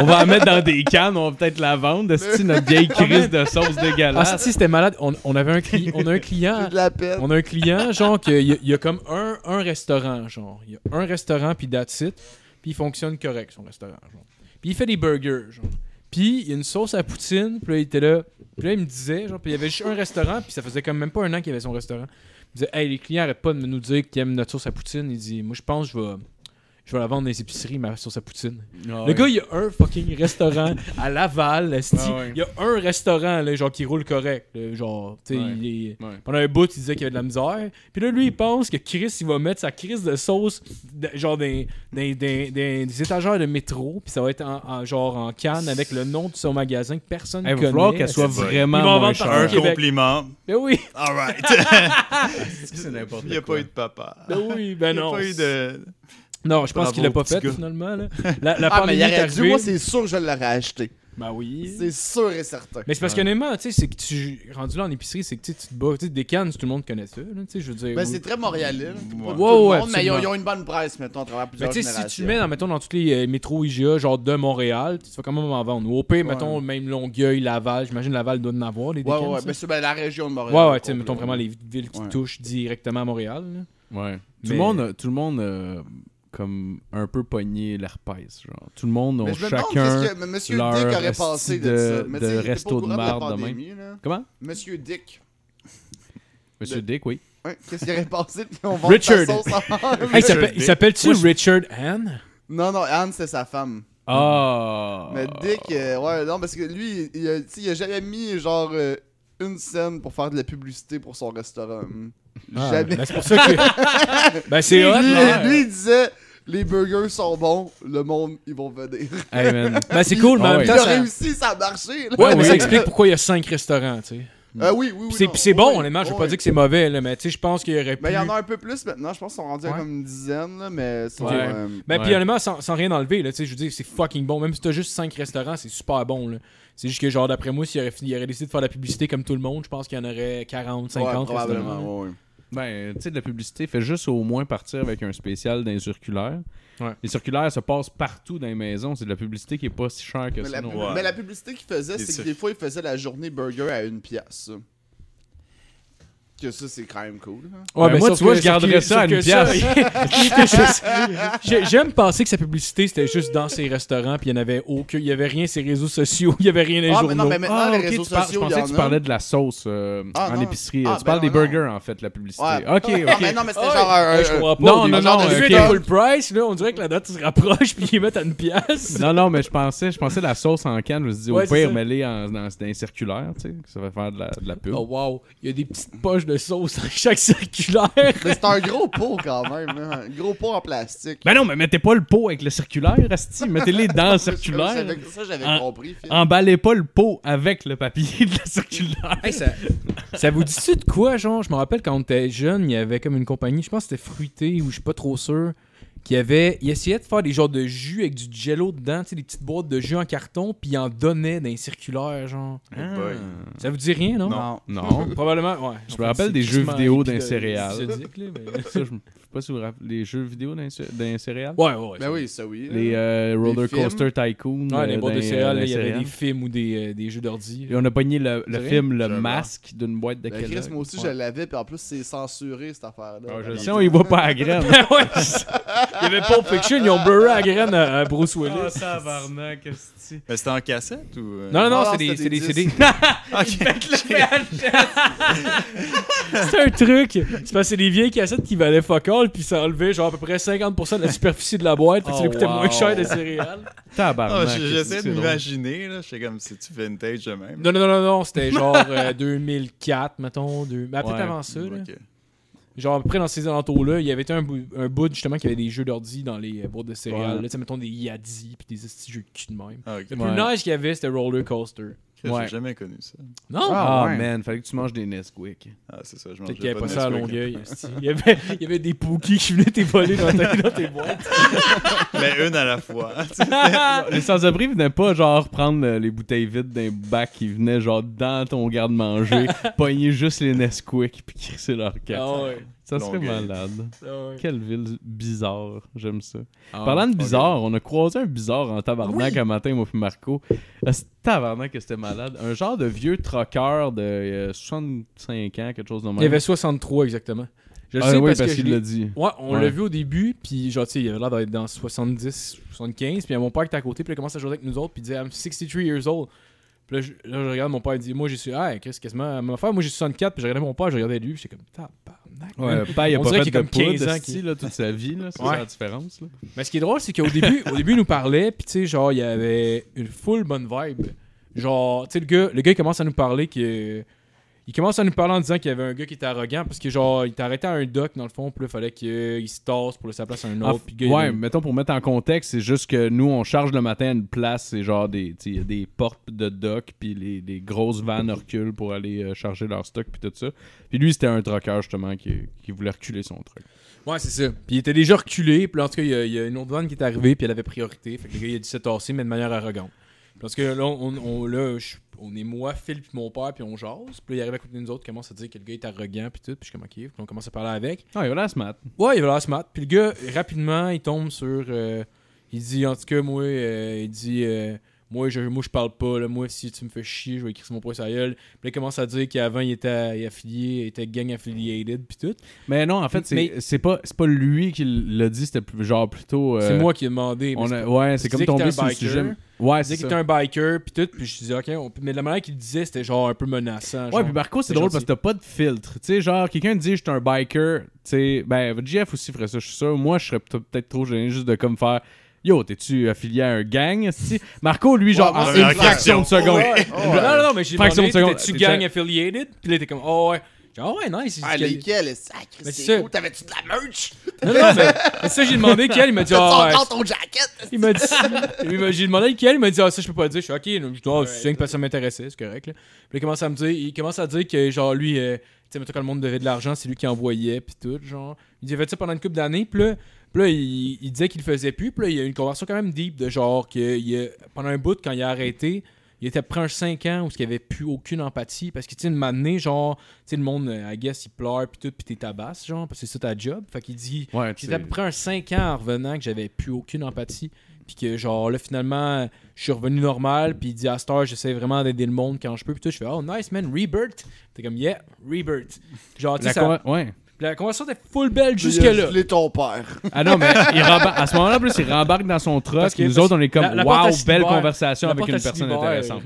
Speaker 3: on va la mettre dans des cannes, on va peut-être la vendre, esti, notre vieille crise de sauce
Speaker 2: Ah,
Speaker 3: dégueulasse.
Speaker 2: si, c'était malade. On, on avait un, cli- on a un client.
Speaker 4: C'est de la peine.
Speaker 2: On a un client, genre, qu'il y, a- il y a comme un, un restaurant, genre. Il y a un restaurant, puis that's it. Puis il fonctionne correct, son restaurant, genre. Puis il fait des burgers, genre. Puis il y a une sauce à poutine, puis là, il était là. Puis là, il me disait, genre, puis il y avait juste un restaurant, puis ça faisait comme même pas un an qu'il y avait son restaurant. Il disait, hey, les clients arrêtent pas de nous dire qu'ils aiment notre sauce à poutine. Il dit, moi, je pense que je vais. Je vais la vendre dans les épiceries, ma sauce à poutine. le
Speaker 3: Ah, ouais.
Speaker 2: gars, il y a un fucking restaurant à Laval, esti.
Speaker 3: Ah ouais.
Speaker 2: Il y a un restaurant, là, genre, qui roule correct. là, genre, tu sais,
Speaker 3: Ouais.
Speaker 2: il est.
Speaker 3: Ouais.
Speaker 2: Pendant un bout, il disait qu'il y avait de la misère. Puis là, lui, il pense que Chris, il va mettre sa crise de sauce, de- genre des, des, des, des- des étagères de métro, puis ça va être en, en- genre en canne avec le nom de son magasin que personne ne
Speaker 3: Hey, il va
Speaker 2: connaît.
Speaker 3: falloir qu'elle soit
Speaker 2: Est-ce que-
Speaker 3: vraiment
Speaker 2: Ils vont
Speaker 3: moins
Speaker 2: vendre
Speaker 3: chère.
Speaker 2: par
Speaker 6: Un
Speaker 2: Québec.
Speaker 6: compliment.
Speaker 2: Ben oui,
Speaker 6: All right.
Speaker 3: C'est n'importe
Speaker 6: Il n'y a
Speaker 3: quoi.
Speaker 6: pas eu de papa.
Speaker 2: ben oui, ben
Speaker 6: Il y a
Speaker 2: non.
Speaker 6: pas eu de.
Speaker 2: Non, je pense
Speaker 6: Bravo,
Speaker 2: qu'il l'a pas
Speaker 6: petit
Speaker 2: fait
Speaker 6: gars.
Speaker 2: finalement. Là. La, la
Speaker 4: Ah, mais
Speaker 2: pandémie
Speaker 4: il
Speaker 2: est
Speaker 4: aurait dû,
Speaker 2: arrivée.
Speaker 4: moi, c'est sûr que je l'aurais acheté.
Speaker 2: Ben oui.
Speaker 4: C'est sûr et certain.
Speaker 2: Mais c'est parce qu'honnêtement, tu sais, c'est que tu. Rendu là en épicerie, c'est que tu sais, tu te bats. Tu sais, des cannes, tout le monde connaît ça. là, tu sais, je veux dire.
Speaker 4: Ben,
Speaker 2: oui.
Speaker 4: c'est très montréalais. là. Pas
Speaker 6: Ouais.
Speaker 4: tout le
Speaker 2: Ouais, ouais,
Speaker 4: monde, mais ils ont,
Speaker 2: absolument.
Speaker 4: ils ont une bonne presse, mettons, à travers
Speaker 2: Mais
Speaker 4: plusieurs
Speaker 2: tu sais, si tu
Speaker 4: générations.
Speaker 2: mets, dans, mettons, dans tous les euh, métros IGA, genre de Montréal, tu vas quand même en vendre. Ou au pire, mettons, même Longueuil, Laval. J'imagine Laval doit en avoir, les
Speaker 4: Ouais,
Speaker 2: Dickens,
Speaker 4: ouais, ouais.
Speaker 2: ça.
Speaker 4: Mais c'est ben, la région de Montréal.
Speaker 2: Ouais, ouais, tu
Speaker 4: au
Speaker 2: sais,
Speaker 4: complet,
Speaker 2: mettons
Speaker 4: ouais.
Speaker 2: vraiment les villes qui
Speaker 4: Ouais.
Speaker 2: touchent directement à Montréal. là.
Speaker 3: Ouais. Tout
Speaker 2: Mais-
Speaker 3: le monde, a- tout le monde a comme un peu pogné l'herpès, genre. Tout le monde
Speaker 4: Mais
Speaker 3: a
Speaker 4: je me demande
Speaker 3: chacun.
Speaker 4: qu'est-ce que Monsieur
Speaker 3: leur
Speaker 4: Dick aurait
Speaker 3: esti
Speaker 4: pensé de,
Speaker 3: de-
Speaker 4: ça. Mais
Speaker 3: de
Speaker 4: tu sais, il était pas au
Speaker 3: resto de
Speaker 4: courant la
Speaker 3: marde de même.
Speaker 4: pandémie, là.
Speaker 3: Comment
Speaker 4: Monsieur Dick.
Speaker 3: Monsieur
Speaker 4: de-
Speaker 3: Dick, oui.
Speaker 4: Hein, Qu'est-ce qu'il aurait pensé de on vend sa
Speaker 2: Richard.
Speaker 4: sauce en-
Speaker 2: Hey, il s'appelle- il
Speaker 6: Dick.
Speaker 2: s'appelle-tu
Speaker 3: Moi, je-
Speaker 2: Richard Anne
Speaker 4: Non, non, Anne, c'est sa femme.
Speaker 3: Ah
Speaker 4: Mais Dick, euh, ouais, non, parce que lui, il, a- tu sais, il a jamais mis genre euh, une scène pour faire de la publicité pour son restaurant. hum.
Speaker 2: Ah,
Speaker 4: jamais.
Speaker 2: ben, C'est pour ça que. ben, c'est hot,
Speaker 4: lui,
Speaker 2: là.
Speaker 4: lui, il disait les burgers sont bons, le monde, ils vont venir.
Speaker 3: Hey, man.
Speaker 2: Ben, c'est cool, mais en
Speaker 3: Ah
Speaker 2: même
Speaker 3: ouais.
Speaker 2: temps,
Speaker 4: il a
Speaker 2: ça.
Speaker 4: réussi, ça a marché. là.
Speaker 2: Ouais, mais ça
Speaker 3: oui.
Speaker 2: explique pourquoi il y a cinq restaurants, tu sais.
Speaker 4: Ah oui, oui, oui.
Speaker 2: Puis c'est-
Speaker 4: non,
Speaker 2: puis c'est bon,
Speaker 4: oui,
Speaker 2: honnêtement, je veux
Speaker 4: oui.
Speaker 2: pas dire que c'est mauvais, là, mais tu sais, je pense qu'il y aurait pu.
Speaker 4: Mais Ben, il y en a un peu plus maintenant, je pense qu'on sont rendus à
Speaker 2: Ouais.
Speaker 4: comme une dizaine, là, mais c'est.
Speaker 3: Ouais.
Speaker 4: euh,
Speaker 2: Ben,
Speaker 3: Ouais.
Speaker 2: puis honnêtement, sans, sans rien enlever, là, tu sais, je veux dire, c'est fucking bon. Même si t'as juste 5 restaurants, c'est super bon, là. C'est juste que, genre, d'après moi, s'il aurait, fini- il aurait décidé de faire la publicité comme tout le monde, je pense qu'il y en aurait 40, 50
Speaker 4: ouais,
Speaker 2: restaurants, là.
Speaker 4: probablement, ouais, ouais.
Speaker 3: Ben, tu sais, de la publicité, fait juste au moins partir avec un spécial d'un circulaire.
Speaker 2: Ouais.
Speaker 3: Les circulaires se passent partout dans les maisons. C'est de la publicité qui est pas si chère que
Speaker 4: Mais
Speaker 3: ça.
Speaker 4: la,
Speaker 3: non.
Speaker 4: pub-
Speaker 6: Ouais.
Speaker 4: mais la publicité qu'il faisait,
Speaker 6: Des
Speaker 4: c'est que
Speaker 6: trucs.
Speaker 4: des fois, il faisait la journée burger à une pièce. Que ça, c'est quand même cool. hein.
Speaker 3: Ouais,
Speaker 2: ben,
Speaker 3: mais moi, tu vois, je garderais ça à une
Speaker 2: J'aime penser que sa publicité, c'était juste dans ses restaurants, puis il n'y en avait aucun. Il n'y avait rien ses réseaux sociaux, il n'y avait rien dans les
Speaker 4: Ah, mais
Speaker 2: journaux.
Speaker 4: non, mais maintenant,
Speaker 3: Ah,
Speaker 4: les
Speaker 3: ok,
Speaker 4: réseaux
Speaker 3: tu parles-
Speaker 4: sociaux,
Speaker 3: je
Speaker 4: il y
Speaker 3: pensais
Speaker 4: en
Speaker 3: que tu
Speaker 4: a.
Speaker 3: parlais de la sauce euh,
Speaker 4: Ah,
Speaker 3: en
Speaker 4: non.
Speaker 3: épicerie.
Speaker 4: Ah,
Speaker 3: tu
Speaker 4: ben
Speaker 3: parles des
Speaker 4: non, non.
Speaker 3: burgers, en fait, la publicité. Ok,
Speaker 4: Ouais. Ah,
Speaker 3: ok.
Speaker 4: mais non, mais c'était
Speaker 2: Ah,
Speaker 4: genre un.
Speaker 2: Ouais, je
Speaker 4: un-
Speaker 2: comprends pas.
Speaker 3: Non,
Speaker 2: au début,
Speaker 3: non, non,
Speaker 2: au début,
Speaker 3: ok.
Speaker 2: il y a full price, là, on dirait que la date se rapproche, puis ils mettent à une pièce.
Speaker 3: non, non, mais je pensais, je pensais la sauce en canne. Je me suis dit,
Speaker 2: Ouais,
Speaker 3: au
Speaker 2: c'est
Speaker 3: pire,
Speaker 2: ça.
Speaker 3: mêlée en, dans, dans un circulaire, tu sais, que ça va faire de la, de la pub.
Speaker 2: Oh, wow, il y a des petites poches de sauce dans chaque circulaire.
Speaker 4: Mais c'est un gros pot quand même, hein. un gros pot en plastique.
Speaker 3: Ben non, mais mettez pas le pot avec le circulaire, Asti. Mettez-les dans le
Speaker 4: Ça,
Speaker 3: circulaire. Ah.
Speaker 4: j'avais- Ça, j'avais
Speaker 3: En-
Speaker 4: compris. Phil.
Speaker 3: Emballez pas le pot avec le papier de la circulaire.
Speaker 2: Hey, ça, ça vous dit-tu de quoi, genre? Je me rappelle quand on était jeune, il y avait comme une compagnie, je pense que c'était Fruité ou je suis pas trop sûr, qui avait. Il essayait de faire des genres de jus avec du jello dedans, tu sais, des petites boîtes de jus en carton, puis il en donnait dans les circulaires, genre.
Speaker 6: Oh boy.
Speaker 2: Ça vous dit rien, non?
Speaker 4: Non.
Speaker 3: Hmm. Non.
Speaker 2: Probablement, ouais.
Speaker 3: Je me
Speaker 2: Enfin,
Speaker 3: rappelle
Speaker 2: c'est
Speaker 3: des jeux
Speaker 2: quasiment
Speaker 3: vidéo
Speaker 2: épi-
Speaker 3: d'un
Speaker 2: de-
Speaker 3: céréale.
Speaker 2: épisodique, là, mais-
Speaker 3: Ça, je me- je sais pas si vous vous rappelez les jeux vidéo d'un céréales.
Speaker 2: Ouais, ouais, ouais.
Speaker 4: Ben oui, ça oui. là.
Speaker 3: Les euh, roller
Speaker 4: films.
Speaker 3: coaster tycoon.
Speaker 2: Ouais, les
Speaker 3: euh,
Speaker 2: boîtes de
Speaker 3: dans-
Speaker 2: céréales,
Speaker 3: dans
Speaker 2: là, il y avait
Speaker 3: céréales.
Speaker 2: des films ou des, euh, des jeux d'ordi.
Speaker 3: Et on a pogné le, le
Speaker 2: C'est
Speaker 3: film Le
Speaker 6: Je vois.
Speaker 3: Masque d'une boîte de
Speaker 4: Ben, Chris,
Speaker 3: Kellogg's.
Speaker 4: moi aussi, je
Speaker 3: Ouais.
Speaker 4: l'avais, puis en plus, c'est censuré cette affaire-là.
Speaker 3: Ah, je
Speaker 4: Ben,
Speaker 3: le sais, on y voit pas à graine.
Speaker 2: Ouais, c'est- il y avait Pulp Fiction, ils ont beurré à graine à, à Bruce Willis.
Speaker 3: tabarnak, c'est
Speaker 6: Mais c'était en cassette ou. euh,
Speaker 2: Non, non, non,
Speaker 4: Non,
Speaker 2: c'est
Speaker 4: non,
Speaker 2: des,
Speaker 4: c'était
Speaker 2: c'est des
Speaker 4: des
Speaker 2: CD.
Speaker 4: disques.
Speaker 2: c'est un truc. C'est parce que c'est des vieilles cassettes qui valaient fuck all, puis ça enlevait genre à peu près 50% de la superficie de la boîte, puis
Speaker 3: Oh,
Speaker 2: ça coûtait
Speaker 3: wow.
Speaker 2: moins cher de céréales.
Speaker 6: Ah,
Speaker 3: Tabarnak.
Speaker 6: je- J'essaie
Speaker 3: c'est
Speaker 6: de
Speaker 3: drôle.
Speaker 6: m'imaginer, là. J'étais comme si tu vintage de même.
Speaker 2: Non, non, non, non, non, c'était genre euh, 2004, mettons. Deux... mais peut-être
Speaker 3: Ouais.
Speaker 2: avant ça, là.
Speaker 6: Ok.
Speaker 2: Genre, à peu près dans ces alentours-là, il y avait un, bou- un bout justement qui avait des jeux d'ordi dans les euh, boîtes de céréales.
Speaker 3: Ouais. hein.
Speaker 2: Là, tu sais, mettons des Yadis, puis des petits jeux de cul de même.
Speaker 6: Ah, ok.
Speaker 2: Le plus nice qu'il y avait, c'était Roller Coaster.
Speaker 6: J'ai
Speaker 3: Ouais.
Speaker 6: jamais connu ça.
Speaker 2: Non?
Speaker 3: Ah,
Speaker 4: Ah, ouais.
Speaker 3: man, fallait que tu manges des Nesquik.
Speaker 6: Ah, c'est ça, je mangeais
Speaker 2: Peut-être qu'il n'y avait
Speaker 6: de
Speaker 2: pas ça à
Speaker 6: Nesquik.
Speaker 2: Longueuil. esti. Il y avait, il y avait des pookies qui venaient t'évoler dans, ta- dans tes boîtes.
Speaker 6: Mais une à la fois.
Speaker 3: Les sans-abri venaient pas, genre, prendre euh, les bouteilles vides d'un bac. Ils venaient, genre, dans ton garde-manger, pogner juste les Nesquik puis crisser leur cap.
Speaker 2: Ah ouais.
Speaker 3: ça serait
Speaker 6: Longueuil.
Speaker 3: malade.
Speaker 2: Ah ouais.
Speaker 3: Quelle ville bizarre. J'aime ça.
Speaker 2: Ah,
Speaker 3: Parlant de bizarre, on a croisé un bizarre en tabarnak un matin, moi puis Marco. Euh, c'est tabarnak que c'était malade. Un genre de vieux troqueur de euh, 65 ans, quelque chose de même.
Speaker 2: Il y avait 63 exactement. Je le
Speaker 3: Ah
Speaker 2: sais
Speaker 3: oui,
Speaker 2: parce, que, je
Speaker 3: qu'il
Speaker 2: l'ai-
Speaker 3: l'a dit.
Speaker 2: Ouais, on
Speaker 3: Ouais.
Speaker 2: l'a vu au début, puis genre, tu sais, il avait l'air d'être dans 70, 75, puis il y a mon père qui était à côté, puis il commence à jouer avec nous autres, puis il disait, I'm 63 years old. Puis là, je, là, je regarde mon père, il dit, moi, j'ai su, ah, qu'est-ce quasiment, ma affaire, moi, j'ai 64, puis je regardais mon père, je regardais lui, puis j'étais comme, tabarnak.
Speaker 3: Ouais, Père, il a
Speaker 2: On
Speaker 3: pas
Speaker 2: dirait
Speaker 3: fait
Speaker 2: qu'il
Speaker 3: de
Speaker 2: a comme 15
Speaker 3: poudre,
Speaker 2: ans
Speaker 3: esti,
Speaker 2: qu'il-
Speaker 3: là, toute sa vie, là. C'est ça
Speaker 2: Ouais.
Speaker 3: la différence, là.
Speaker 2: Mais ce qui est drôle, c'est qu'au début, au début, il nous parlait, puis tu sais, genre, il y avait une full bonne vibe. Genre, tu sais, le gars, le gars, il commence à nous parler que. Il commence à nous parler en disant qu'il y avait un gars qui était arrogant parce que, genre, il était arrêté à un doc, dans le fond, puis là, il fallait qu'il se tasse pour laisser la place à un
Speaker 3: En-
Speaker 2: autre. puis euh, le gars,
Speaker 3: Ah, ouais,
Speaker 2: il-
Speaker 3: mettons pour mettre en contexte, c'est juste que nous on charge le matin à une place, c'est genre des, tu sais, il y a des portes de dock puis les, les grosses vannes reculent pour aller euh, charger leur stock puis tout ça. Puis lui c'était un troqueur justement qui, qui voulait reculer son truc.
Speaker 2: Ouais, c'est ça. Puis il était déjà reculé, puis là, en tout cas, il y, a- il y a une autre vanne qui est arrivée, puis elle avait priorité. Fait que le gars, il a dû se tasser, mais de manière arrogante. Parce que là, on, on- là, je- on est moi, Phil, puis mon père, puis on jase. Puis là, il arrive à côté de nous autres, il commence à dire que le gars est arrogant, puis tout, puis je suis comme, ok, Puis on commence à parler avec.
Speaker 3: Ah, il y a la smat.
Speaker 2: Ouais, il avait l'air smart. Puis le gars, rapidement, il tombe sur. euh, il dit, en tout cas, moi, euh, il dit, euh, moi, je, moi, je parle pas. Là. Moi, si tu me fais chier, je vais écrire sur mon poing sur la gueule. Puis là, il commence à dire qu'avant, il était il affilié, il était gang affiliated, puis tout.
Speaker 3: Mais non, en fait c'est
Speaker 2: Mais-
Speaker 3: c'est pas c'est pas lui qui l'a dit, c'était plus- genre plutôt euh,
Speaker 2: c'est moi qui ai demandé. mais
Speaker 3: on
Speaker 2: c'est
Speaker 3: a-
Speaker 2: pas-
Speaker 3: ouais, c'est
Speaker 2: tu
Speaker 3: comme
Speaker 2: disais que
Speaker 3: tombé
Speaker 2: t'es
Speaker 3: sur
Speaker 2: un
Speaker 3: le sujet.
Speaker 2: biker.
Speaker 3: Ouais,
Speaker 2: Il disait
Speaker 3: c'est
Speaker 2: qu'il
Speaker 3: ça.
Speaker 2: était un biker, puis tout. Puis je disais, OK, on- mais de la manière qu'il le disait, c'était genre un peu menaçant.
Speaker 3: Ouais,
Speaker 2: genre.
Speaker 3: puis ben, Marco, c'est
Speaker 2: c'est
Speaker 3: drôle
Speaker 2: gentil.
Speaker 3: parce que t'as pas de filtre. Tu sais, genre, quelqu'un dit je suis un biker, tu sais, ben, Jeff aussi ferait ça, je suis sûr. Moi, je serais peut- peut-être trop gêné juste de comme faire Yo, t'es-tu affilié à un gang esti? Marco, lui, genre,
Speaker 4: Ouais,
Speaker 3: en
Speaker 6: ouais,
Speaker 3: une
Speaker 6: ouais,
Speaker 3: fraction de seconde.
Speaker 4: Ouais,
Speaker 2: Non,
Speaker 4: Ah,
Speaker 3: Ah,
Speaker 4: ouais.
Speaker 2: non, non, mais j'ai
Speaker 3: Fraction de
Speaker 2: demandé,
Speaker 3: seconde.
Speaker 2: t'es-tu
Speaker 3: T'es-
Speaker 2: gang affiliated? Puis là, t'es comme, oh ouais. J'ai dit, Ah ouais, nice. il dit
Speaker 4: Ah,
Speaker 2: qu'elle-
Speaker 4: lesquels? est-ce- Ah, Chris,
Speaker 2: Mais
Speaker 4: c'est
Speaker 2: c'est-
Speaker 4: cool. T'avais-tu de la merch?
Speaker 3: Ah,
Speaker 2: Non, non, mais, mais ça, j'ai demandé quel, il m'a dit,
Speaker 4: T'as-tu
Speaker 2: ah, ouais.
Speaker 4: encore ton jacket?
Speaker 2: Il m'a dit, il m'a- j'ai demandé lequel, il m'a dit, ah, ça, je peux pas le dire. Je suis, ah, ok, donc, je dois, c'est rien que parce que ça m'intéressait, c'est correct, là. Puis il commence à me dire, il commence à dire que, genre, lui, euh, tu sais, mettons, quand le monde devait de l'argent, c'est lui qui envoyait, puis tout, genre. Il dit, il avait fait ça pendant une couple d'années, puis là, puis là, il, il disait qu'il le faisait plus, puis là, il y a eu une conversation quand même deep de genre, que il a- pendant un bout, quand il a arrêté, il était près un 5 ans où il avait plus aucune empathie parce que tu sais une année genre tu sais le monde euh, I guess il pleure puis tout puis t'es tabasse genre parce que c'est ça ta job fait qu'il dit
Speaker 3: Ouais, tu
Speaker 2: J'étais à peu
Speaker 3: sais.
Speaker 2: près un 5 ans en revenant que j'avais plus aucune empathie. Puis que, genre, là, finalement, je suis revenu normal. Puis il dit à cette heure, j'essaie vraiment d'aider le monde quand je peux. Puis tout, je fais, oh, nice, man, rebirth. T'es comme, yeah, rebirth. Genre, tu sais,
Speaker 3: La
Speaker 2: ça-
Speaker 3: con- Ouais.
Speaker 2: la conversation était full belle
Speaker 4: Il a
Speaker 2: jusque-là.
Speaker 4: gelé ton père.
Speaker 3: Ah non, mais il rembar- à ce moment-là, en plus, il rembarque dans son truck.
Speaker 2: Parce que-
Speaker 3: et nous
Speaker 2: parce-
Speaker 3: autres, on est comme
Speaker 2: la- la porte,
Speaker 3: Wow,
Speaker 2: elle se
Speaker 3: belle
Speaker 2: libère.
Speaker 3: conversation
Speaker 2: La
Speaker 3: avec
Speaker 2: porte,
Speaker 3: une
Speaker 2: elle se
Speaker 3: personne
Speaker 2: libère.
Speaker 3: intéressante.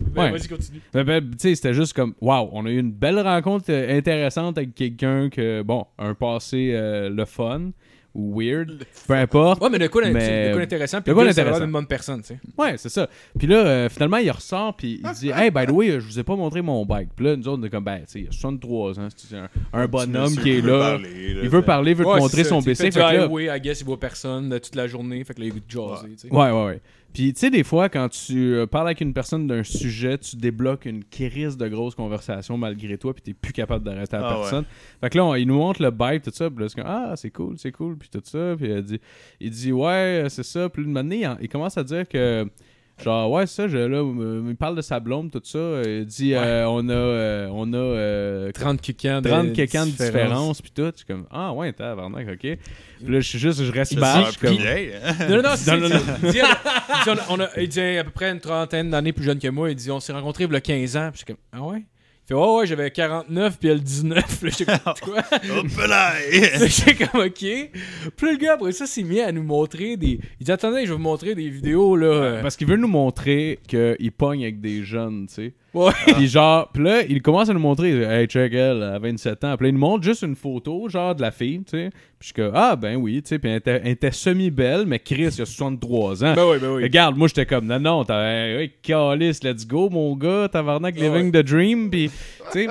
Speaker 2: Ben,
Speaker 3: Ouais.
Speaker 2: Vas-y, continue.
Speaker 3: Ben, ben, tu sais, c'était juste comme, wow, on a eu une belle rencontre euh, intéressante avec quelqu'un que, bon, un passé euh, le fun ou weird, peu importe.
Speaker 2: Ouais, mais le coup,
Speaker 3: Mais-
Speaker 2: le coup intéressant. Puis
Speaker 3: le
Speaker 2: le
Speaker 3: coup
Speaker 2: coup, ça a l'air
Speaker 3: intéressant.
Speaker 2: d'une bonne personne, tu sais.
Speaker 3: Ouais, c'est ça. Puis là, euh, finalement, il ressort, puis il dit, hey, by the way, euh, je vous ai pas montré mon bike. Puis là, nous autres, on est comme, ben, tu sais, il a 63 ans, c'est un, un bonhomme qui est là. il veut parler, veut te montrer son
Speaker 2: BC.
Speaker 3: BC. Fait que là,
Speaker 2: oui, I guess, il voit personne de toute la journée. Fait que là, il goûte de jaser, tu sais.
Speaker 3: Ouais, ouais, ouais. Puis, tu sais, des fois, quand tu euh, parles avec une personne d'un sujet, tu débloques une crise de grosse conversation malgré toi, puis t'es plus capable d'arrêter la
Speaker 6: Ah,
Speaker 3: personne. Fait que là, on- il nous montre le bike, tout ça, puis là, c'est comme, ah, c'est cool, c'est cool, puis tout ça. Puis elle dit, il dit, ouais, euh, c'est ça. Puis une année, il, en- il commence à dire que, genre, ouais, ça, je, là, euh, il parle de sa blonde, tout ça. Il dit, euh, on a, euh, on a euh,
Speaker 2: 30 kikans de
Speaker 3: 30 quelqu'un de différence, puis tout. Je suis comme, ah, ouais, tabarnak, ok. Puis là, je suis juste, je reste
Speaker 6: Je
Speaker 3: bas.
Speaker 6: suis
Speaker 3: je suis comme-
Speaker 2: Non, non, non, c'est- Il dit, il dit, on a- on a- il dit à peu près une trentaine d'années plus jeune que moi. Il dit, on s'est rencontrés il y a 15 ans. Puis je suis comme, ah ouais? Il fait, ouais, ouais, j'avais 49, puis elle 19. Puis là, j'étais
Speaker 3: Ah
Speaker 2: comme, quoi?
Speaker 6: Hop là!
Speaker 2: Puis j'étais comme, ok. Puis le gars, après ça, s'est mis à nous montrer des. Il dit, attendez, je vais vous montrer des vidéos, là. euh.
Speaker 3: Parce qu'il veut nous montrer qu'il pogne avec des jeunes, tu sais.
Speaker 2: Ouais.
Speaker 3: Puis genre, puis là, il commence à nous montrer, il dit, hey, check elle, à 27 ans. Puis là, il nous montre juste une photo, genre, de la fille, tu sais. Puis je suis comme, ah, ben oui, tu sais. Puis elle était, elle était semi-belle, mais Chris, il a 63 ans.
Speaker 2: Ben oui, ben oui.
Speaker 3: Regarde, moi j'étais comme non non, t'as hey, hey, calice, let's go mon gars, tabarnak
Speaker 2: Ouais.
Speaker 3: living the dream puis tu sais,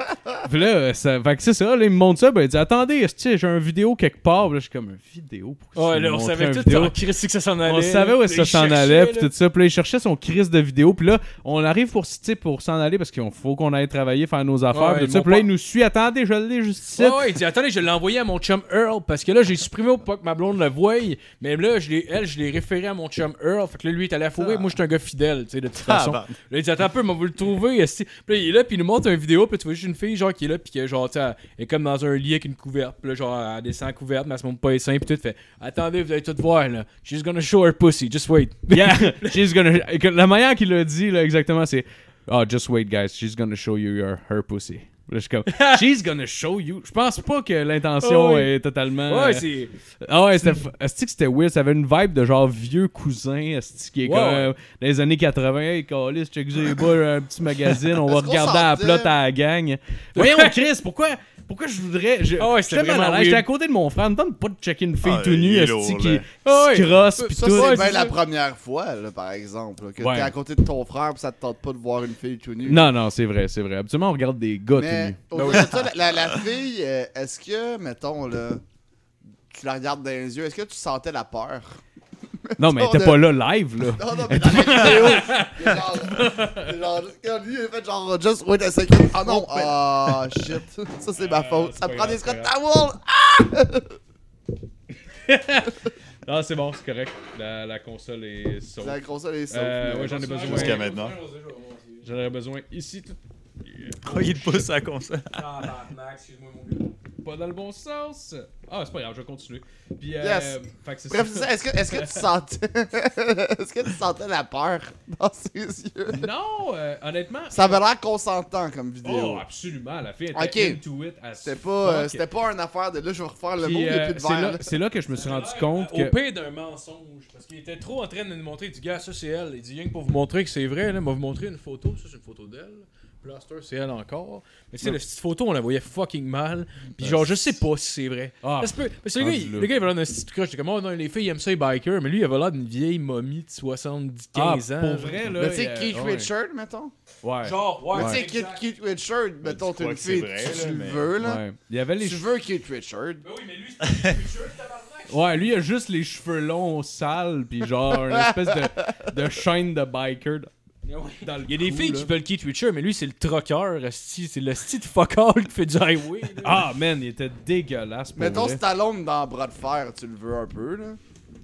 Speaker 3: Puis là, ça, fait que c'est ça, là, il me montre ça, ben il dit attendez, est-ce que j'ai un vidéo quelque part, Puis là, je suis comme un vidéo. Pourquoi
Speaker 2: Ouais,
Speaker 3: tu
Speaker 2: là,
Speaker 3: me
Speaker 2: on
Speaker 3: montrais
Speaker 2: savait
Speaker 3: un
Speaker 2: tout
Speaker 3: vidéo?
Speaker 2: en Christie que ça s'en allait.
Speaker 3: On savait où est-ce que
Speaker 2: Ils
Speaker 3: ça s'en
Speaker 2: cherchaient,
Speaker 3: allait,
Speaker 2: là.
Speaker 3: puis tout ça. Puis là, il cherchait son crise de vidéo. Puis là, on arrive pour, tu sais, pour s'en aller parce qu'il faut qu'on aille travailler, faire nos affaires.
Speaker 2: Ouais,
Speaker 3: puis tout ça.
Speaker 2: mon
Speaker 3: Puis là, il
Speaker 2: père-
Speaker 3: nous suit. Attendez, je l'ai juste ici.
Speaker 2: Ouais, ouais, il dit attendez, je l'ai envoyé à mon chum Earl parce que là, j'ai supprimé au pas que ma blonde le voie. Mais là, je l'ai, elle, je l'ai référé à mon chum Earl. Fait que là, lui, il est allé à fourrer. Moi, je suis un gars fidèle, tu sais, de toute façon. Là, il dit attends un peu, mais on va le trouver. esti. Puis là, il est là, puis il nous montre une vidéo. Puis tu vois juste une fille, genre, qui est là, puis que, genre, tu sais, elle est comme dans un lit avec une couverte. Puis là, genre, elle descend la couverte, mais elle se montre pas les seins. Puis tout fait attendez, vous allez tout voir, là. She's gonna show her pussy. Just wait.
Speaker 3: Yeah, she's gonna. que La manière qu'il l'a dit, là, exactement, c'est Oh, just wait, guys. She's gonna show you your, her pussy. Là, je suis comme She's gonna show you. Je pense pas que l'intention
Speaker 2: Ah ouais.
Speaker 3: est totalement. euh,
Speaker 2: Ouais, c'est.
Speaker 3: Ah ouais, c'était. f- Asti que c'était weird. Ça avait une vibe de genre vieux cousin. Asti qui est
Speaker 2: Ouais,
Speaker 3: comme.
Speaker 2: ouais.
Speaker 3: euh, Dans les années 80, hey, Calis, check ça, les bas, un petit magazine. On va
Speaker 4: Est-ce qu'on
Speaker 3: regarder la
Speaker 4: sortait?
Speaker 3: plot à la gang. Voyons, Chris, pourquoi. Pourquoi je voudrais. Je,
Speaker 2: Ah ouais,
Speaker 3: je suis
Speaker 2: c'était
Speaker 3: tellement
Speaker 2: vraiment
Speaker 3: à l'aise. J'étais à
Speaker 2: weird.
Speaker 3: côté de mon frère. Ne tente pas de checker une fille
Speaker 6: Ah,
Speaker 3: tout nue,
Speaker 6: il est
Speaker 3: Asti
Speaker 6: lourd,
Speaker 3: qui
Speaker 6: là.
Speaker 2: Ah ouais.
Speaker 3: se crosse. Puis
Speaker 4: Ça,
Speaker 3: tout.
Speaker 4: c'est
Speaker 2: Ouais,
Speaker 4: bien
Speaker 2: c'est
Speaker 4: la
Speaker 2: ça.
Speaker 4: première fois, là, par exemple. là, que
Speaker 3: Ouais.
Speaker 4: t'es à côté de ton frère pis ça te tente pas de voir une fille tout nue.
Speaker 3: Non, non, c'est vrai, c'est vrai. Habituellement, on regarde des gars
Speaker 4: Mais au-delà de ça, la, la- la fille, euh, est-ce que, mettons, là, tu la regardes dans les yeux, est-ce que tu sentais la peur?
Speaker 3: tout nus. Non, mais
Speaker 4: on
Speaker 3: t'es
Speaker 4: a-
Speaker 3: pas là live, là.
Speaker 4: Non, non, mais dans la vidéo, il est genre, il est genre, quand lui, il a fait genre, oh, just wait a second. Ah non, ah shit, ça c'est
Speaker 3: Euh,
Speaker 4: ma faute. Ça prend des Scott Towel.
Speaker 3: Non, Ah, c'est bon, c'est correct. La, la console est sauf.
Speaker 4: La console est sauf.
Speaker 3: Euh,
Speaker 4: là.
Speaker 3: ouais, j'en ai besoin.
Speaker 6: Jusqu'à maintenant.
Speaker 3: J'en aurais besoin ici. tout-
Speaker 6: Oh, il te pousse à la console.
Speaker 3: Pas dans le bon sens. Ah, c'est pas grave, je vais continuer. Puis, euh,
Speaker 4: Yes.
Speaker 3: fait que c'est
Speaker 4: Bref, c'est
Speaker 3: ça.
Speaker 4: ça, est-ce que, est-ce que tu sentais, est-ce que tu sentais la peur dans ses yeux?
Speaker 3: Non, euh, honnêtement.
Speaker 4: Ça avait l'air consentant comme vidéo.
Speaker 3: Oh, absolument, la fille était
Speaker 4: Ok.
Speaker 3: into it as
Speaker 4: C'était pas, euh,
Speaker 3: fuck.
Speaker 4: c'était pas une affaire de là, je vais refaire le
Speaker 3: Puis,
Speaker 4: mot, il y a
Speaker 3: euh,
Speaker 4: plus de
Speaker 3: c'est
Speaker 4: verre.
Speaker 3: là-
Speaker 4: là.
Speaker 3: C'est là que je me suis rendu compte
Speaker 2: Au
Speaker 3: que.
Speaker 2: pire d'un mensonge, parce qu'il était trop en train de nous montrer, il dit, gars, ça c'est elle. Il dit, rien que pour vous montrer que c'est vrai, là, m'a vous montrer une photo, ça c'est une photo d'elle. Plaster, c'est elle encore. Mais tu sais, la petite photo, on la voyait fucking mal. Puis genre, je sais pas si c'est vrai.
Speaker 3: Ben, Ah,
Speaker 2: Ça se peut- Parce que le gars, il-
Speaker 3: rendu là.
Speaker 2: le gars, il avait l'air d'un petit crush. J'étais comme, oh non, les filles, ils aiment ça, les bikers. Mais lui, il avait l'air d'une vieille momie de 75
Speaker 3: Ah,
Speaker 2: ans.
Speaker 3: pour vrai, là.
Speaker 4: Mais tu sais,
Speaker 3: euh,
Speaker 4: Keith
Speaker 3: ouais.
Speaker 4: Richard, mettons?
Speaker 3: Ouais.
Speaker 2: Genre, ouais,
Speaker 4: Mais tu sais,
Speaker 2: exact.
Speaker 4: Keith Richard, mettons, t'es
Speaker 6: crois
Speaker 4: une
Speaker 6: que
Speaker 4: fille,
Speaker 6: c'est vrai,
Speaker 4: tu
Speaker 6: là,
Speaker 4: tu le
Speaker 6: mais-
Speaker 4: veux, là.
Speaker 3: Ouais. Il y avait les
Speaker 4: Tu veux Keith Richard?
Speaker 2: Ben oui, mais lui, c'était une future, tabarnak.
Speaker 3: Ouais, lui, il a juste les cheveux longs, sales, puis genre une espèce de, de chaîne de biker. dans le
Speaker 2: Il y a des
Speaker 3: cou,
Speaker 2: filles
Speaker 3: là.
Speaker 2: qui veulent Keith Richard, mais lui, c'est le troqueur, esti. c'est le style fuck all qui fait du highway. là.
Speaker 3: Ah, man, il était dégueulasse. Pour
Speaker 4: Mettons
Speaker 3: vrai.
Speaker 4: Stallone dans Bras de Fer, tu le veux un peu, là.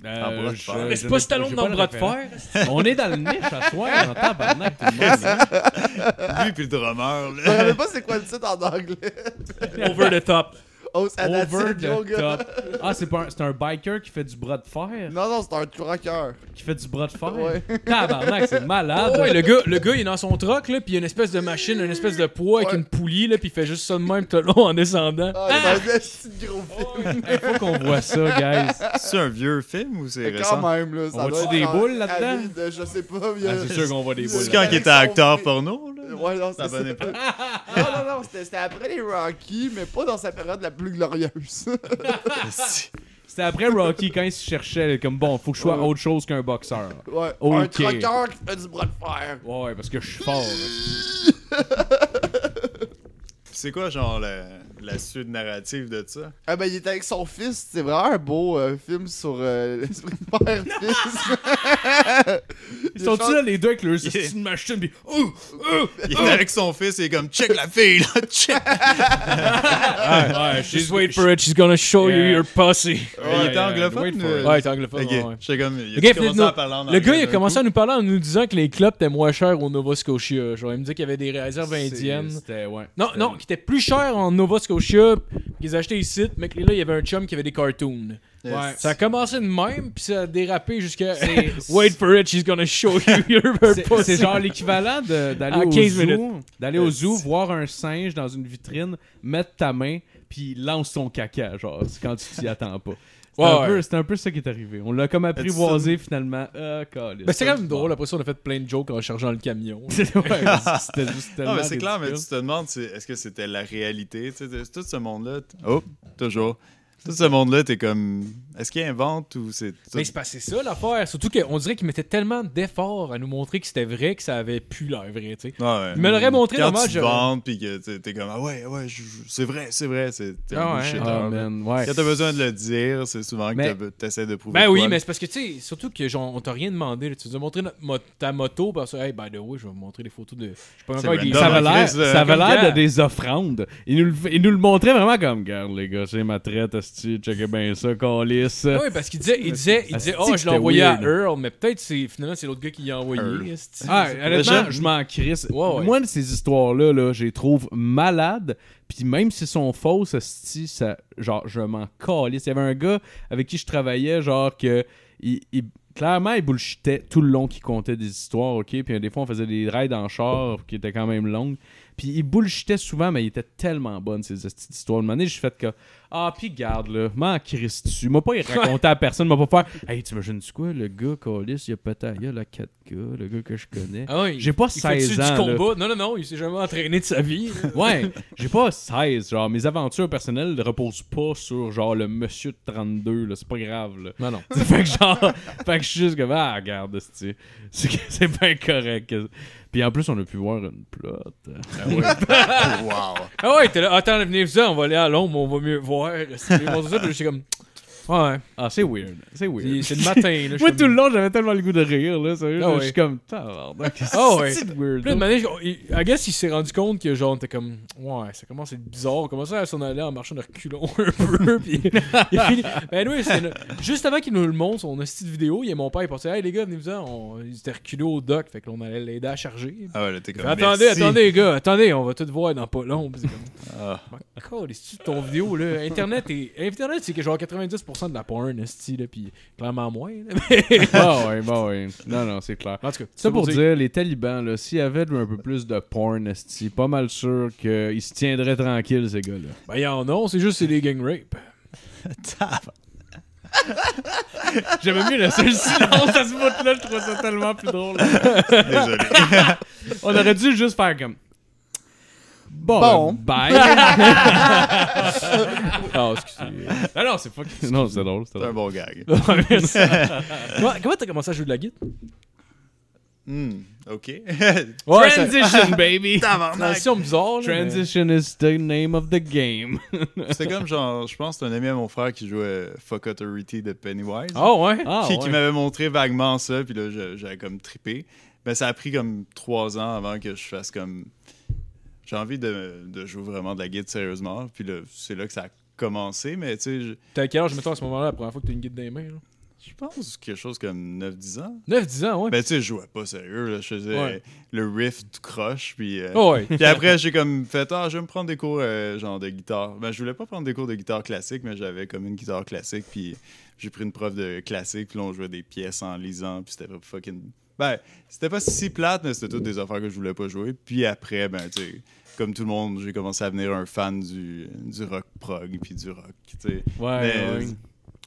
Speaker 3: Euh,
Speaker 6: En bras de
Speaker 3: je-
Speaker 6: fer.
Speaker 3: je
Speaker 2: mais c'est
Speaker 3: n'ai
Speaker 2: pas Stallone
Speaker 3: j'ai
Speaker 2: dans
Speaker 3: la
Speaker 2: le bras de
Speaker 3: référence.
Speaker 2: fer.
Speaker 3: On est dans le niche à soir, en tabarnak, tout le monde.
Speaker 6: Lui puis le drummer,
Speaker 4: Je me
Speaker 6: là.
Speaker 4: rappelle pas c'est quoi le titre en anglais.
Speaker 2: Over the top.
Speaker 4: Oh, c'est un
Speaker 3: Over
Speaker 4: attitude, mon
Speaker 3: the
Speaker 4: gars.
Speaker 3: top. Ah, c'est pas un, c'est un biker qui fait du bras de fer?
Speaker 4: Non, non, c'est un croqueur.
Speaker 3: Qui fait du bras de fer?
Speaker 4: Ouais.
Speaker 3: Tabarnak, c'est malade.
Speaker 2: ouais, le gars, le gars, il est dans son truck, là, puis il y a une espèce de machine, une espèce de poids avec
Speaker 4: Ouais.
Speaker 2: une poulie, là, puis il fait juste ça de même tout le long en descendant.
Speaker 4: Ah, c'est un petit gros film.
Speaker 3: Il faut qu'on voit ça, guys.
Speaker 6: C'est un vieux film ou c'est
Speaker 4: Mais quand
Speaker 6: récent?
Speaker 4: même, là. Ça
Speaker 3: On
Speaker 4: doit
Speaker 3: voit-tu
Speaker 4: être
Speaker 3: des
Speaker 4: en-
Speaker 3: boules là-dedans?
Speaker 4: à vie de- Je sais pas, mais il y a-
Speaker 3: Ah, c'est sûr qu'on voit des boules.
Speaker 6: C'est quand il était acteur
Speaker 4: Ouais.
Speaker 6: porno, là?
Speaker 4: Ouais, non,
Speaker 6: Ça
Speaker 4: c'est Ah,
Speaker 6: venait pas.
Speaker 4: Non, non, non, c'était c'était après les Rockies, mais pas dans sa période la plus glorieuse.
Speaker 3: C'était après Rocky, quand il se cherchait, là, comme bon, faut que je sois
Speaker 4: Ouais.
Speaker 3: autre chose qu'un boxeur.
Speaker 4: Ouais, un
Speaker 3: Ok.
Speaker 4: croqueur qui fait du bras de fer.
Speaker 3: Ouais, ouais, parce que je suis fort. là.
Speaker 6: C'est quoi, genre, la, la suite narrative de ça?
Speaker 4: Ah ben, il était avec son fils. C'est vraiment un beau euh, film sur euh, l'esprit de père-fils.
Speaker 3: Ils sont-tu là, les deux, avec leur
Speaker 6: Yeah.
Speaker 3: une machine, pis ouh, ouh!
Speaker 6: Il est avec son fils et il est comme, check la fille, là, check!
Speaker 3: Ouais, ouais,
Speaker 2: She's Ah, wait for it, she's gonna show
Speaker 3: Yeah.
Speaker 2: you your pussy.
Speaker 6: il était anglophone,
Speaker 3: wait for
Speaker 6: euh,
Speaker 3: it.
Speaker 2: Ouais, t'es anglophone.
Speaker 6: Ok,
Speaker 2: ouais, ouais.
Speaker 6: j'étais comme, il
Speaker 2: Le gars, il
Speaker 6: a
Speaker 2: fait
Speaker 6: commencé
Speaker 2: nous-
Speaker 6: à parler en
Speaker 2: Le gars, il a
Speaker 6: d'un
Speaker 2: commencé
Speaker 6: coup.
Speaker 2: à nous parler en nous disant que les clubs étaient moins chers au Nova Scotia. Genre, il me disait qu'il y avait des réserves
Speaker 3: C'est-
Speaker 2: indiennes.
Speaker 3: C'était, ouais.
Speaker 2: Non,
Speaker 3: C'était-
Speaker 2: non, qui étaient plus chers en Nova Scotia, qu'ils achetaient ici, mais que là, il y avait un chum qui avait des cartoons.
Speaker 3: Ouais.
Speaker 2: Ça a commencé de même, puis ça a dérapé jusqu'à
Speaker 3: C'est-
Speaker 2: Wait for it, she's gonna show you your her
Speaker 3: C'est-
Speaker 2: pussy.
Speaker 3: C'est genre l'équivalent de- d'aller
Speaker 2: À
Speaker 3: au
Speaker 2: 15
Speaker 3: zoo,
Speaker 2: minutes.
Speaker 3: d'aller au zoo, voir un singe dans une vitrine, mettre ta main, puis il lance son caca, genre, c'est quand tu t'y attends pas. C'est
Speaker 2: Ouais,
Speaker 3: un, peu-
Speaker 2: ouais.
Speaker 3: c'est un peu ça qui est arrivé. On l'a comme apprivoisé finalement. Ah, câlisse.
Speaker 2: Ben, c'est quand même drôle, après ça, on a fait plein de jokes en chargeant le camion.
Speaker 3: Ouais, C'était juste tellement.
Speaker 6: Non, Ah, mais c'est clair, mais
Speaker 3: ridicule.
Speaker 6: tu te demandes, c'est- est-ce que c'était la réalité? Tu sais, de- tout ce monde-là. t- Oh, toujours. Tout ce monde-là, t'es comme. Est-ce qu'il invente ou c'est. tout-
Speaker 2: Mais c'est passé ça l'affaire. Surtout qu'on dirait qu'ils mettaient tellement d'efforts à nous montrer que c'était vrai que ça avait pu l'air vrai, tu sais.
Speaker 6: Ah ouais.
Speaker 2: Il me l'aurait montré,
Speaker 6: Quand
Speaker 2: dommage,
Speaker 6: tu te
Speaker 2: j'aurais-
Speaker 6: vantes, puis que t'es- t'es comme, ah ouais, ouais, je- je- c'est vrai, c'est vrai. C'est t'es un
Speaker 2: Ah ouais.
Speaker 6: bullshitter,
Speaker 3: Ah,
Speaker 6: là.
Speaker 3: man, ouais.
Speaker 6: Quand t'as besoin de le dire, c'est souvent que
Speaker 3: Mais-
Speaker 6: t'as- t'essaies de prouver.
Speaker 2: Ben
Speaker 6: de
Speaker 2: oui,
Speaker 6: quoi,
Speaker 2: mais c'est parce que, tu sais, surtout que genre, on t'a rien demandé. là. Tu nous as montré notre mo- ta moto, parce que, hey, by the way, je vais vous montrer des photos de. Je sais pas
Speaker 6: C'est
Speaker 2: encore
Speaker 6: random,
Speaker 2: des-
Speaker 3: Ça
Speaker 6: hein.
Speaker 3: avait l'air,
Speaker 6: Chris, euh,
Speaker 3: ça avait
Speaker 2: comme
Speaker 3: l'air
Speaker 2: gars.
Speaker 3: de des offrandes. Il nous, le- il nous le montrait vraiment comme, regarde les gars, c'est ma traite, asti, checkez bien ça, calice.
Speaker 2: Ah Oui, parce qu'il disait, il disait, il disait,
Speaker 3: Asti,
Speaker 2: oh,
Speaker 3: Ah, que
Speaker 2: je
Speaker 3: c'était
Speaker 2: l'ai envoyé à
Speaker 3: weird.
Speaker 2: Earl, mais peut-être c'est finalement c'est l'autre gars qui l'a envoyé.
Speaker 6: Earl.
Speaker 2: esti.
Speaker 3: Ah, honnêtement,
Speaker 6: Le
Speaker 3: je m'en crisse.
Speaker 2: Ouais, ouais.
Speaker 3: Moi, ces histoires-là, là, je les trouve malades. Puis même si sont fausses, esti, ça, genre, je m'en calisse. Il y avait un gars avec qui je travaillais, genre, que il, il- clairement, il bullshitait tout le long qu'il comptait des histoires, OK? Puis euh, des fois, on faisait des raids en char qui étaient quand même longues. Puis il bullshitait souvent, mais il était tellement bonne, ces esti d'histoires. Une année, j'ai fait que, ah, puis garde, là, m'en crisse dessus. M'a pas raconté à personne, m'a pas fait, hey, t'imagines-tu quoi, le gars, calisse, il a peut-être, il y a la 4 gars, le gars que je connais.
Speaker 2: Ah oui.
Speaker 3: J'ai pas
Speaker 2: Il fait
Speaker 3: 16
Speaker 2: du
Speaker 3: ans. là.
Speaker 2: combat. Non, non, non, il s'est jamais entraîné de sa vie. là.
Speaker 3: Ouais, j'ai pas 16. Genre, mes aventures personnelles ne reposent pas sur genre le monsieur de 32. Là, c'est pas grave. Là.
Speaker 2: Non, non.
Speaker 3: Ça fait que genre, fait que je suis juste comme, ah, regarde, c'est c'est que c'est pas correct. Puis en plus, on a pu voir une plot.
Speaker 6: là. Wow.
Speaker 2: Ah ouais, t'es là, attends, venez ça, on va aller à Londres, on va mieux voir. C'est ça, puis j'étais comme, ouais,
Speaker 3: Ah, c'est weird. C'est
Speaker 2: c'est
Speaker 3: weird.
Speaker 2: c'est le matin. Là, je
Speaker 3: Moi,
Speaker 2: suis
Speaker 3: tout
Speaker 2: comme-
Speaker 3: le long, j'avais tellement le goût de rire. Là, sérieux,
Speaker 2: Ah
Speaker 3: là,
Speaker 2: ouais.
Speaker 3: Je suis comme, tabarnak.
Speaker 2: Ah ouais.
Speaker 3: C'est
Speaker 2: Puis là, de
Speaker 3: weird.
Speaker 2: manière, il- I guess il s'est rendu compte que genre, t'es comme, ouais, ça commence à être bizarre. On commençait à s'en aller en marchant de reculons un peu. Puis il a fini. Ben oui, c'est une- juste avant qu'il nous le montre, on a cette vidéo. Il y a mon père, il pensait, hey les gars, venez vous en. Ils étaient reculés au doc, fait que là, on allait l'aider à charger.
Speaker 6: Ah ouais, là, t'es
Speaker 2: Il
Speaker 6: comme.
Speaker 2: fait, attendez,
Speaker 6: merci.
Speaker 2: attendez les gars, attendez, on va tout voir dans pas long. Puis c'est comme,
Speaker 6: Ah.
Speaker 2: Call, est ton vidéo, là? Internet, est... Internet c'est que genre 90% de la porn, esti, là, pis clairement moins, là. Mais-
Speaker 3: Ah ouais, bah ouais. Non, non, c'est clair.
Speaker 2: en tout cas,
Speaker 3: Ça pour dire, les talibans, là, s'il y avait un peu plus de porn, esti, pas mal sûr qu'ils se tiendraient tranquilles, ces gars-là.
Speaker 2: Ben, y'en a, c'est juste c'est des gang rape.
Speaker 3: J'aimais mieux laisser le silence à ce bout-là, je trouvais ça tellement plus drôle.
Speaker 6: Désolé.
Speaker 3: On aurait dû juste faire comme. Bon,
Speaker 4: Bon.
Speaker 3: ben, bye.
Speaker 2: Ah, excusez.
Speaker 3: non, non, c'est pas. Non, c'est drôle, c'est
Speaker 6: C'est un
Speaker 3: drôle.
Speaker 6: bon gag.
Speaker 2: comment, comment t'as commencé à jouer de la guitare?
Speaker 6: Hmm, ok.
Speaker 2: Ouais, ça-
Speaker 3: Transition, baby!
Speaker 6: Tabarnak.
Speaker 2: Transition bizarre, là,
Speaker 3: Transition is the name of the game.
Speaker 6: C'était comme genre, je pense, que c'est un ami à mon frère qui jouait Fuck Authority de Pennywise.
Speaker 2: mais- Ah, ouais?
Speaker 3: Ah,
Speaker 6: qui,
Speaker 3: ouais.
Speaker 6: qui m'avait montré vaguement ça, puis là, je- j'avais comme trippé. Mais ça a pris comme trois ans avant que je fasse comme. J'ai envie de, de jouer vraiment de la guide sérieusement. Puis là, c'est là que ça a commencé. Mais tu sais, je,
Speaker 2: T'as quel âge, mettons, à ce moment-là, la première fois que t'as une guide dans les mains, là?
Speaker 6: je pense quelque chose comme 9-10 ans.
Speaker 2: 9-10 ans, ouais.
Speaker 6: Mais tu sais, je jouais pas sérieux. là. Je faisais
Speaker 2: Ouais.
Speaker 6: le riff du croche. Puis, euh,
Speaker 2: Ah, ouais.
Speaker 6: puis après, j'ai comme fait Ah, je vais me prendre des cours euh, genre de guitare. Ben, je voulais pas prendre des cours de guitare classique, mais j'avais comme une guitare classique. Puis j'ai pris une prof de classique. Puis là, on jouait des pièces en lisant. Puis c'était pas fucking. Ben, c'était pas si plate, mais c'était toutes des affaires que je voulais pas jouer. Puis après, ben, tu sais. Comme tout le monde, j'ai commencé à venir un fan du, du rock prog puis du rock. tu sais.
Speaker 3: Ouais,
Speaker 6: Mais,
Speaker 3: ouais.
Speaker 6: tu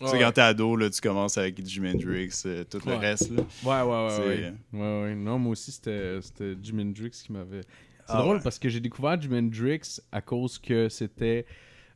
Speaker 2: Ah,
Speaker 6: sais,
Speaker 2: ouais.
Speaker 6: quand t'es ado, là, tu commences avec Jimi Hendrix, euh, tout
Speaker 3: Ouais.
Speaker 6: le reste. là.
Speaker 3: Ouais, ouais, ouais,
Speaker 6: C'est-
Speaker 3: ouais. Ouais, ouais. Non, moi aussi, c'était c'était Jim Hendrix qui m'avait. C'est
Speaker 6: Ah
Speaker 3: drôle
Speaker 6: ouais.
Speaker 3: parce que j'ai découvert Jim Hendrix à cause que c'était.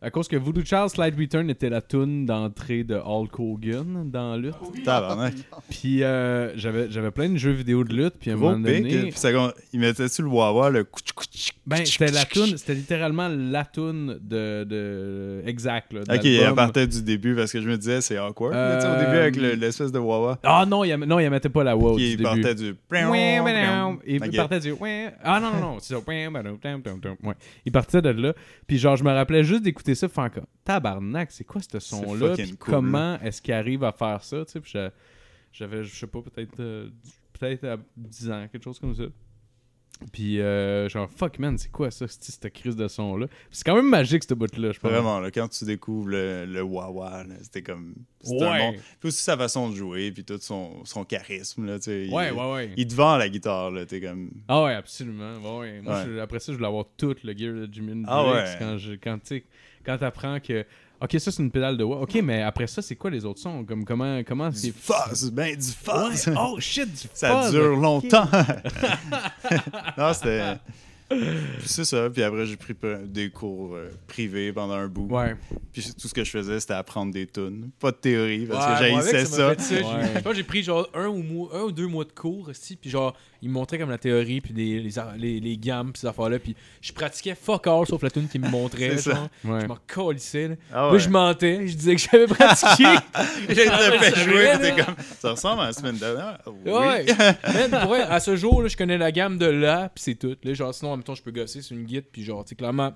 Speaker 3: À cause que Voodoo Charles Slide Return était la tune d'entrée de Hulk Hogan dans Lutte.
Speaker 6: Ah. Tabarnak.
Speaker 3: Puis euh, j'avais j'avais plein de jeux vidéo de lutte. Puis à un
Speaker 6: Gros hein.
Speaker 3: moment
Speaker 6: pic,
Speaker 3: donné.
Speaker 6: puis ça gon- il mettait sur le wawa le couch couch.
Speaker 3: Ben, c'était la tune, c'était littéralement la tune de, de exact là. de
Speaker 6: Ok, elle
Speaker 3: l'album.
Speaker 6: partait du début parce que je me disais c'est awkward. là, tu sais, au début
Speaker 3: Euh,
Speaker 6: avec le- l'espèce de wawa.
Speaker 3: Ah non, il y a- non, il y a mettait pas la wow
Speaker 6: Puis
Speaker 3: du
Speaker 6: il
Speaker 3: début.
Speaker 6: partait du.
Speaker 3: Ouais, ouais, non. Il
Speaker 6: Ok.
Speaker 3: partait du. ouais. Ah non, non, non. C'est ça. Ouais, ouais, non, tam, tam, tam. Ouais. Il partait de là. Puis genre, je me rappelais juste d'écouter ça. Faire comme tabarnak, c'est quoi ce son-là?
Speaker 6: fucking
Speaker 3: Puis
Speaker 6: cool.
Speaker 3: Comment est-ce qu'il arrive à faire ça? Tu sais, puis j'a- j'avais, je sais pas, peut-être euh, peut-être à 10 ans, quelque chose comme ça. Puis euh, genre, fuck man, c'est quoi ça, c'ti- cette crise de son-là? Puis C'est quand même magique, ce bout-là, je pense.
Speaker 6: Vraiment, là, quand tu découvres le, le wawa, là, c'était comme. c'était un
Speaker 3: Ouais.
Speaker 6: monde. Puis aussi sa façon de jouer, puis tout son, son charisme. Là, tu sais,
Speaker 3: Ouais,
Speaker 6: il,
Speaker 3: ouais, ouais.
Speaker 6: il te vend la guitare, là, t'es comme.
Speaker 3: Ah ouais, absolument. Ouais, ouais. Moi,
Speaker 6: Ouais.
Speaker 3: je- après ça, je voulais avoir tout le gear de Jimi Hendrix
Speaker 6: Ah ouais.
Speaker 3: quand je quand tu sais, quand t'apprends que OK, ça c'est une pédale de wah. OK, mais après ça, c'est quoi les autres sons Comme comment comment
Speaker 6: Du
Speaker 3: c'est
Speaker 6: fuzz, ben du fuzz.
Speaker 3: Ouais. Oh shit, du
Speaker 6: Ça
Speaker 3: fuzz.
Speaker 6: dure longtemps. non, c'était. Puis c'est ça. Puis après, j'ai pris pe- des cours euh, privés pendant un bout.
Speaker 3: Ouais.
Speaker 6: Puis c'est- tout ce que je faisais, c'était apprendre des tunes. Pas de théorie, parce que
Speaker 2: Ouais, moi, avec,
Speaker 6: j'haïssais
Speaker 2: m'a
Speaker 6: ça.
Speaker 2: fait J'ai-
Speaker 3: Ouais.
Speaker 2: Je pense que j'ai pris genre un ou, mo- un ou deux mois de cours, aussi, puis genre, ils me montraient comme la théorie, puis des- les, ar- les, les gammes, puis ces affaires-là, puis je pratiquais fuck all sauf la tune qu'ils me montraient.
Speaker 6: C'est ça.
Speaker 2: genre. Je m'en colissais. Là.
Speaker 6: Ah
Speaker 2: Moi, je mentais, je disais que j'avais pratiqué.
Speaker 6: J'ai
Speaker 2: Ah ouais,
Speaker 6: été fait
Speaker 2: c'est
Speaker 6: jouer,
Speaker 2: vrai,
Speaker 6: puis t'es
Speaker 2: là.
Speaker 6: comme. Ça ressemble à la semaine dernière. Oui.
Speaker 2: Ouais. Man, pour vrai, à ce jour, là, je connais la gamme de là, puis c'est tout. Là, genre, sinon, en même temps, je peux gosser sur une guide, puis genre, tu sais, clairement,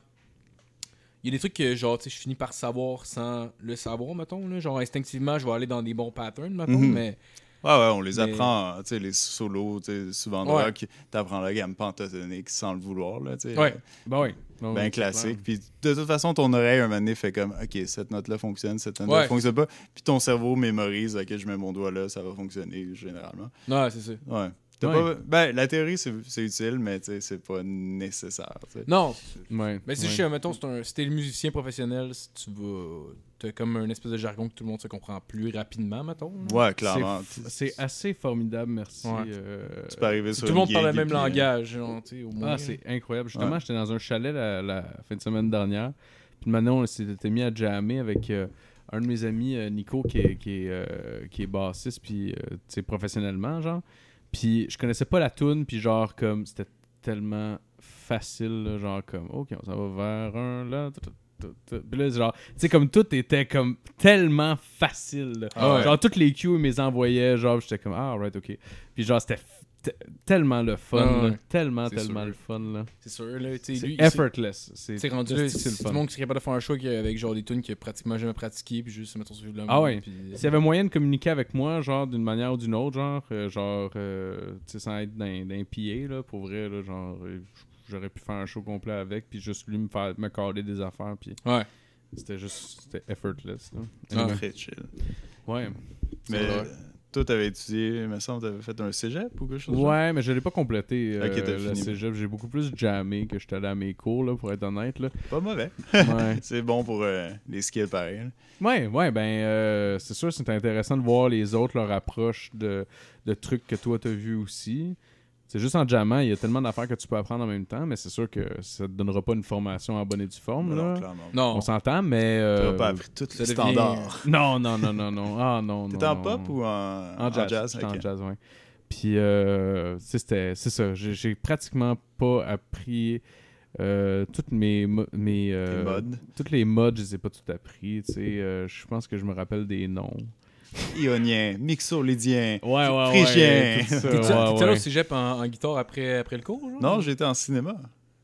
Speaker 2: il y a des trucs que, genre, tu sais, je finis par savoir sans le savoir, mettons. Là. Genre, instinctivement, je vais aller dans des bons patterns, mettons,
Speaker 6: Mhm.
Speaker 2: mais.
Speaker 6: Ouais, ouais, on les
Speaker 2: Mais-
Speaker 6: apprend, tu sais, les solos, tu sais, souvent de
Speaker 2: Ouais.
Speaker 6: rock, t'apprends la gamme pentatonique sans le vouloir, là, tu sais.
Speaker 2: Ouais.
Speaker 3: Ben oui.
Speaker 6: Ben classique. Puis de toute façon, ton oreille, un moment donné, fait comme, OK, cette note-là fonctionne, cette note-là
Speaker 2: Ouais.
Speaker 6: fonctionne pas. Puis ton cerveau mémorise, OK, je mets mon doigt là, ça va fonctionner, généralement.
Speaker 2: Non, c'est ça.
Speaker 6: Ouais. T'as
Speaker 3: Ouais.
Speaker 6: pas- Ben, la théorie, c'est c'est utile, mais tu sais, c'est pas nécessaire, tu sais.
Speaker 2: Non,
Speaker 3: Ouais.
Speaker 2: mais si
Speaker 3: ouais.
Speaker 2: je suis, mettons, Ben, c'est un- si t'es le musicien professionnel, si tu vas. T'as comme un espèce de jargon que tout le monde se comprend plus rapidement, mettons. là.
Speaker 6: Ouais,
Speaker 3: C'est
Speaker 6: clairement.
Speaker 3: f- C'est assez formidable, merci.
Speaker 2: Ouais.
Speaker 3: euh,
Speaker 6: Tu peux arriver sur
Speaker 2: Tout le
Speaker 6: une
Speaker 2: monde parle le
Speaker 6: gig,
Speaker 2: même
Speaker 6: puis-
Speaker 2: langage, genre, tu sais, au moins.
Speaker 3: Ah, c'est incroyable. Justement,
Speaker 6: Ouais.
Speaker 3: j'étais dans un chalet la, la fin de semaine dernière. Puis maintenant, on s'était mis à jammer avec euh, un de mes amis, euh, Nico, qui est, qui est, euh, qui est bassiste, puis euh, tu sais, professionnellement, genre. Puis je connaissais pas la tune, puis genre, comme, c'était tellement facile, là, genre, comme, OK, on s'en va vers un, là. tout, tout, tout. Puis là, c'est genre, tu sais, comme tout était comme tellement facile. là.
Speaker 6: Ah ouais.
Speaker 3: Genre, toutes les cues, ils me les envoyaient, genre, j'étais comme, ah, right, OK. Puis genre, c'était f- t- tellement le fun,
Speaker 2: Ah
Speaker 3: là,
Speaker 2: ouais.
Speaker 3: tellement,
Speaker 2: C'est
Speaker 3: tellement
Speaker 2: sûr.
Speaker 3: le fun, là.
Speaker 2: C'est sûr, là, tu sais, lui.
Speaker 3: C'est
Speaker 2: il sait-
Speaker 3: effortless. C'est
Speaker 2: C'est rendu là,
Speaker 3: c'est-
Speaker 2: c'est
Speaker 3: c'est le
Speaker 2: tout
Speaker 3: fun.
Speaker 2: le monde qui serait capable de faire un show qui- avec genre des tunes qu'il a pratiquement jamais pratiqué puis juste se mettre sur le
Speaker 3: Ah ouais.
Speaker 2: puis-
Speaker 3: S'il y avait moyen de communiquer avec moi, genre d'une manière ou d'une autre, genre, euh, genre, euh, tu sais, sans être d'un, d'un PA, là, pour vrai, là, genre, euh, j'aurais pu faire un show complet avec, puis juste lui me faire me caler des affaires, puis
Speaker 2: Ouais.
Speaker 3: c'était juste, c'était effortless, là.
Speaker 2: Ah.
Speaker 6: Très chill.
Speaker 3: Ouais.
Speaker 6: Mais
Speaker 4: vrai.
Speaker 6: euh, toi, t'avais étudié, il me semble, t'avais fait un cégep ou quelque chose? genre?
Speaker 3: Ouais, mais je l'ai pas complété, euh,
Speaker 6: Ok, t'as
Speaker 3: le
Speaker 6: fini.
Speaker 3: cégep. J'ai beaucoup plus jammé que j'étais allé à mes cours, là, pour être honnête, là.
Speaker 6: Pas mauvais.
Speaker 3: Ouais.
Speaker 6: C'est bon pour euh, les skills pareils. là.
Speaker 3: Ouais, ouais, ben euh, c'est sûr, c'est intéressant de voir les autres leur approche de, de trucs que toi t'as vu aussi. C'est juste en jammant, il y a tellement d'affaires que tu peux apprendre en même temps, mais c'est sûr que ça te donnera pas une formation en bonne et due forme.
Speaker 6: Non,
Speaker 3: là.
Speaker 6: clairement.
Speaker 2: Non.
Speaker 3: On s'entend, mais
Speaker 6: T'as
Speaker 3: euh,
Speaker 6: pas appris tous
Speaker 2: ça
Speaker 6: les
Speaker 2: devient-
Speaker 6: standards.
Speaker 3: non, non, non, non, non, ah non.
Speaker 6: T'es
Speaker 3: non,
Speaker 6: en
Speaker 3: non.
Speaker 6: pop ou en,
Speaker 3: en jazz, j'étais
Speaker 6: ok.
Speaker 3: en jazz, ouais. Puis euh, tu sais, c'était, c'est ça, j'ai, j'ai pratiquement pas appris euh, toutes mes mo- mes euh,
Speaker 6: Tes modes.
Speaker 3: toutes les modes, je les ai pas tout appris. Tu sais, euh, je pense que je me rappelle des noms.
Speaker 6: Ionien, mixolydien.
Speaker 3: Ouais, ouais,
Speaker 6: Phrygien.
Speaker 3: ouais, tout ça,
Speaker 2: T'es-tu t'es-tu
Speaker 3: ouais,
Speaker 2: allé au
Speaker 3: ouais.
Speaker 2: cégep en, en guitare après, après le cours? genre?
Speaker 6: Non, j'étais en cinéma.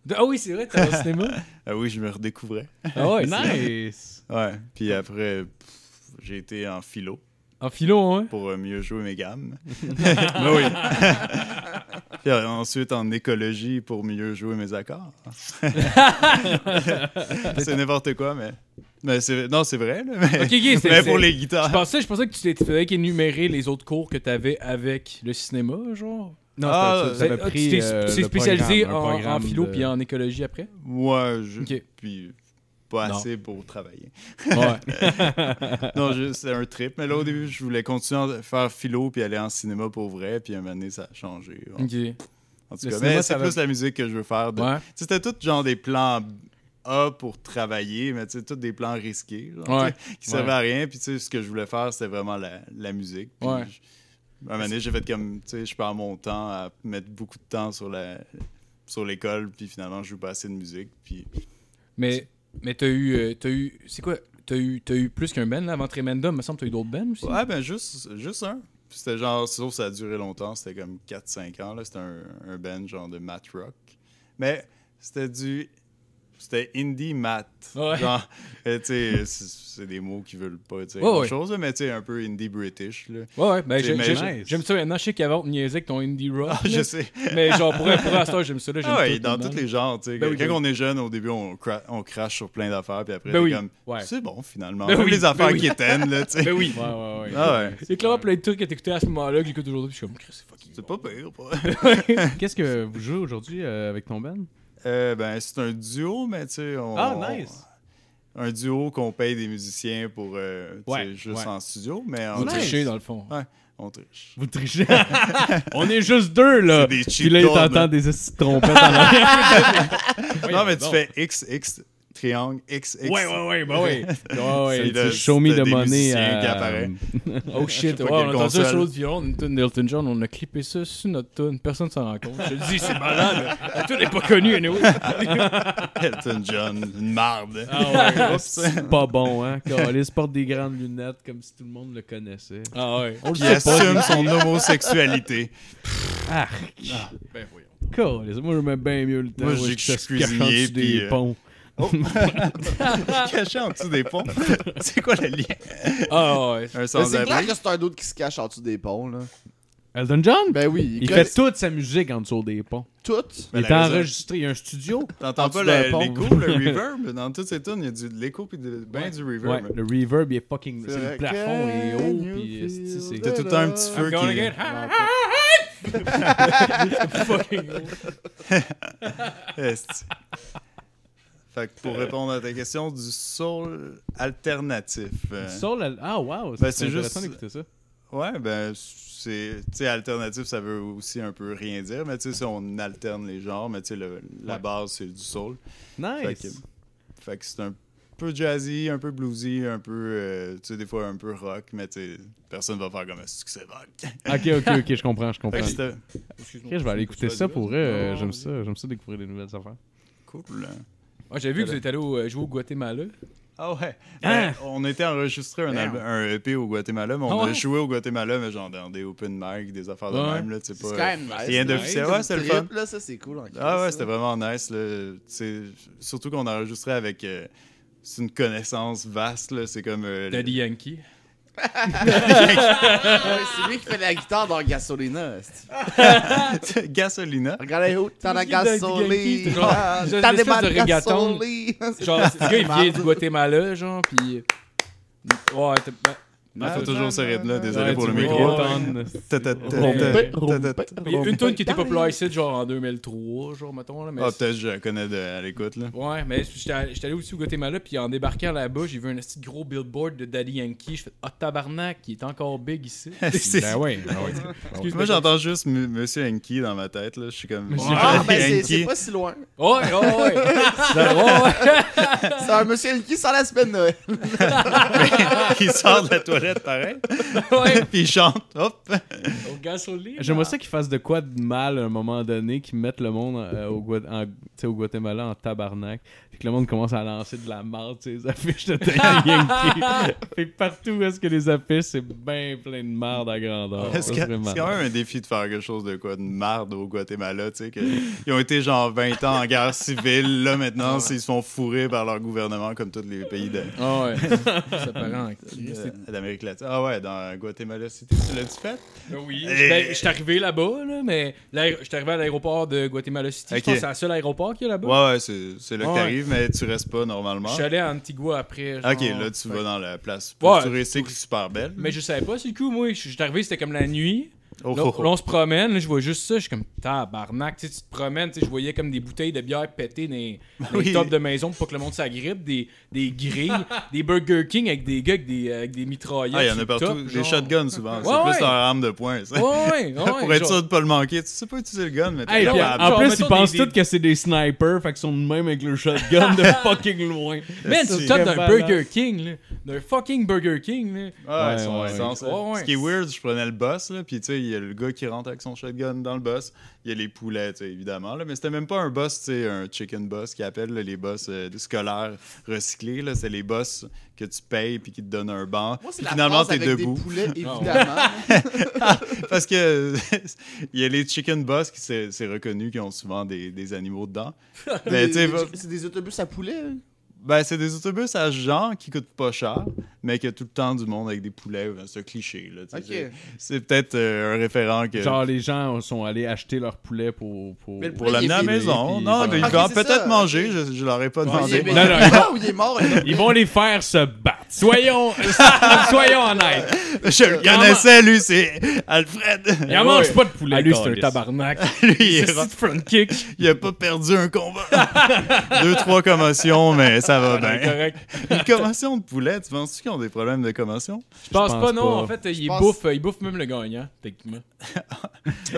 Speaker 2: De- Ah oui, c'est vrai, t'es allé au cinéma?
Speaker 6: Ah oui, je me redécouvrais.
Speaker 2: Ah ouais, c'est-
Speaker 3: Nice!
Speaker 6: Ouais. Puis après, pff, j'ai été en philo
Speaker 2: En philo, hein?
Speaker 6: pour euh, mieux jouer mes gammes. Mais oui. Puis euh, ensuite en écologie pour mieux jouer mes accords. c'est n'importe quoi, mais. mais c'est... Non, c'est vrai. là, mais
Speaker 2: Ok, ok, c'est-
Speaker 6: mais
Speaker 2: c'est-
Speaker 6: pour les
Speaker 2: Je
Speaker 6: guitares.
Speaker 2: pensais, je pensais que tu t'es- tu faisais qu'énumérer les autres cours que t'avais avec le cinéma, genre.
Speaker 3: Non,
Speaker 6: Ah,
Speaker 3: c'était-
Speaker 2: Ah,
Speaker 3: t'avais
Speaker 2: tu
Speaker 3: pris,
Speaker 2: t'es
Speaker 3: euh,
Speaker 2: tu t'es
Speaker 3: le
Speaker 2: spécialisé
Speaker 3: programme, un
Speaker 2: en- en,
Speaker 3: programme
Speaker 2: philo
Speaker 3: de-
Speaker 2: puis en écologie après?
Speaker 6: Moi, je.
Speaker 2: Ok.
Speaker 6: Puis pas
Speaker 2: Non. Ah,
Speaker 6: assez pour travailler.
Speaker 2: Ouais.
Speaker 6: Non, je- c'est un trip. Mais là, au début, je voulais continuer à faire philo puis aller en cinéma pour vrai. Puis à un moment donné, ça a changé. Bon.
Speaker 2: ok.
Speaker 6: En tout
Speaker 3: Le
Speaker 6: cas,
Speaker 3: cinéma, ça
Speaker 6: mais c'est
Speaker 3: va-
Speaker 6: plus la musique que je veux faire. de-
Speaker 2: Ouais.
Speaker 6: Tu sais, C'était tout genre des plans A pour travailler, mais tu sais, tous des plans risqués. genre,
Speaker 2: Ouais.
Speaker 6: tu sais, Qui servaient à rien. Puis tu sais, ce que je voulais faire, c'était vraiment la, la musique. Puis
Speaker 2: Ouais.
Speaker 6: je- À un moment donné, j'ai fait comme, tu sais, je perds mon temps à mettre beaucoup de temps sur la sur l'école, puis finalement, je joue pas assez de musique. Puis
Speaker 2: Mais, mais t'as eu. euh, t'as eu c'est quoi? T'as eu, t'as eu plus qu'un band, là, avant Tremenda, il me semble que t'as eu d'autres bands aussi.
Speaker 6: Ouais, ben juste, juste un. Puis C'était genre, sauf que ça a duré longtemps, c'était comme 4-5 ans. là C'était un, un band genre de mat rock. Mais c'était du. C'était indie mat.
Speaker 2: Ouais.
Speaker 6: Genre, euh, tu sais, c'est c'est des mots qui veulent pas dire
Speaker 2: Ouais, ouais.
Speaker 6: chose, mais tu sais, un peu indie british. Là.
Speaker 2: Ouais, ouais, ben
Speaker 6: C'est
Speaker 2: j'ai- j'ai-
Speaker 6: nice.
Speaker 2: j'aime ça maintenant. Je sais qu'avant, on niaisait avec ton indie rock.
Speaker 6: Ah,
Speaker 2: là.
Speaker 6: je sais.
Speaker 2: Mais genre, pour pour l'instant, j'aime ça. Là, j'aime
Speaker 6: Ah ouais,
Speaker 2: tout,
Speaker 6: dans
Speaker 2: là-dedans.
Speaker 6: tous les genres, tu sais.
Speaker 2: Ben oui,
Speaker 6: quand
Speaker 2: ben oui.
Speaker 6: on est jeune, au début, on, cra- on crache sur plein d'affaires, puis après,
Speaker 2: Ben
Speaker 6: t'es
Speaker 2: oui,
Speaker 6: comme,
Speaker 3: ouais.
Speaker 6: c'est bon finalement.
Speaker 2: Ben
Speaker 6: Même
Speaker 2: oui,
Speaker 6: les
Speaker 2: ben
Speaker 6: affaires
Speaker 2: oui.
Speaker 6: qui éteignent, là, tu sais.
Speaker 2: Ben oui.
Speaker 3: Ouais, ouais, ouais.
Speaker 6: Ah ouais.
Speaker 2: C'est clairement plein de trucs que t'écoutais à ce moment-là que j'écoute aujourd'hui. Puis je suis comme, Christ, c'est fucking.
Speaker 6: C'est pas pire, pas.
Speaker 3: Qu'est-ce que vous jouez aujourd'hui euh, avec ton band?
Speaker 6: ben,
Speaker 2: Ah,
Speaker 6: Euh, ben, c'est un duo, mais tu sais, on.
Speaker 3: Ah, nice.
Speaker 6: un duo qu'on paye des musiciens pour euh, tu sais,
Speaker 3: Ouais,
Speaker 6: juste
Speaker 3: ouais.
Speaker 6: en studio, mais on
Speaker 2: Vous
Speaker 6: triche.
Speaker 2: trichez, dans le fond.
Speaker 6: Ouais, on triche.
Speaker 3: Vous trichez. On est juste deux, là.
Speaker 6: C'est des
Speaker 3: Puis là,
Speaker 6: cheat Ah,
Speaker 3: t'entends
Speaker 6: codes.
Speaker 3: des esti de trompettes en arrière.
Speaker 6: non, mais tu
Speaker 3: donc.
Speaker 6: fais X, X, triangle, X, X.
Speaker 3: Ouais, ouais, ouais, bah ouais. Ouais, ouais.
Speaker 6: C'est
Speaker 3: tu
Speaker 6: de-
Speaker 3: show me
Speaker 6: c'est
Speaker 3: the
Speaker 6: des
Speaker 3: money.
Speaker 6: musiciens qui
Speaker 3: euh,
Speaker 6: apparaissent.
Speaker 2: Oh shit,
Speaker 6: pas
Speaker 2: ouais, on
Speaker 6: quelle
Speaker 2: a entendu un
Speaker 6: console.
Speaker 2: solo de violon d'une tune d'Elton John, on a clippé ça sur notre tune, personne s'en rend compte. Je te le dis, c'est malade. La tune n'est pas connue, anyway.
Speaker 6: Elton John, une marde.
Speaker 3: Ah ouais, c'est pas bon, hein. Carlis porte des grandes lunettes comme si tout le monde le connaissait.
Speaker 2: Ah ouais.
Speaker 3: On le
Speaker 6: Qui
Speaker 3: sait pas.
Speaker 6: assume son homosexualité. Ah,
Speaker 2: Ben voyons.
Speaker 3: Carlis, moi, j'aime bien mieux le temps.
Speaker 6: Moi,
Speaker 3: où
Speaker 6: je dis
Speaker 3: il
Speaker 6: que je
Speaker 3: se
Speaker 6: suis
Speaker 3: cache en
Speaker 6: cuisinier,
Speaker 3: dessous
Speaker 6: puis,
Speaker 3: des
Speaker 6: euh,
Speaker 3: ponts. Ah.
Speaker 6: Caché en dessous des ponts. C'est quoi le lien?
Speaker 2: Ah ouais.
Speaker 6: Un
Speaker 4: Mais C'est
Speaker 6: sans-abri.
Speaker 4: clair que c'est un autre qui se cache en dessous des ponts, là.
Speaker 3: Elton John?
Speaker 4: Ben oui,
Speaker 3: il
Speaker 4: connaît
Speaker 3: fait toute sa musique en dessous des ponts.
Speaker 4: tout.
Speaker 6: Ben,
Speaker 3: il est
Speaker 6: la raison-
Speaker 3: enregistré. Il y a un studio.
Speaker 6: T'entends
Speaker 4: dessous
Speaker 6: pas
Speaker 4: d'un
Speaker 6: le-
Speaker 4: pont.
Speaker 6: l'écho, le reverb? Dans toutes ces tunes, il y a du- de l'écho puis de, ben du
Speaker 3: Ouais,
Speaker 6: reverb.
Speaker 3: le reverb, il est fucking.
Speaker 4: C'est
Speaker 3: c'est
Speaker 4: vrai.
Speaker 3: Le plafond est haut,
Speaker 4: Can
Speaker 3: puis
Speaker 4: you
Speaker 3: esti, c'est.
Speaker 6: T'as tout le temps un petit feu
Speaker 2: Gonna
Speaker 6: qui...
Speaker 2: get high. Fucking gros.
Speaker 6: Esti. Fait que pour répondre à ta question, du soul alternatif. euh,
Speaker 3: Soul, elle- ah wow, c'est
Speaker 6: Ben, c'est
Speaker 3: intéressant
Speaker 6: juste-
Speaker 3: d'écouter ça.
Speaker 6: Ouais, ben, c'est. Tu sais, alternatif, ça veut aussi un peu rien dire, mais tu sais, si on alterne les genres, mais tu sais, le- la
Speaker 3: Ouais.
Speaker 6: base, c'est du soul. Fait que,
Speaker 3: Nice.
Speaker 6: fait que c'est un peu jazzy, un peu bluesy, un peu. euh, tu sais, des fois un peu rock, mais tu sais, personne va faire comme un succès rock.
Speaker 3: Ok, ok, ok, je comprends, je comprends.
Speaker 6: Fait que c'était
Speaker 3: Ok, je vais aller écouter ça pour eux. j'aime ça, j'aime ça découvrir des nouvelles affaires.
Speaker 6: cool. hein.
Speaker 2: Ah, J'avais vu que vous êtes allé au- euh, jouer au Guatemala.
Speaker 6: Ah ouais.
Speaker 3: Hein?
Speaker 6: Ben, on était enregistré un,
Speaker 4: Merde.
Speaker 6: album- un EP au Guatemala, mais on
Speaker 2: Ah
Speaker 6: a
Speaker 2: ouais?
Speaker 6: joué au Guatemala, mais genre dans des open mic, des affaires de
Speaker 2: Ouais.
Speaker 6: même, là, tu sais
Speaker 4: C'est quand
Speaker 6: pas.
Speaker 4: même nice.
Speaker 6: rien d'officiel. Ouais, c'est le fun.
Speaker 4: Trip, là, ça, c'est cool. en
Speaker 6: Ah ouais,
Speaker 4: Christ,
Speaker 6: c'était
Speaker 4: là.
Speaker 6: vraiment nice. Là. Tu sais, Surtout qu'on a enregistré avec euh, c'est une connaissance vaste. là. C'est comme. euh,
Speaker 2: Daddy Yankee.
Speaker 4: Ah ouais, C'est lui qui fait la guitare dans Gasolina. esti.
Speaker 6: le- Gasolina.
Speaker 4: Regardez où t'as la
Speaker 2: C'est lui qui fait la
Speaker 4: gasolina.
Speaker 2: guitare, genre,
Speaker 4: T'as
Speaker 2: genre une
Speaker 4: des
Speaker 2: espèce de
Speaker 4: balles de
Speaker 2: reggaeton.
Speaker 4: gasolina.
Speaker 2: Genre, ce gars, il vient du Guatemala, genre, pis. Ouais, t'as- ben,
Speaker 6: Il faut toujours ce rythme-là. Désolé
Speaker 3: Ouais,
Speaker 6: pour
Speaker 3: du
Speaker 6: le micro.
Speaker 3: reggaeton.
Speaker 6: Ta- ta- ta-
Speaker 2: Rompe,
Speaker 6: ta- ta- ta- ta-
Speaker 2: Il y a une tune qui était populaire ici, genre en 2003, genre, mettons. Là, mais
Speaker 6: Ah, peut-être je la connais de- à l'écoute. là.
Speaker 2: Ouais, mais j'étais allé j'étais allé aussi au Guatemala, puis en débarquant là-bas, j'ai vu un petit gros billboard de Daddy Yankee. Je fais Ah, tabarnak, il est encore big ici.
Speaker 6: C'est-
Speaker 3: Ben ouais, ben ouais.
Speaker 6: Moi, j'entends juste M- Monsieur Henke dans ma tête. là. Je suis comme.
Speaker 3: Monsieur
Speaker 4: Ah, ben c'est-
Speaker 6: Henke.
Speaker 4: c'est pas si loin.
Speaker 2: Ouais, ouais, ouais. Ben, ouais, ouais.
Speaker 4: C'est un monsieur qui sort la semaine de Noël.
Speaker 6: Il sort de la toilette pareil.
Speaker 2: Ouais.
Speaker 6: Puis il chante. Hop.
Speaker 2: Au gasoline.
Speaker 3: J'aimerais ça qu'ils fassent de quoi de mal à un moment donné, qu'ils mettent le monde euh, au, Gua- en- tu sais, au Guatemala en tabarnak, puis que le monde commence à lancer de la marde sur les affiches de Daddy Yankee. fait que partout où est-ce que les affiches, c'est bien plein de marde à grandeur.
Speaker 2: Ah,
Speaker 6: C'est
Speaker 3: Ça
Speaker 6: ca-
Speaker 3: serait marrant.
Speaker 6: c'est quand même un défi de faire quelque chose de quoi, de marde au Guatemala, tu sais, que ils ont été genre 20 ans en guerre civile, là maintenant, ils se font fourrer par leur gouvernement comme tous les pays de-
Speaker 2: Ah, ouais. Ça paraît en crise. c'est-
Speaker 6: de- d'Amérique latine. Ah ouais, dans Guatemala City, tu l'as-tu fait?
Speaker 2: Ben oui.
Speaker 6: Et-
Speaker 2: Ben, j'étais arrivé là-bas, là, mais l'aé- j'étais arrivé à l'aéroport de Guatemala City.
Speaker 6: Ok.
Speaker 2: Je pense que c'est le seul aéroport qu'il y a là-bas.
Speaker 6: Ouais, ouais, c'est c'est là
Speaker 2: Ouais.
Speaker 6: que t'arrives, mais tu restes pas
Speaker 2: Je
Speaker 6: normalement.
Speaker 2: suis allé à Antigua après. genre.
Speaker 6: Ok, là tu vas dans la place plus
Speaker 2: Ouais.
Speaker 6: touristique, super belle.
Speaker 2: Mais je savais pas, c'est le coup, moi, je suis arrivé, c'était comme la nuit.
Speaker 6: Oh,
Speaker 2: Là,
Speaker 6: oh, oh.
Speaker 2: là, on se promène, là, je vois juste ça, je suis comme tabarnak, tu sais, tu te promènes, tu sais, je voyais comme des bouteilles de bière pétées dans les, dans les
Speaker 6: Oui.
Speaker 2: tops de maison pour pas que le monde s'agrippe, des, des grilles, des Burger King avec des gars avec des, euh, avec des mitraillettes.
Speaker 6: Ah, il y en
Speaker 2: sur
Speaker 6: a
Speaker 2: le
Speaker 6: partout,
Speaker 2: top,
Speaker 6: des
Speaker 2: genre.
Speaker 6: shotguns souvent, c'est
Speaker 2: Ouais,
Speaker 6: plus
Speaker 2: ouais.
Speaker 6: leur arme de poing, ça.
Speaker 2: Ouais, ouais, ouais.
Speaker 6: Pour être
Speaker 2: genre-
Speaker 6: sûr de pas le manquer, tu sais pas utiliser le gun, mais t'es
Speaker 3: Hey, puis,
Speaker 6: capable.
Speaker 3: en
Speaker 2: genre,
Speaker 3: plus,
Speaker 2: mettons
Speaker 3: ils pensent
Speaker 2: des-
Speaker 3: tous que c'est des snipers, fait qu'ils sont de même avec le shotgun de fucking loin.
Speaker 2: Man, sur
Speaker 6: C'est
Speaker 2: le top d'un
Speaker 3: vraiment-
Speaker 2: Burger King, là, d'un fucking Burger King, là.
Speaker 6: Ah,
Speaker 3: Ouais,
Speaker 6: ils sont
Speaker 3: ouais,
Speaker 6: intenses,
Speaker 2: ouais.
Speaker 6: là.
Speaker 2: Ouais, ouais.
Speaker 6: Ce qui est weird, je prenais le boss, là, puis tu sais, il y a le gars qui rentre avec son shotgun dans le boss, il y a les poulets, tu sais, évidemment, là, mais c'était même pas un boss, tu sais, un chicken boss qui appelle là, les boss euh, scolaires recyclés, là, c'est les boss que tu payes puis qui te donnent un banc.
Speaker 4: Moi, c'est
Speaker 6: Puis
Speaker 4: la
Speaker 6: finalement,
Speaker 4: France
Speaker 6: t'es
Speaker 4: avec
Speaker 6: debout.
Speaker 4: des poulets, évidemment.
Speaker 6: Parce que il y a les chicken boss qui c'est c'est reconnu qui ont souvent des, des animaux dedans.
Speaker 4: Des-
Speaker 6: mais Ben, tu sais, va-
Speaker 4: des- C'est des autobus à poulet. hein.
Speaker 6: ben, c'est des autobus à genre qui coûtent pas cher, mais qui a tout le temps du monde avec des poulets, c'est un cliché, là, tu sais,
Speaker 4: Ok.
Speaker 6: c'est- C'est peut-être euh, un référent que.
Speaker 3: Genre, les gens sont allés acheter leur poulet pour. pour...
Speaker 4: Mais le
Speaker 6: pour l'amener à la
Speaker 4: Il est
Speaker 6: maison.
Speaker 3: puis-
Speaker 6: non,
Speaker 3: puis-
Speaker 6: mais ils
Speaker 4: Ok,
Speaker 6: vont
Speaker 4: c'est
Speaker 6: peut-être
Speaker 4: ça,
Speaker 6: manger, je, je leur ai pas
Speaker 4: Il est-
Speaker 6: demandé.
Speaker 4: mais-
Speaker 3: Non, non,
Speaker 4: il est mort ou il est mort.
Speaker 3: Ils vont les faire se battre.
Speaker 2: Soyons, soyons honnêtes.
Speaker 6: Je le connaissais, lui, c'est Alfred.
Speaker 2: Il en mange pas de
Speaker 3: Ah,
Speaker 2: poulet. Ah, lui, c'est un tabarnak.
Speaker 6: Lui, il,
Speaker 2: C'est
Speaker 6: est ra-
Speaker 2: de front kick.
Speaker 6: il a pas perdu un combat. Deux, trois commotions, mais ça
Speaker 2: C'est
Speaker 6: va bien.
Speaker 2: correct.
Speaker 6: Une commotion de poulet, tu penses-tu qu'ils ont des problèmes de commotion?
Speaker 2: Je pense
Speaker 3: pense
Speaker 2: pas, non.
Speaker 3: pas.
Speaker 2: En fait, il
Speaker 4: pense-
Speaker 2: bouffe, il bouffe même le gagnant, techniquement.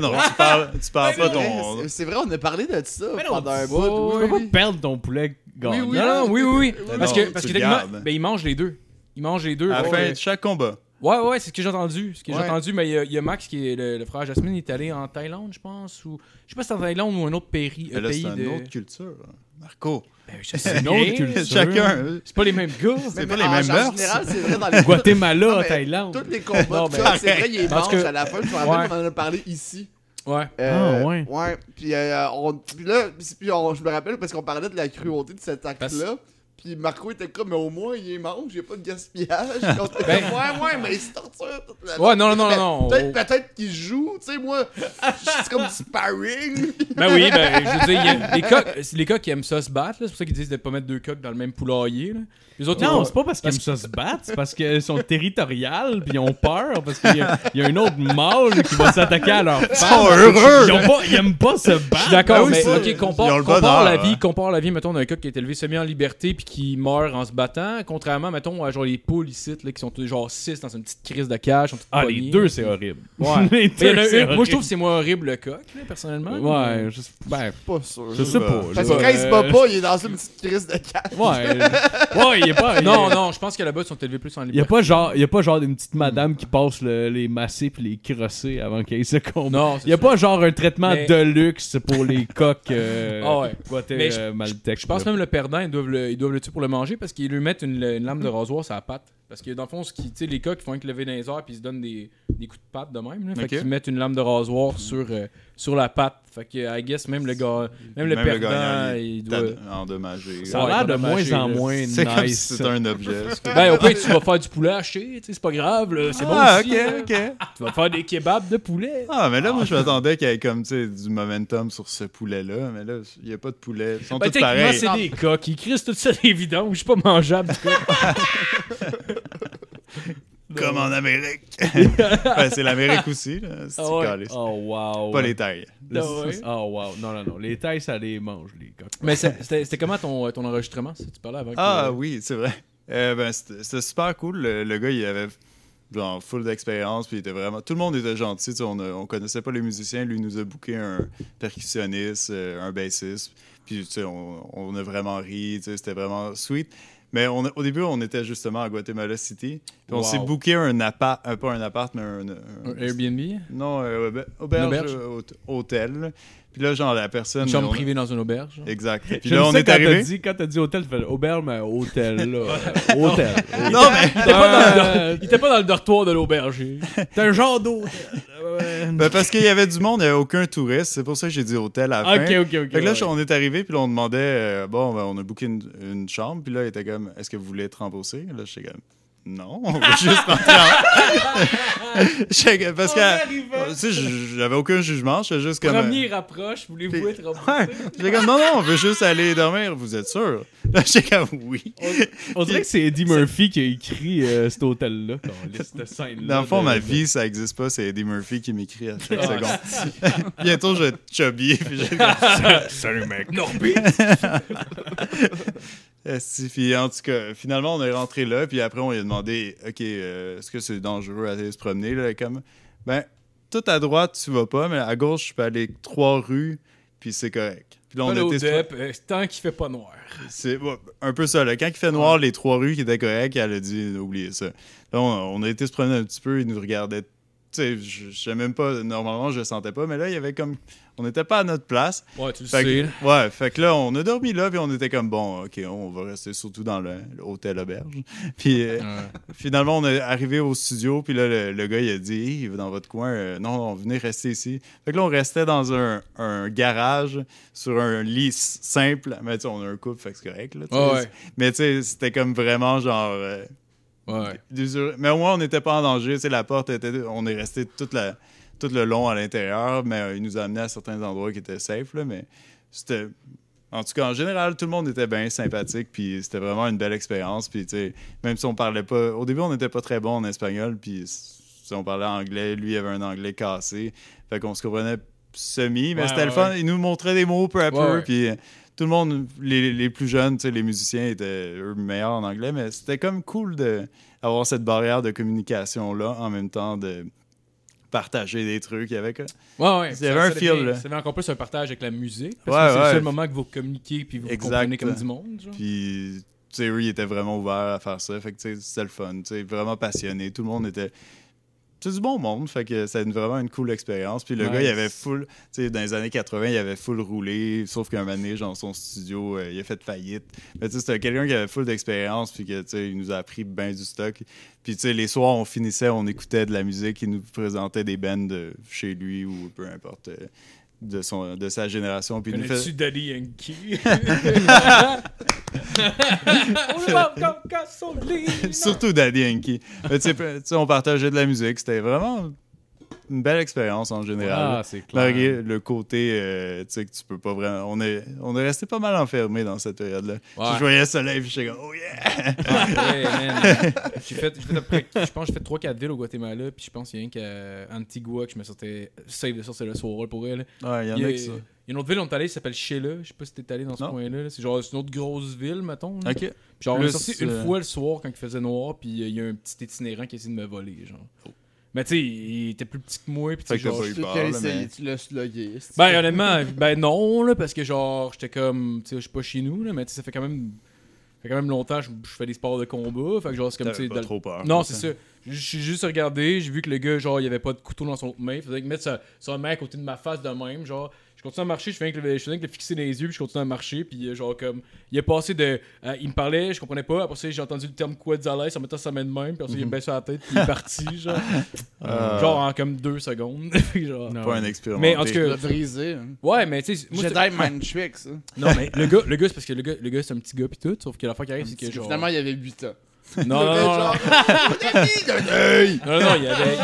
Speaker 6: Non, tu parles, tu parles pas ton.
Speaker 4: C'est- C'est vrai, on a parlé de ça
Speaker 2: Mais non,
Speaker 4: pendant un
Speaker 2: tu-
Speaker 4: bout.
Speaker 2: oui,
Speaker 4: oui,
Speaker 2: oui.
Speaker 4: oui.
Speaker 3: Perdre ton poulet gagnant.
Speaker 4: Oui,
Speaker 2: non, non, oui, oui, oui.
Speaker 6: Non,
Speaker 2: Parce que, parce
Speaker 6: tu
Speaker 2: que
Speaker 6: le
Speaker 2: techniquement,
Speaker 6: gardes.
Speaker 2: ben, il mange les deux. Il mange les deux.
Speaker 6: À la
Speaker 2: Ouais,
Speaker 6: fin
Speaker 2: ouais.
Speaker 6: de chaque combat.
Speaker 2: Ouais, ouais, c'est ce que j'ai entendu. Ce que j'ai
Speaker 6: Ouais.
Speaker 2: entendu, mais il y a- il y, a Max, qui est le, le frère Jasmine, il est allé en Thaïlande, je pense, ou je sais pas si c'est en Thaïlande ou un autre pays.
Speaker 6: Mais
Speaker 2: euh,
Speaker 6: là,
Speaker 2: pays
Speaker 6: c'est une
Speaker 2: de...
Speaker 6: autre culture. hein. Marco.
Speaker 2: Ben, je sais
Speaker 3: Une
Speaker 2: bien.
Speaker 3: autre culture.
Speaker 6: Chacun.
Speaker 2: C'est pas les mêmes gars.
Speaker 6: C'est
Speaker 4: Mais-
Speaker 6: pas
Speaker 4: mais
Speaker 6: les
Speaker 4: en-
Speaker 6: mêmes
Speaker 4: En
Speaker 6: mœurs.
Speaker 4: général, c'est vrai dans les
Speaker 3: Guatemala,
Speaker 4: Non, mais
Speaker 3: Thaïlande.
Speaker 4: Tous les combats
Speaker 2: Non,
Speaker 4: de
Speaker 2: mais-
Speaker 4: cops, c'est vrai, ils
Speaker 2: Parce
Speaker 4: mangent
Speaker 2: que-
Speaker 4: à la fin. Je me rappelle
Speaker 2: Ouais.
Speaker 4: qu'on en a parlé ici.
Speaker 2: Ouais.
Speaker 4: Euh,
Speaker 3: Ah, ouais.
Speaker 4: Puis, euh, on, puis là, puis- puis on- je me rappelle parce qu'on parlait de la cruauté de cet acte-là. Puis Marco était comme, mais au moins, il est mange, il n'y a pas de gaspillage. Puis on était
Speaker 2: Ben-
Speaker 4: comme, ouais, ouais, mais il se torture toute la
Speaker 2: Ouais, non, non, non,
Speaker 4: Mais
Speaker 2: non.
Speaker 4: Peut-être peut-être qu'il joue, tu sais, moi, c'est comme du sparring.
Speaker 2: Ben oui, ben, je veux dire, il y a- les coqs, c'est les coqs qui aiment ça se battre, là. c'est pour ça qu'ils disent de pas mettre deux coqs dans le même poulailler. Là. Les autres, ils
Speaker 3: Non,
Speaker 2: vont-
Speaker 3: c'est pas parce qu'ils aiment ça se battre, c'est parce qu'ils sont territoriales puis ils ont peur parce qu'il y, a- il y a un autre mâle qui va s'attaquer à leur
Speaker 6: Ils
Speaker 3: femme.
Speaker 6: sont
Speaker 3: Ils,
Speaker 6: heureux.
Speaker 3: ont pas, ils aiment pas se
Speaker 2: Je suis
Speaker 3: battre. Ah
Speaker 2: d'accord,
Speaker 6: Ben oui,
Speaker 2: mais
Speaker 6: ça,
Speaker 2: ok,
Speaker 6: ils ont
Speaker 2: compare,
Speaker 6: le
Speaker 2: compare
Speaker 6: bonheur,
Speaker 2: la vie,
Speaker 6: hein.
Speaker 2: compare la vie, mettons, d'un coq qui est élevé semi en liberté puis qui meurt en se battant, contrairement, mettons, à genre les poules ici, là, qui sont tous genre 6 dans une petite crise de cage. sont toutes
Speaker 3: Ah,
Speaker 2: pognées.
Speaker 3: les deux, c'est horrible.
Speaker 2: Ouais.
Speaker 3: Les
Speaker 2: Mais il y en
Speaker 3: deux,
Speaker 2: a
Speaker 3: c'est
Speaker 2: une- moi, je trouve
Speaker 3: horrible.
Speaker 2: que c'est moins horrible le coq, là, personnellement.
Speaker 3: Ouais, je, ben,
Speaker 4: Pas sûr.
Speaker 3: je sais pas.
Speaker 4: Parce
Speaker 3: je-
Speaker 4: que quand il se bat pas, il est dans une petite crise de cage.
Speaker 3: Ouais, ouais, il est pas.
Speaker 2: Non, non, je pense que là-bas, ils sont élevés plus en
Speaker 3: Il y a
Speaker 2: liberté.
Speaker 3: pas genre, il y a pas genre une petite madame qui passe le- les massés puis les crosser avant qu'ils se combat.
Speaker 2: Non, c'est
Speaker 3: Il y a
Speaker 2: ça.
Speaker 3: pas genre un traitement
Speaker 2: Mais-
Speaker 3: de luxe pour les coqs euh,
Speaker 2: Ah ouais.
Speaker 3: guaté-
Speaker 2: Mais je-
Speaker 3: euh, maltèques,
Speaker 2: Je pense
Speaker 3: là.
Speaker 2: même le perdant, ils doivent le, ils doivent le tuer pour le manger parce qu'ils lui mettent une, une lame de rasoir sur la patte. Parce que dans le fond, ce qui, tu sais, les coqs, ils font que lever dans les airs puis ils se donnent des, des coups de patte de même. Là. Fait
Speaker 6: Ok.
Speaker 2: qu'ils mettent une lame de rasoir sur, euh, sur la patte. Fait que, I guess, même le, gars, même le perdant, il doit.
Speaker 6: t'as endommagé.
Speaker 3: Ça a
Speaker 2: Ouais,
Speaker 3: l'air de
Speaker 2: endommagé,
Speaker 3: moins en
Speaker 2: là.
Speaker 3: moins nice.
Speaker 6: C'est comme si c'était un objet. c'est
Speaker 2: Ben, au pire, tu vas faire du poulet haché, tu sais, c'est pas grave, là, c'est
Speaker 6: Ah,
Speaker 2: bon aussi. là.
Speaker 6: ok, ok.
Speaker 2: Tu vas faire des kebabs de poulet.
Speaker 6: Ah, mais là, moi, je m'attendais qu'il y ait comme, tu sais, du momentum sur ce poulet-là, mais là, il n'y a pas de poulet. Ils sont
Speaker 2: Ben,
Speaker 6: tous
Speaker 2: techniquement,
Speaker 6: pareils.
Speaker 2: c'est des coqs. Ils crissent tout ça des vidanges. Je suis pas mangeable, du coup.
Speaker 6: Ah, Comme en Amérique. Ben, c'est l'Amérique aussi, là. C'est
Speaker 2: Ah ouais.
Speaker 6: calé, c'est
Speaker 3: Oh wow.
Speaker 6: Pas les tailles.
Speaker 3: Le-
Speaker 2: Ah ouais.
Speaker 3: Oh wow. Non non non, les tailles ça les mange les coqs.
Speaker 2: Mais c'est- c'était c'était comment ton, ton enregistrement, si tu parlais avant? que-
Speaker 6: Ah oui, c'est vrai. Euh, ben, c'était c'était super cool. Le, le gars, il avait genre full d'expérience, puis il était vraiment... Tout le monde était gentil, tu sais, on, a- on connaissait pas les musiciens. Lui, il nous a booké un percussionniste, euh, un bassiste, puis tu sais, on, on a vraiment ri, tu sais, c'était vraiment sweet. Mais on a- au début, on était justement à Guatemala City, puis on
Speaker 2: Wow.
Speaker 6: s'est booké un appart, euh, pas un appart, mais un- un-
Speaker 2: Un Airbnb?
Speaker 6: non, euh, auber- auberge,
Speaker 2: Une auberge?
Speaker 6: euh, hôt- hôtel. Puis là, genre, la personne...
Speaker 2: Une chambre
Speaker 6: on-
Speaker 2: privée dans une auberge.
Speaker 6: Exact. Puis
Speaker 3: J'aime
Speaker 6: là, on
Speaker 3: ça
Speaker 6: est
Speaker 3: quand t'as
Speaker 6: arrivé...
Speaker 3: dit- Quand t'as dit hôtel, tu fais auberge mais hôtel là, euh, hôtel.
Speaker 6: Non, mais...
Speaker 2: Il était, pas dans le, il était pas dans le dortoir de l'auberge.
Speaker 3: T'es un genre d'hôtel. Ouais.
Speaker 6: Ben, parce qu'il y avait du monde, il n'y avait aucun touriste. C'est pour ça que j'ai dit hôtel à la
Speaker 3: Ok
Speaker 6: fin.
Speaker 3: ok ok.
Speaker 6: Fait que là,
Speaker 3: ouais.
Speaker 6: on est arrivé, puis là, on demandait, euh, bon, ben, on a booké une, une chambre, puis là, il était comme, est-ce que vous voulez être remboursé? Là, j'étais comme, non, on veut juste rentrer en... J'étais comme- parce que, tu sais, j- j'avais aucun jugement, j'étais juste comme... euh,
Speaker 2: Premier rapproche, voulez-vous être
Speaker 6: Ouais. J'étais comme, non, non, on veut juste aller dormir, vous êtes sûr? Là, j'étais comme, oui.
Speaker 3: On dirait que c'est Eddie Murphy qui a écrit euh, cet hôtel-là. cette scène-là.
Speaker 6: Dans le fond,
Speaker 3: de-
Speaker 6: ma
Speaker 3: de-
Speaker 6: vie, ça n'existe pas, c'est Eddie Murphy qui m'écrit à chaque
Speaker 2: Ah,
Speaker 6: seconde. Bientôt, je vais être chubby, puis je
Speaker 2: Salut, mec. Non, puis.
Speaker 6: Esti, Puis en tout cas, finalement, on est rentré là, puis après, on lui a demandé OK, euh, est-ce que c'est dangereux à aller se promener là, comme, Ben, tout à droite, tu vas pas, mais à gauche, tu peux aller trois rues, puis c'est correct. Puis là, on
Speaker 2: Hello,
Speaker 6: était sur-
Speaker 2: Depp, euh, tant qu'il fait pas noir.
Speaker 6: c'est ouais, un peu ça. là. Quand il fait noir, les trois rues qui étaient correctes, elle a dit oubliez ça. Là, on, on a été se promener un petit peu, il nous regardait. Tu sais, je je sais même pas, normalement, je le sentais pas, mais là, il y avait comme. On n'était pas à notre place.
Speaker 2: Ouais, tu le
Speaker 6: Fait
Speaker 2: sais.
Speaker 6: que- ouais, fait que là, on a dormi là, puis on était comme bon, ok, on va rester surtout dans le- l'hôtel auberge. Puis euh, finalement, on est arrivé au studio, puis là, le, le gars, il a dit, Hey, dans votre coin, euh, non, non, venez rester ici. Fait que là, on restait dans un, un garage sur un lit s- simple. Mais tu sais, on a un couple, fait que c'est correct. Là, tu sais.
Speaker 2: Ouais, ouais.
Speaker 6: Mais tu sais, c'était comme vraiment genre. euh,
Speaker 2: Ouais.
Speaker 6: désolé. Mais au moins, on n'était pas en danger. Tu sais, la porte était. On est resté toute la, tout le long à l'intérieur, mais euh, il nous a amenés à certains endroits qui étaient safe. là, mais c'était. En tout cas, en général, tout le monde était bien sympathique, puis c'était vraiment une belle expérience. Puis, tu sais, même si on parlait pas. Au début, on n'était pas très bon en espagnol, puis si on parlait anglais, lui avait un anglais cassé. Fait qu'on se comprenait semi, mais
Speaker 2: Ouais,
Speaker 6: c'était
Speaker 2: ouais,
Speaker 6: le fun.
Speaker 2: ouais.
Speaker 6: Il nous montrait des mots peu à peu,
Speaker 2: Ouais, ouais.
Speaker 6: puis euh, tout le monde, les, les plus jeunes, tu sais, les musiciens étaient eux meilleurs en anglais, mais c'était comme cool d'avoir cette barrière de communication-là en même temps de partager des trucs avec eux.
Speaker 2: Ouais, ouais.
Speaker 6: Il y avait un feel, là.
Speaker 2: C'était encore plus un partage avec la musique. Parce
Speaker 6: Ouais,
Speaker 2: que c'est
Speaker 6: ouais.
Speaker 2: le seul moment que vous communiquez puis vous vous
Speaker 6: Exact.
Speaker 2: comprenez comme du monde. Genre.
Speaker 6: Puis, tu sais, eux, ils étaient vraiment ouverts à faire ça. Fait que, tu sais, c'était le fun. Tu sais, vraiment passionné. Tout le monde était. C'est du bon monde. Fait que c'était une- vraiment une cool expérience. Puis le
Speaker 3: Nice.
Speaker 6: gars, il avait full. Tu sais, dans les années 80, il avait full roulé. Sauf qu'un moment donné, genre, son studio, euh, il a fait faillite. Mais tu sais, c'était quelqu'un qui avait full d'expérience. Puis que, tu sais, il nous a appris bien du stock. Puis, tu sais, les soirs, on finissait, on écoutait de la musique. Il nous présentait des bands de chez lui ou peu importe. euh, De, son, de sa génération. Puis il nous
Speaker 2: Connais-tu
Speaker 6: fait-
Speaker 2: Daddy Yankee?
Speaker 6: Surtout Daddy Yankee. Mais tu sais, tu sais, on partageait de la musique. C'était vraiment une belle expérience en général.
Speaker 3: Ah, c'est
Speaker 6: Malgré
Speaker 3: clair.
Speaker 6: le côté, euh, tu sais, que tu peux pas vraiment. On est, on est resté pas mal enfermés dans cette période-là.
Speaker 2: Ouais.
Speaker 6: Je voyais le soleil, puis j'étais comme, oh yeah!
Speaker 2: Ouais, man. J'ai fait, j'ai fait après, je pense que j'ai fait 3-4 villes au Guatemala, puis je pense qu'il y a un qu'à Antigua que je me sortais save de ça, c'est le soir pour elle.
Speaker 6: Ouais, il y en
Speaker 2: Il y, a,
Speaker 6: a qui ça.
Speaker 2: il y a une autre ville, on est allé, qui s'appelle Sheila. Je sais pas si t'es allé dans ce
Speaker 6: Non.
Speaker 2: coin-là. là. C'est genre c'est une autre grosse ville, mettons. là.
Speaker 6: Ok.
Speaker 2: Puis genre, on est
Speaker 6: Plus,
Speaker 2: sorti une
Speaker 6: euh,
Speaker 2: fois le soir quand il faisait noir, puis euh, il y a un petit itinérant qui a essayé de me voler, genre. Mais tu sais, il était plus petit que moi, puis tu sais,
Speaker 6: Oh. Fait que t'as
Speaker 2: genre,
Speaker 6: pas eu
Speaker 4: Tu
Speaker 6: peur,
Speaker 4: l'as
Speaker 6: là,
Speaker 4: essayé,
Speaker 6: mais.
Speaker 4: tu l'as slogué. c'est-
Speaker 2: ben honnêtement, ben non là parce que genre j'étais comme tu sais je suis pas chez nous là mais tu sais ça fait quand même ça fait quand même longtemps que je je fais des sports de combat, fait que genre c'est comme tu sais
Speaker 6: T'avais pas
Speaker 2: dans-
Speaker 6: trop peur.
Speaker 2: Non, c'est ça. J- J'ai juste regardé, j'ai vu que le gars genre il avait pas de couteau dans son autre main, faisait que mettre sa, sa main à côté de ma face de même, genre je continue à marcher, je fais que le, je faisais que le fixer dans les yeux, puis je continue à marcher, puis euh, genre comme il est passé de euh, il me parlait, je comprenais pas, après ça j'ai entendu le terme Quetzalcoatl, en mettant sa main de même, puis après ça il me baissé la tête, puis il est parti genre
Speaker 6: Ah.
Speaker 2: genre en comme deux secondes, Puis genre
Speaker 6: Pas un expérimenté.
Speaker 2: mais en tout
Speaker 4: Tu
Speaker 2: cas
Speaker 4: l'as brisé. hein.
Speaker 2: ouais mais tu sais moi, c'est-
Speaker 4: Jedi Mind Tricks. hein.
Speaker 2: non, mais le gars, le gars c'est parce que le gars, le gars c'est un petit gars pis tout, sauf que la fois qui arrive, c'est que genre.
Speaker 4: Finalement, il y avait 8 ans.
Speaker 2: Non, non, non, non, non, non, non, il y avait.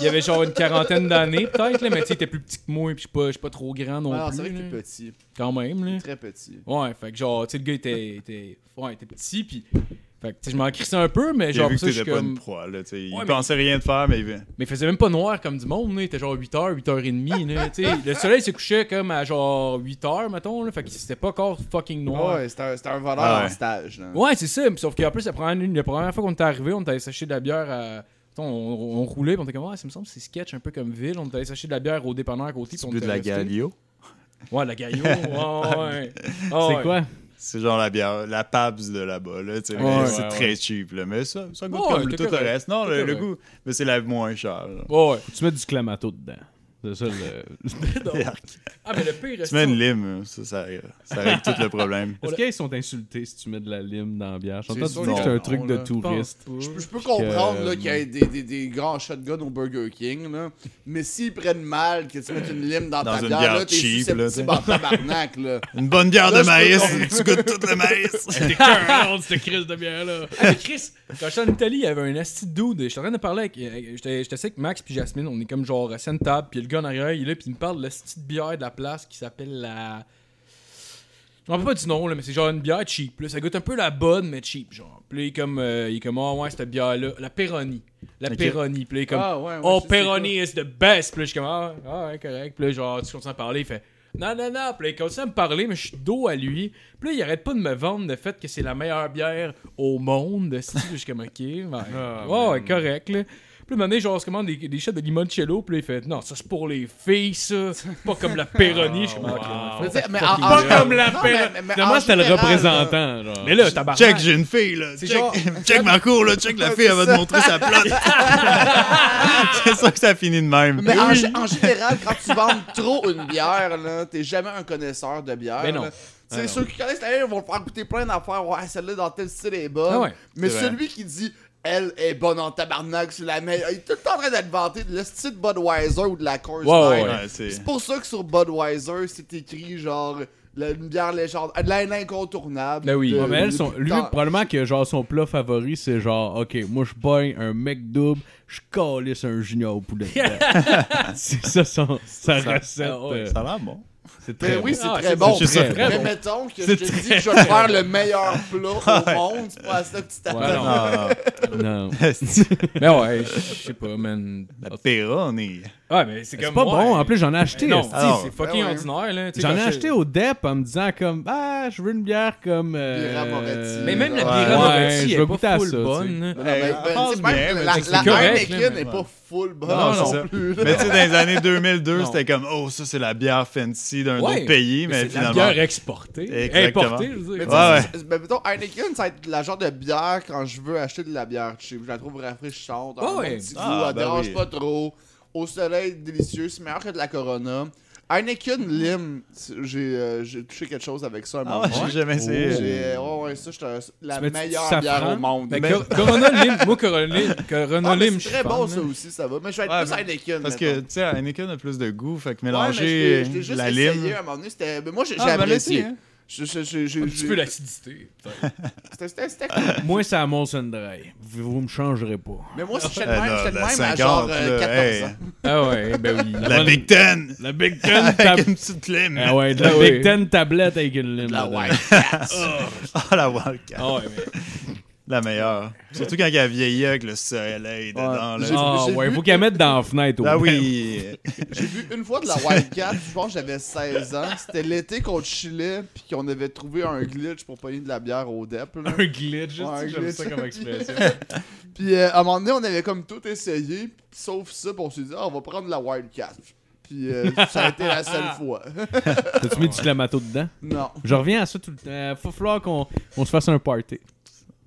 Speaker 2: Il y avait genre une quarantaine d'années, peut-être, là, mais tu sais, il était plus petit que moi, puis je suis pas, je suis pas trop grand non
Speaker 4: Non,
Speaker 2: plus.
Speaker 4: c'est vrai que
Speaker 2: là.
Speaker 4: t'es petit.
Speaker 2: Quand même, là.
Speaker 4: Très petit.
Speaker 2: Ouais, fait que genre, tu sais, le gars était, était, ouais, était petit, puis. Fait que, tu sais, je m'en crissais un peu, mais
Speaker 6: J'ai
Speaker 2: genre,
Speaker 6: vu
Speaker 2: pour
Speaker 6: que
Speaker 2: ça, je
Speaker 6: t'étais
Speaker 2: suis
Speaker 6: pas une
Speaker 2: comme.
Speaker 6: proie, là. tu sais. Il
Speaker 2: Ouais, mais-
Speaker 6: pensait rien de faire, mais il.
Speaker 2: Mais il faisait même pas noir comme du monde, là. Il était genre 8h, 8h30, là. Tu sais, le soleil se couchait comme à genre 8h, mettons, là. Fait que c'était pas encore fucking noir.
Speaker 4: Ouais, c'était un, c'était un voleur
Speaker 6: Ah ouais.
Speaker 4: en stage. là.
Speaker 2: Ouais, c'est ça. mais Sauf qu'en plus, la première, la première fois qu'on était arrivé, on était allé s'acheter de la bière à. On, on, on roulait, puis on était comme, ouais, ça me semble, que c'est sketch un peu comme ville. On était allé s'acheter de la bière au dépanneur à côté. puis
Speaker 6: C'est
Speaker 2: on
Speaker 6: plus de
Speaker 2: était
Speaker 6: la
Speaker 2: resté.
Speaker 6: Galio.
Speaker 2: Ouais, la Gaillot. ouais, ouais. Ah, ouais.
Speaker 5: C'est quoi?
Speaker 6: C'est genre la bière, la Pabs de là-bas, là, tu sais,
Speaker 2: Ouais,
Speaker 6: mais
Speaker 2: ouais,
Speaker 6: c'est
Speaker 5: ouais.
Speaker 6: très cheap, là, mais ça, ça goûte
Speaker 2: Ouais,
Speaker 6: comme
Speaker 2: t'es
Speaker 6: tout le
Speaker 2: correct,
Speaker 6: reste. Non,
Speaker 2: t'es
Speaker 6: le, le
Speaker 2: correct.
Speaker 6: goût, mais c'est la moins chère, là.
Speaker 2: Ouais, ouais.
Speaker 5: Tu mets du clamato dedans. C'est ça le.
Speaker 2: Non. ah, mais le pire,
Speaker 6: Tu mets une lime, ça, ça, ça règle tout le problème.
Speaker 5: Est-ce qu'ils sont insultés si tu mets de la lime dans la bière? J'ai
Speaker 4: C'est
Speaker 5: entendu
Speaker 4: sûr
Speaker 5: dire que
Speaker 4: que
Speaker 5: c'est un
Speaker 4: non,
Speaker 5: truc de
Speaker 4: là.
Speaker 5: touriste.
Speaker 4: Je, peux- je peux comprendre
Speaker 5: que,
Speaker 4: là, qu'il
Speaker 6: Euh,
Speaker 4: y ait des, des, des grands shotguns au Burger King, là, mais s'ils prennent mal que tu mettes une lime dans,
Speaker 6: Dans
Speaker 4: ta
Speaker 6: une
Speaker 4: bière,
Speaker 6: bière
Speaker 4: là, t'es
Speaker 6: cheap,
Speaker 4: susceptible
Speaker 6: là, t'sais.
Speaker 4: en tabarnak. Là.
Speaker 6: Une bonne bière
Speaker 4: Là,
Speaker 6: de
Speaker 4: je
Speaker 6: maïs,
Speaker 4: peux
Speaker 6: tu goûtes tout le maïs.
Speaker 5: cette crise de bière-là.
Speaker 2: Ah, mais Chris, quand j'étais en Italie, il y avait un asti de dude. J'étais en train de parler avec. euh, J'étais j'étais assis avec Max puis Jasmine. On est comme genre à une table. Puis le gars en arrière, il est là. Puis il me parle de l'asti de bière de la place qui s'appelle la. Je m'en rappelle pas du nom, là, mais c'est genre une bière cheap. Là. Ça goûte un peu la bonne, mais cheap. Genre. Puis là, il est comme. euh, il est comme, ah ouais, cette bière-là. La Peroni. La
Speaker 6: Ok.
Speaker 2: Peroni. Puis là, il est comme.
Speaker 4: Ah, ouais, ouais,
Speaker 2: oh,
Speaker 4: je sais
Speaker 2: Peroni is the best. Puis là, je suis comme, ah, ah, ouais, correct. Puis là, genre, tu continues à parler. Il fait. Non, non, non. Puis là, il continue à me parler, mais je suis dos à lui. Puis là, il arrête pas de me vendre le fait que c'est la meilleure bière au monde. Si, je suis comme, ok, ouais, ouais, ouais, correct, là. Puis là, un moment donné, genre, on se commande des, des shots de limoncello. Puis là, il fait, non, ça c'est pour les filles, ça. C'est pas comme la Peroni. je suis comme, ok,
Speaker 4: Mais, t'sais, mais en-
Speaker 2: Pas
Speaker 4: en-
Speaker 5: comme la
Speaker 4: non,
Speaker 5: paix.
Speaker 4: mais- mais- mais en
Speaker 5: Finalement, c'était le
Speaker 4: général, là,
Speaker 5: représentant. genre.
Speaker 2: Ah, Mais là, tabarnak.
Speaker 6: Check, j'ai une fille, là.
Speaker 2: C'est
Speaker 6: Check,
Speaker 2: genre-
Speaker 6: check ma cour, là. Check, la fille, elle va te montrer sa plate. c'est ça que ça finit de même.
Speaker 4: Mais en, gé- en général, quand tu vends trop une bière, là, t'es jamais un connaisseur de bière.
Speaker 2: Ben non.
Speaker 4: là. Tu sais, ceux qui connaissent la bière, ils vont faire goûter plein d'affaires. Ouais, celle-là dans tel style est bonne.
Speaker 2: Ah ouais.
Speaker 4: Mais
Speaker 6: C'est vrai.
Speaker 4: celui qui dit elle est bonne en tabarnak, c'est la meilleure. Il est tout le temps en train d'être vanté de le style Budweiser ou de la Coors
Speaker 2: Ouais,
Speaker 4: Light.
Speaker 2: ouais,
Speaker 6: Ouais, c'est-
Speaker 4: C'est pour ça que sur Budweiser, c'est écrit genre la, une bière légendaire, de l'incontournable.
Speaker 2: Ben oui.
Speaker 4: de-
Speaker 3: Ah,
Speaker 5: Ouais, mais elles sont.
Speaker 4: de-
Speaker 5: Lui,
Speaker 4: dans-
Speaker 5: probablement que genre son plat favori, c'est genre, ok, moi je boigne un mec double, je calisse un junior au poulet. dedans. c'est ça son, sa recette.
Speaker 2: Ah ouais.
Speaker 5: euh,
Speaker 6: Ça va, bon.
Speaker 3: C'est très
Speaker 4: Ben oui, c'est
Speaker 2: Ah,
Speaker 4: très
Speaker 2: c'est-
Speaker 4: bon.
Speaker 2: c'est ça,
Speaker 4: mais
Speaker 2: très bon.
Speaker 4: mettons que je
Speaker 3: C'est
Speaker 4: te dis que je vais faire le meilleur plat au monde, c'est pas à ça que tu t'attends.
Speaker 3: Ouais, non.
Speaker 6: Ah,
Speaker 3: bon. Non.
Speaker 2: Mais ouais, je sais pas, man.
Speaker 6: la Péra, on est.
Speaker 2: Ouais, mais c'est
Speaker 3: C'est
Speaker 2: comme
Speaker 3: pas
Speaker 2: moi,
Speaker 3: bon.
Speaker 2: hein.
Speaker 3: En plus, j'en ai acheté.
Speaker 2: non,
Speaker 3: esti.
Speaker 2: c'est-
Speaker 6: Ah,
Speaker 2: c'est
Speaker 6: ouais.
Speaker 2: fucking
Speaker 4: Ah ouais.
Speaker 2: ordinaire, là. Tu sais,
Speaker 3: J'en
Speaker 2: quand
Speaker 3: ai
Speaker 2: je-
Speaker 3: acheté au DEP en me disant comme ah je veux une bière comme euh,
Speaker 4: Bira Moretti.
Speaker 2: Mais même la
Speaker 6: Ouais.
Speaker 2: Bira
Speaker 3: Ouais,
Speaker 2: Moretti
Speaker 3: je
Speaker 2: elle
Speaker 3: vais
Speaker 2: est
Speaker 3: goûter
Speaker 2: pas
Speaker 3: à
Speaker 2: full
Speaker 3: ça, tu sais.
Speaker 2: bonne. là.
Speaker 4: Non, mais-
Speaker 6: Ah,
Speaker 4: mais
Speaker 6: pense
Speaker 4: ben, c'est pas-
Speaker 6: bien, mais
Speaker 4: la
Speaker 6: c'est
Speaker 4: la
Speaker 2: correct,
Speaker 4: Heineken
Speaker 6: mais-
Speaker 4: n'est pas full bonne
Speaker 6: Non, c'est
Speaker 4: non,
Speaker 6: ça.
Speaker 4: plus. là.
Speaker 6: Mais tu sais, dans les années 2002,
Speaker 2: Non.
Speaker 6: c'était comme, oh, ça, c'est la bière fancy d'un
Speaker 2: Ouais.
Speaker 6: autre pays, mais,
Speaker 2: c'est de la
Speaker 6: finalement.
Speaker 2: bière exportée.
Speaker 6: Exactement.
Speaker 2: Importée, je veux
Speaker 4: Mais
Speaker 2: dire.
Speaker 4: tu
Speaker 6: Ouais,
Speaker 4: sais, c'est- Mais mettons, Heineken, ça va être la genre de bière quand je veux acheter de la bière cheap. Je la trouve rafraîchissante. un
Speaker 2: Ouais.
Speaker 4: petit goût,
Speaker 6: Ah,
Speaker 4: elle
Speaker 6: ben
Speaker 4: dérange
Speaker 6: oui.
Speaker 4: pas trop. Au soleil, délicieux. C'est meilleur que de la Corona. Heineken Lime, c'est- j'ai euh, j'ai touché quelque chose avec ça un
Speaker 6: Ah
Speaker 4: moment.
Speaker 6: ouais, j'ai jamais essayé.
Speaker 4: Oh, J'ai- ouais, ouais, ça, c'est la
Speaker 2: Tu mets du
Speaker 4: meilleure
Speaker 2: safran?
Speaker 4: bière au monde.
Speaker 2: Mais
Speaker 4: Mais-
Speaker 2: Cor- Corona Lime, moi Corona Lime, Corona
Speaker 4: Ah, mais
Speaker 2: Lime, je
Speaker 4: c'est
Speaker 2: suis
Speaker 4: très
Speaker 2: fan,
Speaker 4: bon
Speaker 2: là.
Speaker 4: ça aussi, ça va. Mais je vais être
Speaker 6: Ouais,
Speaker 4: plus
Speaker 6: mais-
Speaker 4: Heineken.
Speaker 6: Parce que,
Speaker 4: mettons.
Speaker 6: tu sais, Heineken a plus de goût, fait que
Speaker 4: Ouais, mais je l'ai-
Speaker 6: mélanger
Speaker 4: je l'ai juste
Speaker 6: la
Speaker 4: essayé
Speaker 6: lime.
Speaker 4: à un moment donné. c'était- Mais moi, j'ai
Speaker 6: Ah,
Speaker 4: j'ai
Speaker 6: ben,
Speaker 4: apprécié.
Speaker 6: l'essayer, hein.
Speaker 4: Je- je- je- je-
Speaker 2: Un petit
Speaker 4: je-
Speaker 2: peu l'acidité. peut-être.
Speaker 4: c'était- C'était c'était cool.
Speaker 3: Moi c'est à Molson Dry. Vous, vous me changerez pas.
Speaker 4: Mais moi, si j'étais de
Speaker 6: Euh,
Speaker 4: même,
Speaker 6: non,
Speaker 4: j'étais de
Speaker 6: la
Speaker 4: même à genre
Speaker 6: 50,
Speaker 4: euh,
Speaker 6: là,
Speaker 4: 14
Speaker 6: hey.
Speaker 4: ans.
Speaker 2: Ah
Speaker 5: eh
Speaker 2: ouais, ben oui.
Speaker 6: La Big Ten!
Speaker 3: La Big Ten
Speaker 6: Avec
Speaker 3: tablette.
Speaker 6: une petite lime!
Speaker 3: ah ouais, de la
Speaker 2: Ah oui.
Speaker 3: Big Ten tablette avec une lime.
Speaker 4: La
Speaker 3: dedans.
Speaker 4: White Cats.
Speaker 6: Ah, la Wildcat!
Speaker 2: Ah ouais, mais
Speaker 6: La meilleure. Surtout quand elle vieillit avec le soleil dedans. là.
Speaker 4: J'ai-
Speaker 3: Ah
Speaker 4: j'ai
Speaker 3: ouais,
Speaker 4: vu-
Speaker 3: faut qu'elle mette dans la fenêtre. au
Speaker 6: Ah
Speaker 3: moins.
Speaker 6: oui!
Speaker 4: J'ai vu une fois de la Wildcat, je pense que j'avais 16 ans. C'était l'été qu'on chillait, puis qu'on avait trouvé un glitch pour pogner de la bière au DEP. là.
Speaker 3: Un glitch,
Speaker 4: Ouais, un
Speaker 3: tu sais, j'aime
Speaker 4: glitch.
Speaker 3: ça comme expression.
Speaker 4: Puis euh, à un moment donné, on avait comme tout essayé, sauf ça, puis on s'est dit, ah, on va prendre la Wildcat. Puis euh, ça a été la seule fois.
Speaker 3: T'as-tu mis du clamato dedans?
Speaker 4: non.
Speaker 3: Je reviens à ça tout le temps. Euh, Faut falloir qu'on on se fasse un party.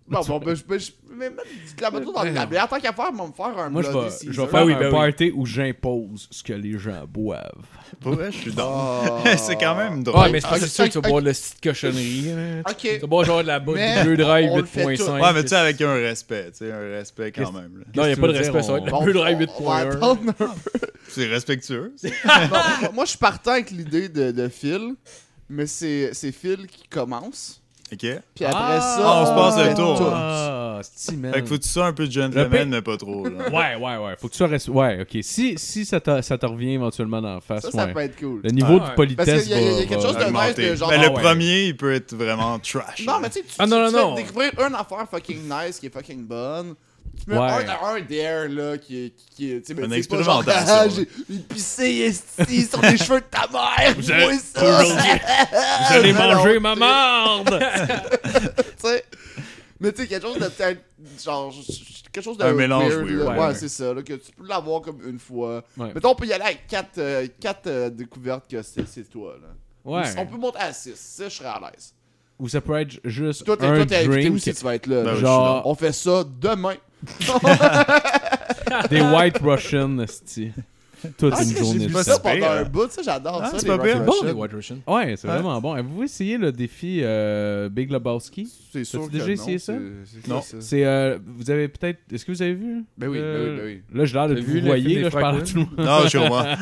Speaker 4: Bon, bon, ben, je peux. Je, mais mettre du clamato dans de la bière. Tant qu'à faire, on va me faire un
Speaker 3: Moi, je
Speaker 4: bloody
Speaker 3: vais, je vais
Speaker 4: Caesar.
Speaker 3: faire
Speaker 2: oui,
Speaker 3: un
Speaker 2: ben oui.
Speaker 3: party où j'impose ce que les gens boivent.
Speaker 6: Pour vrai, je suis dans.
Speaker 4: Ah.
Speaker 6: C'est quand même drôle.
Speaker 2: Ouais, mais c'est pas- c'est sûr que tu vas boire de la petite cochonnerie. là.
Speaker 4: Ok.
Speaker 2: Tu vas boire genre de la botte
Speaker 4: Mais
Speaker 2: Bleu Dry
Speaker 4: on le fait
Speaker 2: 8.5.
Speaker 6: Ouais, mais tu sais, avec un respect, tu sais, un respect quand même. là.
Speaker 2: Non, il n'y a
Speaker 3: Qu'est-ce
Speaker 2: pas de
Speaker 3: que tu veux
Speaker 2: respect,
Speaker 3: dire,
Speaker 2: ça va être
Speaker 3: on-
Speaker 2: la
Speaker 4: Bon,
Speaker 2: Bleu Dry
Speaker 4: on va
Speaker 2: 8.1.
Speaker 4: attendre un
Speaker 6: C'est respectueux.
Speaker 4: Bon, moi, je suis partant avec l'idée de, de Phil, mais c'est c'est Phil qui commence.
Speaker 6: Ok? Fait
Speaker 4: Puis après
Speaker 2: Ah!
Speaker 4: ça.
Speaker 6: Ah, on se passe le
Speaker 4: fait
Speaker 6: tour.
Speaker 4: tout.
Speaker 3: Ah, c'est man.
Speaker 6: que faut que tu sois un peu
Speaker 3: Le pain-
Speaker 6: gentleman, mais pas trop. là.
Speaker 3: Ouais, ouais, ouais. Faut que tu sois res- Ouais, ok. Si, si ça te ça te revient éventuellement dans la face,
Speaker 4: Ça, ça
Speaker 3: ouais.
Speaker 4: peut être cool.
Speaker 3: Le niveau
Speaker 2: Ah, ouais.
Speaker 3: de
Speaker 4: Parce
Speaker 3: politesse
Speaker 4: qu'il y, a- il y a- il y a
Speaker 3: va-
Speaker 4: quelque chose
Speaker 3: va-
Speaker 4: de nice
Speaker 6: Augmenter.
Speaker 4: de genre.
Speaker 6: Mais
Speaker 3: Ah
Speaker 6: le
Speaker 3: ouais.
Speaker 6: premier, il peut être vraiment trash.
Speaker 4: Non,
Speaker 6: là.
Speaker 4: mais tu sais, tu,
Speaker 2: Ah, non, non,
Speaker 4: tu- tu fais
Speaker 2: non.
Speaker 4: découvrir une affaire fucking nice qui est fucking bonne. Tu mets
Speaker 3: Ouais.
Speaker 4: un, un dare là qui est. Qui, qui est tu sais, mais
Speaker 6: Une
Speaker 4: c'est pas genre,
Speaker 6: expérimentation,
Speaker 4: Ah,
Speaker 6: là.
Speaker 4: j'ai j'ai pissé esti, sur les cheveux de ta mère. Vous
Speaker 3: avez-
Speaker 4: Vous
Speaker 3: J'allais
Speaker 2: Ah,
Speaker 3: manger ma marde!
Speaker 4: tu sais. Mais tu sais, quelque chose de peut-être. Genre, je- je- quelque chose de.
Speaker 6: Un mélange
Speaker 4: weird,
Speaker 6: weird,
Speaker 4: là.
Speaker 3: ouais,
Speaker 4: Ouais,
Speaker 3: ouais.
Speaker 4: c'est ça. Là, que tu peux l'avoir comme une fois.
Speaker 3: Ouais.
Speaker 4: Mettons, on peut y aller avec 4 euh, découvertes que c'est c'est toi. Là.
Speaker 3: Ouais.
Speaker 4: Ou si On peut monter à 6. Ça, je serais à l'aise.
Speaker 3: Ou ça peut être juste
Speaker 4: Toi, t'es
Speaker 3: un
Speaker 4: toi, t'es invité
Speaker 3: drink,
Speaker 4: aussi, tu vas être là.
Speaker 6: Ben
Speaker 4: là.
Speaker 6: oui,
Speaker 3: genre
Speaker 4: On fait ça demain.
Speaker 3: des White Russian, esti. Toute
Speaker 4: Ah,
Speaker 3: une
Speaker 4: c'est que
Speaker 3: journée.
Speaker 4: j'ai
Speaker 3: de
Speaker 4: vu
Speaker 6: pas
Speaker 4: ça
Speaker 3: ça.
Speaker 6: si
Speaker 4: pendant
Speaker 6: pire.
Speaker 4: un bout. Ça, j'adore
Speaker 6: Ah,
Speaker 4: ça.
Speaker 6: c'est
Speaker 4: les
Speaker 6: pas pire.
Speaker 4: Rock
Speaker 2: Bon,
Speaker 4: Russian.
Speaker 2: les White Russian.
Speaker 3: Ouais,
Speaker 4: Hein?
Speaker 3: c'est vraiment bon. Avez-vous essayé le défi euh, Big Lebowski?
Speaker 4: C'est sûr
Speaker 3: T'as-tu
Speaker 4: que
Speaker 3: déjà
Speaker 4: non,
Speaker 3: essayé ça?
Speaker 4: c'est- c'est
Speaker 6: Non.
Speaker 4: ça.
Speaker 3: C'est euh, vous avez peut-être est-ce que vous avez vu
Speaker 4: Ben oui,
Speaker 3: Euh,
Speaker 4: ben oui,
Speaker 3: Là, j'ai l'air de
Speaker 2: T'as
Speaker 3: vous
Speaker 2: vu le
Speaker 3: voyez,
Speaker 2: film
Speaker 3: là,
Speaker 2: des
Speaker 3: je parle à
Speaker 2: Franklin?
Speaker 3: tout le monde.
Speaker 6: Non, je suis au moins.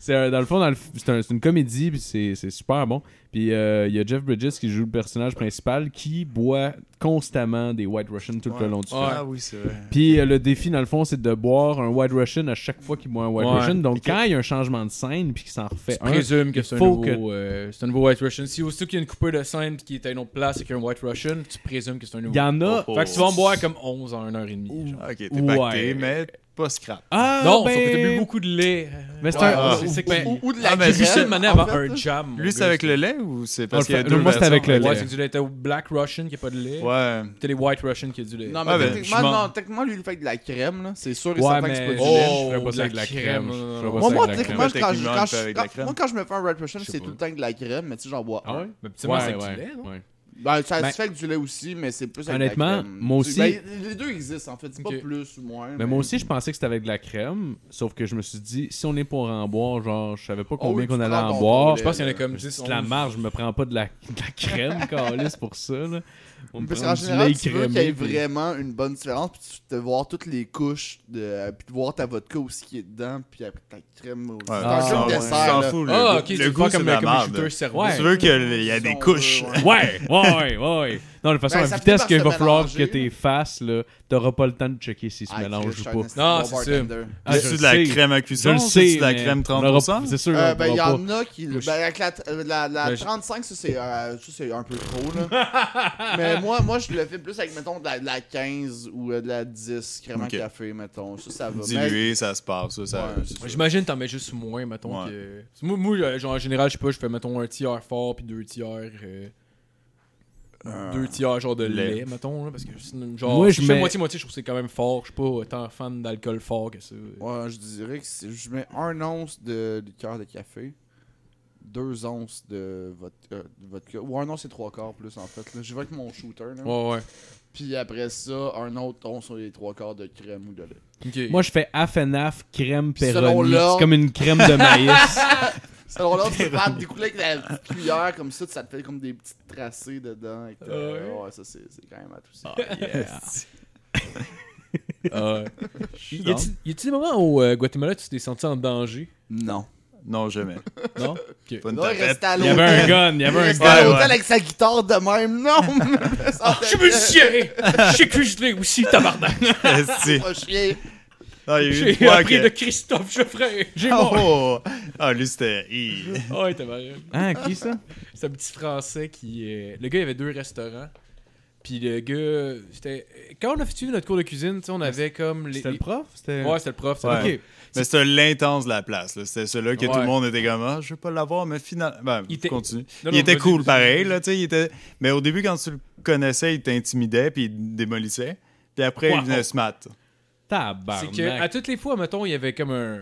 Speaker 3: C'est euh, dans le fond dans le f- c'est un- c'est une comédie puis c'est c'est super bon. Puis euh, il y a Jeff Bridges qui joue le personnage principal qui boit constamment des White Russian tout le long du film.
Speaker 6: Ah oui, c'est vrai.
Speaker 3: Puis euh, le défi, dans le fond, c'est de boire un White Russian à chaque fois qu'il boit un White
Speaker 2: Ouais.
Speaker 3: Russian. Donc,
Speaker 2: Ok.
Speaker 3: quand il y a un changement de scène, puis qu'il s'en refait
Speaker 2: Je
Speaker 3: un,
Speaker 2: présume que c'est un,
Speaker 3: faut
Speaker 2: nouveau,
Speaker 3: que-
Speaker 2: euh, c'est un nouveau White Russian. Si aussitôt qu'il y a une coupeur de scène pis qu'il est à une autre place et qu'il y a un White Russian, tu présumes que c'est un nouveau.
Speaker 3: il y en a.
Speaker 6: Oh, oh.
Speaker 2: Fait que tu vas en boire comme 11 en 1h30.
Speaker 6: Ok, t'es
Speaker 3: Ouais.
Speaker 6: pacté, mais pas scrap.
Speaker 3: Ah,
Speaker 2: non,
Speaker 3: ben...
Speaker 2: sauf que t'as bu beaucoup de lait.
Speaker 3: Mais c'est
Speaker 4: Ouais,
Speaker 3: un.
Speaker 6: ah.
Speaker 2: c'est ça que
Speaker 4: oui. Ou, ou de la
Speaker 6: Ah, ben,
Speaker 2: J'ai vu ça de
Speaker 4: grêle,
Speaker 2: manière
Speaker 4: en
Speaker 2: avant
Speaker 4: fait, là.
Speaker 2: un jam. mon
Speaker 6: Lui, c'est
Speaker 2: gars,
Speaker 6: avec le lait ou c'est
Speaker 3: On le
Speaker 6: parce qu'il y a
Speaker 3: fait-
Speaker 6: deux
Speaker 3: moi, c'est
Speaker 6: versions,
Speaker 3: avec le
Speaker 6: hein?
Speaker 3: lait.
Speaker 2: Ouais, c'est que du lait. T'as au Black Russian qui a pas de lait.
Speaker 6: Ouais.
Speaker 2: T'as les White Russian qui a du lait.
Speaker 4: Non, mais
Speaker 6: Ah, ben,
Speaker 4: techniquement,
Speaker 6: je m'en-
Speaker 4: non, techniquement, lui, il fait de la crème, là. C'est sûr et
Speaker 3: Ouais,
Speaker 4: certain que
Speaker 3: mais
Speaker 4: c'est pas du
Speaker 2: Oh,
Speaker 4: lait.
Speaker 3: je ferais pas ça avec de la
Speaker 2: crème,
Speaker 3: crème.
Speaker 2: non,
Speaker 3: je
Speaker 2: non, non.
Speaker 3: ferais pas ça
Speaker 4: Moi, moi,
Speaker 3: avec la crème.
Speaker 4: techniquement, je- quand je-
Speaker 6: Techniquement,
Speaker 4: quand
Speaker 6: il fait
Speaker 4: je-
Speaker 6: avec la crème.
Speaker 4: quand- moi, quand je me fais un Red Russian,
Speaker 3: Je sais
Speaker 4: c'est
Speaker 3: pas.
Speaker 4: tout le temps avec de la crème, mais tu sais, j'en bois.
Speaker 3: Ah ouais?
Speaker 2: Mais petit moment,
Speaker 3: Ouais,
Speaker 2: c'est avec
Speaker 3: ouais,
Speaker 2: du lait, non?
Speaker 3: ouais.
Speaker 4: Ben, ça
Speaker 3: Ben-
Speaker 4: se fait avec du lait aussi, mais c'est plus avec de
Speaker 3: Honnêtement,
Speaker 4: la crème.
Speaker 3: moi
Speaker 4: Tu-
Speaker 3: aussi-
Speaker 4: ben, les deux existent, en fait. C'est
Speaker 2: Ok.
Speaker 4: pas plus ou moins.
Speaker 3: Mais moi aussi, je pensais que c'était avec de la crème. Sauf que je me suis dit, si on est pour en boire, genre, je savais pas combien
Speaker 4: oui,
Speaker 3: qu'on
Speaker 4: tu
Speaker 3: allait
Speaker 4: prends
Speaker 3: en
Speaker 4: ton
Speaker 3: boire.
Speaker 4: lait.
Speaker 2: Je pense qu'il y en a comme
Speaker 3: Je me suis
Speaker 2: 10.
Speaker 3: dit, la
Speaker 2: 11.
Speaker 3: marge, je me prends pas de la, de la crème, calice, pour ça. Là. On me
Speaker 4: Parce
Speaker 3: prend
Speaker 4: qu'en
Speaker 3: du
Speaker 4: général,
Speaker 3: lait
Speaker 4: tu veux qu'il y
Speaker 3: crémé,
Speaker 4: ait
Speaker 3: puis-
Speaker 4: vraiment une bonne différence, puis tu- de voir toutes les couches, de, puis de voir ta vodka aussi qui est dedans, puis après ta crème aussi.
Speaker 6: Ouais,
Speaker 3: Ah,
Speaker 4: c'est un peu
Speaker 3: ouais.
Speaker 4: le dessert, là.
Speaker 6: fous.
Speaker 2: Ah,
Speaker 6: goût-
Speaker 2: ok, tu le vois
Speaker 6: c'est
Speaker 2: comme,
Speaker 6: de la
Speaker 2: comme un
Speaker 6: marde.
Speaker 2: shooter servant.
Speaker 6: Tu veux qu'il y ait
Speaker 4: Si
Speaker 6: des
Speaker 4: on
Speaker 6: couches.
Speaker 4: veut, ouais.
Speaker 3: Ouais, ouais, ouais, ouais. Non, de toute façon,
Speaker 4: Ben,
Speaker 3: à la
Speaker 4: ça finit
Speaker 3: vitesse
Speaker 4: par
Speaker 3: qu'il
Speaker 4: se
Speaker 3: va falloir que
Speaker 4: mélanger,
Speaker 3: t'es fasses, là, t'auras pas le temps de checker s'il se
Speaker 4: Ah,
Speaker 3: mélange
Speaker 4: Chris,
Speaker 3: ou
Speaker 4: je
Speaker 3: pas.
Speaker 4: suis un esti
Speaker 2: Non,
Speaker 4: bon
Speaker 2: c'est sûr.
Speaker 4: bartender.
Speaker 3: Ah,
Speaker 6: C'est-tu
Speaker 3: je
Speaker 6: de la
Speaker 3: le sais.
Speaker 6: crème à
Speaker 3: Je
Speaker 6: cuisson?
Speaker 3: le
Speaker 6: C'est-tu
Speaker 3: sais,
Speaker 6: de la
Speaker 3: mais
Speaker 6: crème
Speaker 3: on aura-
Speaker 6: 30%?
Speaker 3: C'est sûr,
Speaker 4: Euh,
Speaker 3: on
Speaker 4: ben, il y
Speaker 3: aura pas.
Speaker 4: en a qui. Ben, avec la, euh, la, la
Speaker 2: Ben, je-
Speaker 4: 35, ça c'est, euh, ça, c'est un peu trop, là. Mais moi, moi, je le fais plus avec, mettons, de la, de la 15 ou euh, de la 10 crème
Speaker 6: Ok.
Speaker 4: à café, mettons. Ça, ça va. Mais-
Speaker 6: Dilué, ça se passe. ça, ça-
Speaker 4: Ouais.
Speaker 6: c'est ça.
Speaker 2: J'imagine t'en mets juste moins, mettons.
Speaker 6: Ouais.
Speaker 2: Que... Moi, moi, euh, genre, en général, je sais pas, je fais, mettons, un tiers fort puis deux tiers. euh, Deux tiers, genre, de lait,
Speaker 6: Ah. lait.
Speaker 2: mettons. là, parce que, sinon, genre,
Speaker 3: Moi,
Speaker 2: si
Speaker 3: je
Speaker 2: je fais
Speaker 3: mets-
Speaker 2: moitié-moitié, je trouve que c'est quand même fort. Je suis pas tant fan d'alcool fort que ça.
Speaker 4: Ouais, je dirais que si je mets un once de liqueur de café, deux onces de vodka, euh, de vodka- ou un once et trois quarts plus en fait. Là. Je vais avec mon shooter, là.
Speaker 2: Ouais, ouais.
Speaker 4: puis après ça, un autre once et trois quarts de crème ou de lait.
Speaker 2: Ok.
Speaker 3: Moi, je fais half and half crème
Speaker 4: Puis selon
Speaker 3: pepperoni.
Speaker 4: l'ordre-
Speaker 3: C'est comme une crème de maïs.
Speaker 4: Alors là, tu peux pas découler avec la petite cuillère comme ça, ça te fait comme des petites tracés dedans. Et que t'as-
Speaker 2: Ouais.
Speaker 4: ouais, ça c'est c'est quand même à tout ça.
Speaker 3: Ah, ouais.
Speaker 2: Y a-t-il- y a-t-il des moments où euh, Guatemala, tu t'es senti en danger
Speaker 4: Non.
Speaker 6: Non, jamais.
Speaker 2: Non
Speaker 6: Pas une
Speaker 4: Là, il
Speaker 6: tapette.
Speaker 4: restait à
Speaker 3: Il y avait un
Speaker 4: l'hôtel.
Speaker 3: gun, il y
Speaker 4: Il
Speaker 3: avait un Ah,
Speaker 4: restait
Speaker 3: gun.
Speaker 4: à
Speaker 6: Ouais,
Speaker 4: l'hôtel
Speaker 6: ouais.
Speaker 4: avec sa guitare de même. Non,
Speaker 2: Je me suis géré Je sais que je l'ai aussi, tabarnak
Speaker 6: Esti.
Speaker 4: pas chier.
Speaker 6: Ah, il y a eu une
Speaker 2: J'ai
Speaker 6: fois
Speaker 2: appris de
Speaker 6: que...
Speaker 2: Christophe Geoffrey J'ai mort
Speaker 6: Oh! Ah, lui, c'était... Hi.
Speaker 2: Ouais, tabarnak
Speaker 3: Ah, qui ça?
Speaker 2: C'est un petit français qui. euh, Le gars, il avait deux restaurants. Puis le gars. C'était. Quand on a suivi notre cours de cuisine, tu sais, on avait comme. Les...
Speaker 3: Ah, C'était le prof? C'était...
Speaker 2: Ouais, c'était le prof. c'était
Speaker 6: Ouais.
Speaker 2: le prof.
Speaker 3: Ok.
Speaker 6: Mais c'était l'intense de la place. là. C'était celui-là que tout
Speaker 2: Ouais.
Speaker 6: le monde était comme Ah, je veux pas l'avoir, mais finalement. Ben,
Speaker 2: Il était-
Speaker 6: continue.
Speaker 2: Non,
Speaker 6: il
Speaker 2: non,
Speaker 6: était
Speaker 2: vas-y,
Speaker 6: cool
Speaker 2: vas-y.
Speaker 6: pareil. Là, tu sais, il était... Mais au début, quand tu le connaissais, il t'intimidait puis il te démolissait. Puis après,
Speaker 2: Wow.
Speaker 6: il venait se mat.
Speaker 2: C'est que à
Speaker 3: Tabarnak.
Speaker 2: toutes les fois, mettons, il y avait comme un.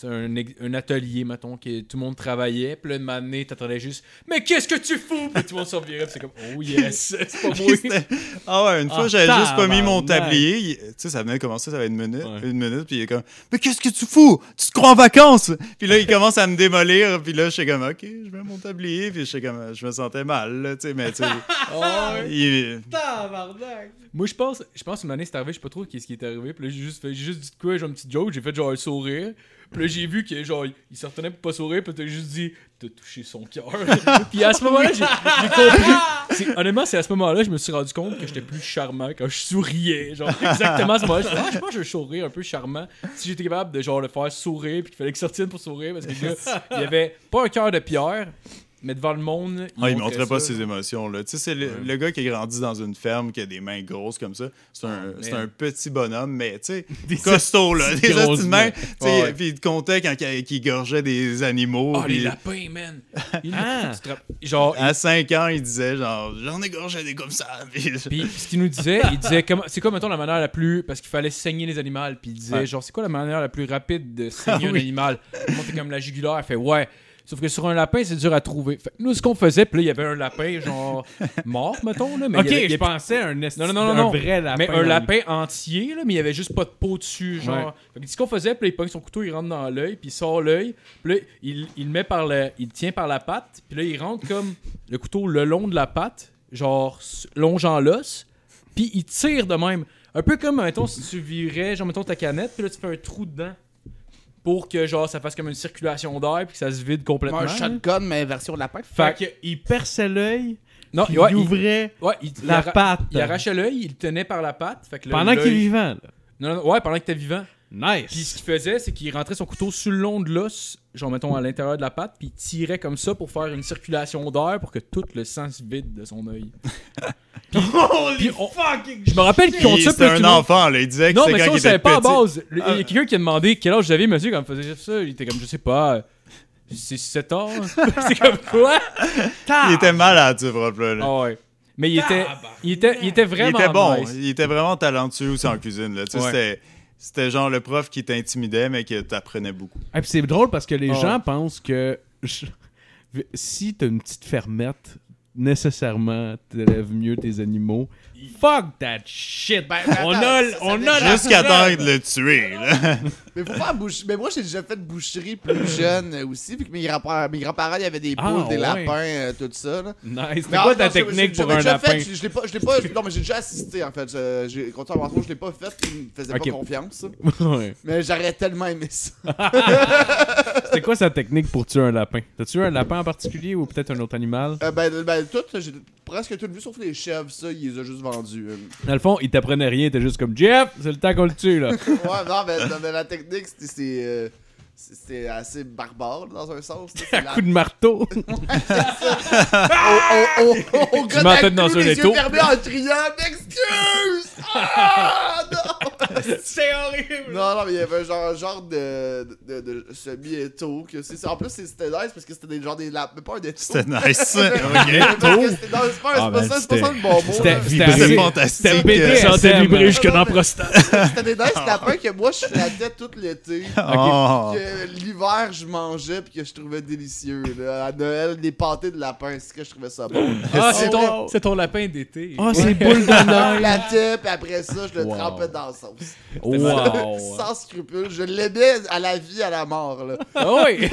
Speaker 2: tu sais, Un, ex- un atelier, mettons, que tout le monde travaillait, puis là, une matinée, t'attendais juste « Mais qu'est-ce que tu fous? » Puis tout le monde s'en virait, puis c'est comme « Oh yes, c'est pas moi!
Speaker 6: C'était- ah ouais, une fois,
Speaker 3: Ah,
Speaker 6: j'avais juste pas mis mon
Speaker 3: tabarnak.
Speaker 6: tablier. Il- Tu sais, ça venait de commencer, ça avait une minute.
Speaker 3: Ouais.
Speaker 6: Une minute, puis il est comme Mais qu'est-ce que tu fous Tu te crois en vacances Puis là, il commence à me démolir. Puis là, je suis comme Ok, je mets mon tablier. Puis je suis comme Je me sentais mal. là, Tu sais, mais tu sais. il-
Speaker 2: Moi, je pense, je pense une année, c'est arrivé, je sais pas trop qu'est-ce qui est arrivé. Puis là, j'ai juste, fait- j'ai juste dit de quoi, genre un petit joke, j'ai fait genre un sourire. Puis là, j'ai vu que genre, il- il se retenait pour pas sourire, puis t'as juste dit, t'as touché son cœur. puis à ce moment-là, j'ai, j'ai compris. C'est- honnêtement, c'est à ce moment-là, je me suis rendu compte que j'étais plus charmant quand je souriais. Genre, exactement à ce moment-là, je, me suis dit, Ah, je pense que je vais sourire un peu charmant. Si j'étais capable de genre le faire sourire, puis qu'il fallait qu'il sortienne pour sourire, parce que le gars, il y avait pas un cœur de pierre, mais devant le monde.
Speaker 6: Ah, il montrait pas
Speaker 2: ça.
Speaker 6: ses émotions. Là. Tu sais, c'est le, le gars qui a grandi dans une ferme, qui a des mains grosses comme ça. C'est un, c'est
Speaker 2: man.
Speaker 6: un petit bonhomme, mais tu sais, costaud, là. Des
Speaker 3: grosses
Speaker 6: grosses mains.
Speaker 3: mains.
Speaker 6: Tu sais, Puis il te comptait quand il, qu'il gorgeait des animaux.
Speaker 2: Oh, les
Speaker 6: puis
Speaker 2: lapins, man! Il- tu te rappelles- Genre,
Speaker 6: à 5 ans, il disait, genre, j'en ai gorgé des comme ça. Puis-
Speaker 2: Puis ce qu'il nous disait, il disait comment c'est quoi mettons la manière la plus parce qu'il fallait saigner les animaux, puis il disait
Speaker 6: Ouais.
Speaker 2: genre c'est quoi la manière la plus rapide de saigner
Speaker 6: Ah
Speaker 2: un
Speaker 6: oui.
Speaker 2: animal Monter comme la jugulaire, elle fait ouais. Sauf que sur un lapin, c'est dur à trouver. Fait que nous ce qu'on faisait, puis là il y avait un lapin genre mort mettons là, mais
Speaker 3: Ok,
Speaker 2: il y avait- il y
Speaker 3: je
Speaker 2: avait-
Speaker 3: pensais à un esti-
Speaker 2: Non, non, non,
Speaker 3: un
Speaker 2: non.
Speaker 3: vrai lapin.
Speaker 2: mais
Speaker 3: dans
Speaker 2: un
Speaker 3: le-
Speaker 2: lapin entier, là, mais il y avait juste pas de peau dessus. Genre.
Speaker 3: Ouais.
Speaker 2: Fait que ce qu'on faisait, puis là, il pogne son couteau, il rentre dans l'œil, puis il sort l'œil, puis là, il, il le met par le, il le tient par la patte, puis là, il rentre comme le couteau le long de la patte, genre s- longeant l'os, puis il tire de même. Un peu comme, mettons, si tu virais, genre, mettons ta canette, puis là, tu fais un trou dedans pour que, genre, ça fasse comme une circulation d'air, puis que ça se vide complètement.
Speaker 4: Un
Speaker 2: là.
Speaker 4: shotgun, mais version de la pâte.
Speaker 3: Fait qu'il perçait l'œil,
Speaker 2: Non,
Speaker 3: puis
Speaker 2: ouais,
Speaker 3: il ouvrait
Speaker 2: ouais, il- il
Speaker 3: la
Speaker 2: arra-
Speaker 3: patte.
Speaker 2: Il arrachait l'œil, il le tenait par la patte. Fait que là,
Speaker 3: Pendant qu'il est
Speaker 2: l'œil-
Speaker 3: vivant.
Speaker 2: Non, non, ouais, pendant que t'es vivant.
Speaker 3: Là.
Speaker 2: Puis ce
Speaker 3: Nice.
Speaker 2: qu'il faisait, c'est qu'il rentrait son couteau sur le long de l'os, genre mettons à l'intérieur de la patte, puis il tirait comme ça pour faire une circulation d'air pour que tout le sang se vide de son œil. Puis- puis on- Je me rappelle qu'ils ont
Speaker 6: Puis
Speaker 2: ça
Speaker 6: C'était
Speaker 2: puis tout
Speaker 6: un
Speaker 2: le monde-
Speaker 6: enfant, là. Il disait que
Speaker 2: Non,
Speaker 6: c'est
Speaker 2: mais ça,
Speaker 6: quand
Speaker 2: on
Speaker 6: il
Speaker 2: savait
Speaker 6: était
Speaker 2: pas à
Speaker 6: petit.
Speaker 2: base. Le- Il y
Speaker 6: Ah.
Speaker 2: a quelqu'un qui a demandé quel âge j'avais, monsieur, quand il me faisait ça. Il était comme, je sais pas, 6-7 ans. c'est comme quoi?
Speaker 6: Il était malade, ce propre-là. là.
Speaker 2: Ah ouais. Mais il était, il était, il était vraiment
Speaker 6: il était bon.
Speaker 2: nice.
Speaker 6: Il était vraiment talentueux aussi en cuisine. Là. Tu sais,
Speaker 2: Ouais.
Speaker 6: c'était- C'était genre le prof qui t'intimidait, mais que t'apprenais beaucoup.
Speaker 3: Ah, puis c'est drôle parce que les
Speaker 2: Ah.
Speaker 3: gens pensent que je- si t'as une petite fermette, nécessairement t'élèves mieux tes animaux. Fuck that shit!
Speaker 4: Ben, ben,
Speaker 3: on
Speaker 4: attends,
Speaker 3: a,
Speaker 4: ça, ça
Speaker 3: on
Speaker 2: Ah,
Speaker 4: dépend.
Speaker 3: a la
Speaker 6: Jusqu'à
Speaker 3: preuve.
Speaker 6: temps de le tuer, là.
Speaker 4: Mais faut faire bouche- Mais moi, j'ai déjà fait de boucherie plus jeune euh, aussi, vu que mes grands-parents, mes grands-parents, il y avait des poules,
Speaker 3: Ah,
Speaker 4: des
Speaker 3: ouais.
Speaker 4: lapins, euh, tout ça. Là.
Speaker 3: Nice. C'est
Speaker 4: Mais
Speaker 3: quoi
Speaker 4: ah,
Speaker 3: ta
Speaker 4: non, j'ai-
Speaker 3: technique
Speaker 4: j'ai-
Speaker 3: pour
Speaker 4: j'ai
Speaker 3: un
Speaker 4: déjà
Speaker 3: lapin?
Speaker 4: Fait, je je l'ai pas, je l'ai pas, non, mais j'ai déjà assisté, en fait. Je- J'ai, contrairement à toi, je l'ai pas fait, il me faisait
Speaker 3: Ok.
Speaker 4: pas confiance.
Speaker 3: Ouais.
Speaker 4: Mais j'aurais tellement aimé ça.
Speaker 3: C'était quoi sa technique pour tuer un lapin? T'as tué un lapin en particulier ou peut-être un autre animal?
Speaker 4: Euh, ben, ben, tout, j'ai presque tout vu, sauf les chèvres, ça, ils les ont juste vendus. euh.
Speaker 3: Dans le fond, il t'apprenait rien, il était juste comme Jeff, c'est le temps qu'on le tue là.
Speaker 4: ouais, non, mais, non, mais la technique, c'était, c'est, euh, c'est- c'est assez barbare, dans un sens. là. C'est la-
Speaker 3: Coup de marteau.
Speaker 4: on, on, on, on
Speaker 2: Tu mets la tête dans un
Speaker 4: les
Speaker 2: étau.
Speaker 4: yeux fermés en criant « Excuse! Ah! Non!
Speaker 3: c'est horrible! »
Speaker 4: Non, non, mais il y avait un genre, un genre de, de, de, de semi-étau. que c'est- En plus, c'est- c'était nice parce que c'était des, genre des lapins, mais pas un étau.
Speaker 6: C'était nice.
Speaker 4: Parce que c'était- Non, c'est pas,
Speaker 2: Ah,
Speaker 4: c'est pas
Speaker 2: ben,
Speaker 4: ça, c'est pas ça le bon mot. là.
Speaker 3: C'était c'était
Speaker 2: Vibré.
Speaker 3: assez-
Speaker 6: C'était
Speaker 3: C'était
Speaker 6: fantastique.
Speaker 3: BDSM.
Speaker 2: Je sentais vibrer
Speaker 3: hein.
Speaker 2: jusque dans la prostate.
Speaker 4: C'était des nice lapins que moi, je flattais tout l'été.
Speaker 6: Oh.
Speaker 4: Que l'hiver, je mangeais puis que je trouvais délicieux. Là. À Noël, des pâtés de lapin, c'est que je trouvais ça bon.
Speaker 2: Ah,
Speaker 4: c'est
Speaker 2: c'est
Speaker 4: ton-
Speaker 2: ton, lapin d'été.
Speaker 3: Ah, c'est boule de
Speaker 4: Je
Speaker 3: neige.
Speaker 4: flattais, puis après ça, je le
Speaker 3: Wow.
Speaker 4: trempais dans la sauce.
Speaker 3: Wow.
Speaker 4: Sans scrupule. Je l'aimais à la vie, à la mort. Là.
Speaker 2: Ah oui!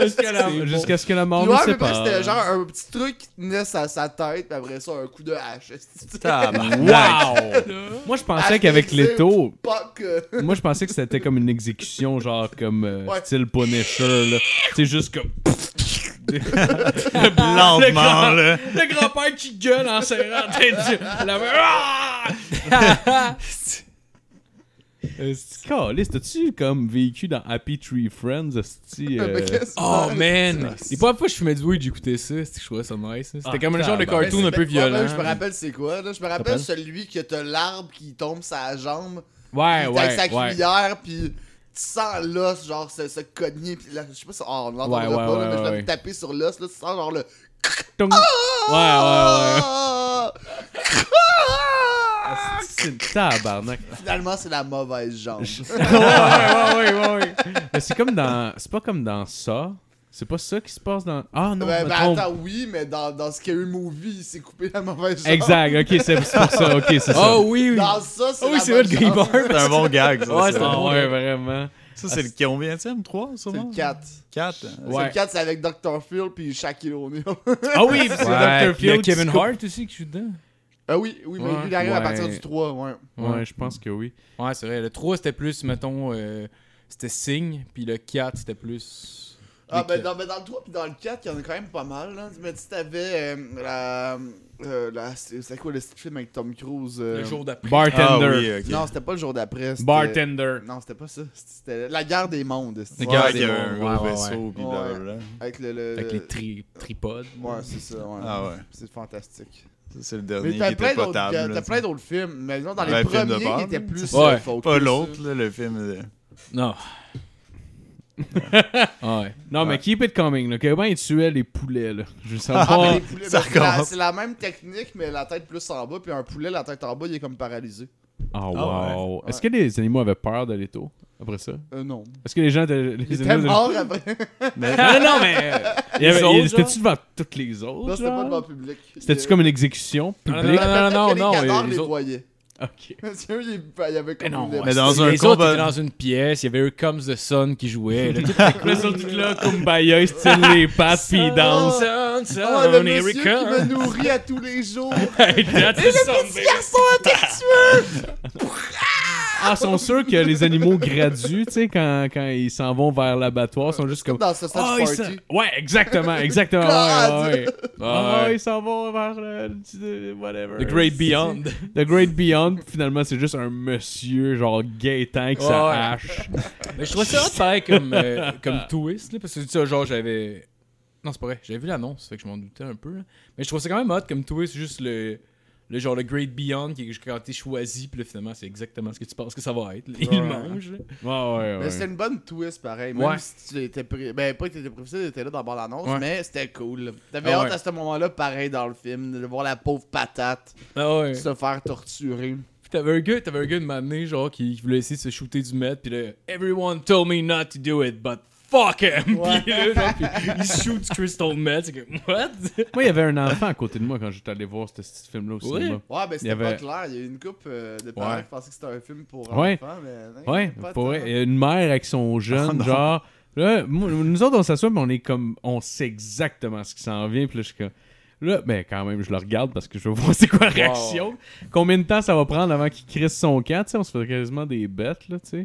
Speaker 3: Jusqu'à la- Jusqu'à ce que la mort
Speaker 4: Puis ouais,
Speaker 3: nous
Speaker 4: mais après, c'était genre
Speaker 3: sépare.
Speaker 4: un petit truc qui tenait sa, sa tête, puis après ça, un coup de hache.
Speaker 6: Tabarnak.
Speaker 3: Moi, je pensais qu'avec l'étau,
Speaker 4: Fuck! euh,
Speaker 3: moi, je pensais que c'était comme une exécution, genre comme euh,
Speaker 4: Ouais.
Speaker 3: style Punisher, là. C'est juste comme.
Speaker 6: Lentement, là.
Speaker 3: Le grand-père qui gueule en serrant la tête du- la main. Ah!
Speaker 2: Ah!
Speaker 3: Esti, caliste, t'as-tu comme vécu dans Happy Tree Friends, esti, euh,
Speaker 4: mais qu'est-ce que
Speaker 2: Oh
Speaker 4: c'est?
Speaker 2: man! Les premières fois que je fumais du weed, j'écoutais ça. c'est que Je trouvais ça nice. hein. C'était
Speaker 3: Ah,
Speaker 2: comme un genre de
Speaker 3: tabarnak.
Speaker 2: cartoon un peu
Speaker 4: Ben, Ouais,
Speaker 2: violent.
Speaker 4: ouais, je me rappelle c'est quoi, là. Je me rappelle
Speaker 3: Rappelle?
Speaker 4: celui que t'as l'arbre qui tombe sa jambe,
Speaker 3: Ouais,
Speaker 4: puis
Speaker 3: ouais,
Speaker 4: avec sa
Speaker 3: ouais.
Speaker 4: cuillère, puis tu sens l'os, genre, se, se cogner, puis là, je sais pas si... Oh, on l'entendra
Speaker 3: Ouais, ouais,
Speaker 4: pas, là, mais
Speaker 3: ouais,
Speaker 4: je l'avais
Speaker 3: ouais.
Speaker 4: tapé sur l'os, là, tu sens genre le...
Speaker 3: Tong. Ouais, ouais, ouais.
Speaker 4: Ah!
Speaker 3: Ah, C'est une tabarnak.
Speaker 4: Finalement, c'est la mauvaise jambe.
Speaker 3: ouais, ouais, ouais, ouais. Mais c'est comme dans. C'est pas comme dans ça. C'est pas ça qui se passe dans. Ah non,
Speaker 4: ben,
Speaker 3: je me
Speaker 4: ben,
Speaker 3: trompe.
Speaker 4: attends, oui, mais dans, dans Scary Movie, il s'est coupé la mauvaise jambe.
Speaker 3: Exact, ok, c'est c'est pour ça, ok, c'est ça.
Speaker 2: Oh oui, oui!
Speaker 4: Dans ça, c'est
Speaker 2: Ah oui,
Speaker 4: la
Speaker 2: c'est vrai, le
Speaker 4: bonne
Speaker 2: gars, il
Speaker 4: jambe.
Speaker 2: meurt.
Speaker 6: C'est un bon gag, ça.
Speaker 2: Ouais,
Speaker 6: ça.
Speaker 2: c'est
Speaker 3: Ah ouais, vraiment.
Speaker 6: Ça, c'est le combienième? 3,
Speaker 4: C'est
Speaker 6: sûrement?
Speaker 4: le 4.
Speaker 6: 4.
Speaker 4: C'est
Speaker 3: Ouais.
Speaker 4: le 4, c'est avec Dr. Phil puis Shaquille O'Neal.
Speaker 3: Ah oui, c'est
Speaker 2: Ouais,
Speaker 3: Dr.
Speaker 2: puis il y a
Speaker 3: Phil. qui
Speaker 2: Kevin
Speaker 3: se coupe.
Speaker 2: Hart aussi qui joue dedans.
Speaker 4: ah oui, oui,
Speaker 3: Ouais.
Speaker 4: mais il arrive à
Speaker 3: Ouais.
Speaker 4: partir du 3, ouais.
Speaker 3: Ouais, je pense que oui.
Speaker 2: Ouais, c'est vrai. Le 3, c'était plus, mettons, euh, c'était Sing, puis le 4, c'était plus.
Speaker 4: Ah, ben
Speaker 2: Lesquels?
Speaker 4: dans, ben, dans le 3 puis dans le 4, il y en a quand même pas mal. Là. Mais si t'avais euh, la. euh, la- c'est c'est quoi le film avec Tom Cruise euh,
Speaker 2: le jour d'après.
Speaker 3: Bartender.
Speaker 6: Ah oui, ok.
Speaker 4: Non, c'était pas le jour d'après. c'était-
Speaker 3: Bartender.
Speaker 4: Non, c'était pas ça. C'était La guerre des mondes. c'était-
Speaker 6: C'est
Speaker 2: Ouais,
Speaker 6: qu'il y a un
Speaker 2: c'est
Speaker 6: gros
Speaker 2: bon. Ouais, ouais,
Speaker 6: vaisseau, pis
Speaker 4: Ouais.
Speaker 6: blablabla.
Speaker 4: Avec le. le-
Speaker 2: Avec les tri- tripodes.
Speaker 4: Ouais, c'est ça. Ouais.
Speaker 6: Ah ouais.
Speaker 4: C'est fantastique.
Speaker 6: Ça, c'est le
Speaker 4: Mais
Speaker 6: dernier qui
Speaker 4: t'as plein
Speaker 6: était
Speaker 4: d'autres
Speaker 6: potable.
Speaker 4: t'as
Speaker 6: là,
Speaker 4: plein d'autres films. Mais non, dans
Speaker 6: Ouais,
Speaker 4: les
Speaker 6: film de
Speaker 4: premiers,
Speaker 6: bord,
Speaker 4: il était plus
Speaker 2: Ouais,
Speaker 4: euh,
Speaker 6: t'sais.
Speaker 4: focus,
Speaker 6: Pas
Speaker 4: là.
Speaker 6: l'autre, là, le film. de-
Speaker 2: Non. ouais.
Speaker 3: Non, mais
Speaker 6: Ouais.
Speaker 3: keep it coming, là. Kevin, il tuait les poulets, là. Je sens
Speaker 4: Ah, mais
Speaker 3: pas.
Speaker 4: les poulets,
Speaker 6: ça
Speaker 4: ben, c'est la-
Speaker 6: recommence.
Speaker 4: c'est la même technique, mais la tête plus en bas. Puis un poulet, la tête en bas, il est comme paralysé.
Speaker 3: Ah,
Speaker 6: Ah,
Speaker 3: wow. Est-ce que les animaux avaient peur de l'étau après ça?
Speaker 4: Euh, non.
Speaker 3: Est-ce que les gens. étaient- Les
Speaker 4: Il était
Speaker 3: de-
Speaker 4: mort après.
Speaker 6: Mais
Speaker 3: Non, non, non, mais. Il y
Speaker 2: Les
Speaker 3: avait-
Speaker 2: autres,
Speaker 3: il- C'était-tu
Speaker 2: genre?
Speaker 3: devant toutes les autres?
Speaker 4: Non, c'était pas
Speaker 3: genre?
Speaker 4: devant le public.
Speaker 3: C'était-tu comme une exécution
Speaker 2: non,
Speaker 3: publique?
Speaker 2: non, non, non, non,
Speaker 4: Les
Speaker 2: les
Speaker 4: canards les
Speaker 2: autres-
Speaker 4: voyaient.
Speaker 3: Ok.
Speaker 4: Monsieur, il bah, il y avait comme
Speaker 2: non,
Speaker 4: une-
Speaker 2: ouais.
Speaker 6: dans
Speaker 2: Les
Speaker 6: un
Speaker 2: autres
Speaker 6: combat-
Speaker 2: étaient dans une pièce, il y avait Here Comes the Sun qui jouait. Là,
Speaker 3: Après ça, tout là, Kumbaya, il se tire les pattes, puis il danse.
Speaker 2: Sun, sun,
Speaker 4: Ah, le
Speaker 2: here
Speaker 4: monsieur
Speaker 2: it
Speaker 4: qui
Speaker 2: comes.
Speaker 4: me nourrit à tous les jours.
Speaker 3: Hey, that's the sun, baby.
Speaker 4: Garçon affectueux.
Speaker 3: Ah, sont sûrs que les animaux graduent, tu sais, quand, quand ils s'en vont vers l'abattoir, sont juste comme.
Speaker 4: Dans ce
Speaker 3: Ah,
Speaker 4: sens
Speaker 2: Oh,
Speaker 3: ils
Speaker 4: party.
Speaker 3: s'en- Ouais, exactement, exactement. ouais, ouais, ouais. Ah,
Speaker 2: Ouais.
Speaker 3: ils s'en vont vers le. le- Whatever.
Speaker 2: The Great Beyond.
Speaker 3: The Great Beyond, puis finalement, c'est juste un monsieur, genre Gaétan, qui
Speaker 2: Ouais,
Speaker 3: ça
Speaker 2: ouais.
Speaker 3: hache.
Speaker 2: Mais je trouvais ça pareil comme, euh, comme twist, là, parce que ça, genre, j'avais. Non, c'est pas vrai, j'avais vu l'annonce, fait que je m'en doutais un peu. là. Mais je trouvais ça quand même hot comme twist, juste le. Le genre le Great Beyond qui est quand t'es choisi, puis là, finalement c'est exactement ce que tu penses que ça va être. là. Il
Speaker 4: Ouais.
Speaker 2: mange. là.
Speaker 3: Ouais, Ah ouais,
Speaker 4: Mais
Speaker 3: ouais.
Speaker 4: c'était une bonne twist, pareil. Même
Speaker 2: Ouais.
Speaker 4: si tu étais pré... Ben, pas que t'étais prévu, t'étais là dans la bande-annonce,
Speaker 2: Ouais.
Speaker 4: mais c'était cool. T'avais
Speaker 2: Ah
Speaker 4: hâte
Speaker 2: ouais.
Speaker 4: à ce moment-là, pareil, dans le film, de voir la pauvre patate
Speaker 2: Ah ouais.
Speaker 4: se faire torturer.
Speaker 2: Puis t'avais un gars, t'avais un gars de m'amener, genre, qui, qui voulait essayer de se shooter du mètre, puis là, everyone told me not to do it, but fuck him! Puis là, genre, puis il shoot du crystal meth. C'est comme, what?
Speaker 3: Moi, il y avait un enfant à côté de moi quand j'étais allé voir ce petit film-là au
Speaker 2: Oui.
Speaker 3: cinéma.
Speaker 4: Ouais, ben c'était
Speaker 3: Il y avait-
Speaker 4: pas clair. Il y a eu une couple euh, de parents
Speaker 3: Ouais.
Speaker 4: qui pensaient que c'était un film pour
Speaker 3: Ouais.
Speaker 4: enfants, mais. hein,
Speaker 3: Ouais,
Speaker 4: pas
Speaker 3: pour
Speaker 4: tant.
Speaker 3: vrai. Et Une mère avec son jeune, genre. Là, moi, nous autres, on s'assoit, mais on est comme. On sait exactement ce qui s'en vient. Puis là, je suis comme. Là, ben, quand même, je le regarde parce que je veux voir c'est quoi la réaction. Combien de temps ça va prendre avant qu'il crisse son camp, tu sais. On se fait quasiment des bêtes, là, tu sais.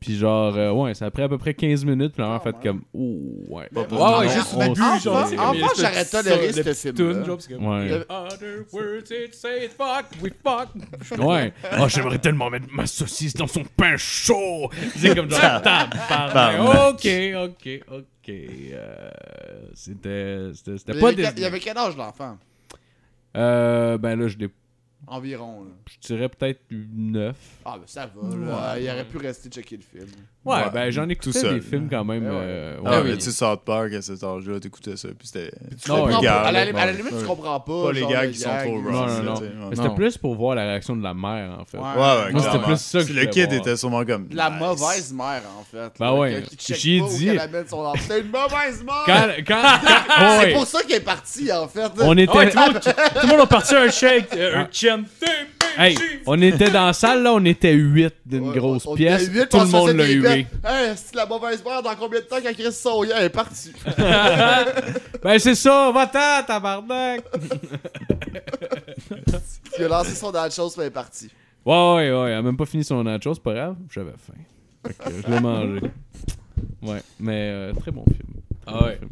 Speaker 3: Puis genre, euh, ouais, ça a pris à peu près 15 minutes. Puis la mère a fait
Speaker 4: ouais.
Speaker 3: comme. Oh, ouais.
Speaker 6: Pas pour
Speaker 2: Ouais,
Speaker 4: Ah,
Speaker 6: nous,
Speaker 2: ouais,
Speaker 6: non.
Speaker 2: juste
Speaker 3: on
Speaker 2: au début,
Speaker 3: sait.
Speaker 2: genre.
Speaker 4: Enfin, enfin, j'arrêtais de rire, ce film-là.
Speaker 2: euh,
Speaker 3: Ouais.
Speaker 4: Le-
Speaker 2: Other words, it says fuck, we fuck.
Speaker 3: Ouais. oh, j'aimerais tellement mettre ma saucisse dans son pain chaud. C'est comme genre Ah, tabarnak. Ok, ok, ok. Euh, c'était, c'était,
Speaker 4: Il
Speaker 3: c'était
Speaker 4: y
Speaker 3: pas
Speaker 4: avait
Speaker 3: des.
Speaker 4: quel- il y avait quel âge l'enfant
Speaker 3: Euh, ben là, je, dé-
Speaker 4: Environ. là.
Speaker 3: je dirais peut-être 9.
Speaker 4: Ah, ben ça va, là. Il aurait pu rester checker le film.
Speaker 3: Ouais,
Speaker 6: Ouais,
Speaker 3: ben j'en écoutais
Speaker 6: seul.
Speaker 3: des films quand même.
Speaker 4: Eh Ouais, ouais.
Speaker 3: euh,
Speaker 6: Ah,
Speaker 3: ouais.
Speaker 6: mais tu sors de peur qu'à cet âge-là, t'écoutais ça, puis c'était.
Speaker 3: Non, Oh, ouais.
Speaker 4: Non,
Speaker 6: Les gags,
Speaker 4: à, la,
Speaker 6: bon,
Speaker 4: à la limite, tu
Speaker 6: ouais.
Speaker 4: comprends pas.
Speaker 6: Pas les
Speaker 4: genre,
Speaker 6: gags qui sont
Speaker 4: gag,
Speaker 6: trop
Speaker 4: là.
Speaker 3: Non,
Speaker 6: wrong.
Speaker 3: non,
Speaker 6: là,
Speaker 3: non.
Speaker 6: tu sais, ouais.
Speaker 3: Mais c'était Non.
Speaker 7: plus.
Speaker 3: plus pour voir la réaction de la mère, en fait.
Speaker 4: Ouais.
Speaker 6: Ouais, ouais,
Speaker 3: Moi, c'était
Speaker 6: clairement.
Speaker 3: plus ça que je
Speaker 6: Si Le
Speaker 3: voulais
Speaker 6: kid
Speaker 3: voir.
Speaker 6: était sûrement comme.
Speaker 4: La
Speaker 6: Nice.
Speaker 4: mauvaise mère, en fait.
Speaker 3: Ben
Speaker 4: là,
Speaker 3: ouais,
Speaker 4: qui- qui check
Speaker 3: j'y ai
Speaker 4: pas où
Speaker 3: dit.
Speaker 4: qu'elle amène son enfant. C'est une mauvaise mère!
Speaker 3: Quand. quand, quand- oh,
Speaker 4: C'est
Speaker 3: ouais.
Speaker 4: pour ça qu'elle est partie, en fait.
Speaker 3: On était.
Speaker 2: Ouais, tout le monde- tout le monde a parti un shake, euh, un chum.
Speaker 3: Hey, on était dans la salle, là, on était 8 d'une
Speaker 4: Ouais,
Speaker 3: grosse
Speaker 4: on- on
Speaker 3: pièce.
Speaker 4: était huit,
Speaker 3: tout
Speaker 4: on
Speaker 3: le
Speaker 4: se
Speaker 3: monde
Speaker 4: faisait
Speaker 3: l'a
Speaker 4: des
Speaker 3: hué.
Speaker 4: bêtes. Hey, c'est la mauvaise mère, dans combien de temps qu'elle crée son gars, elle est partie?
Speaker 3: Ben c'est ça, va-t'en, tabarnak!
Speaker 4: Il a lancé son dans chose, mais elle est partie.
Speaker 3: Ouais, ouais, ouais, elle a même pas fini son nachos, c'est pas grave, j'avais faim. Fait que je l'ai mangé. Ouais, mais euh, très bon film. Très
Speaker 2: Ah
Speaker 3: bon
Speaker 2: ouais.
Speaker 3: film.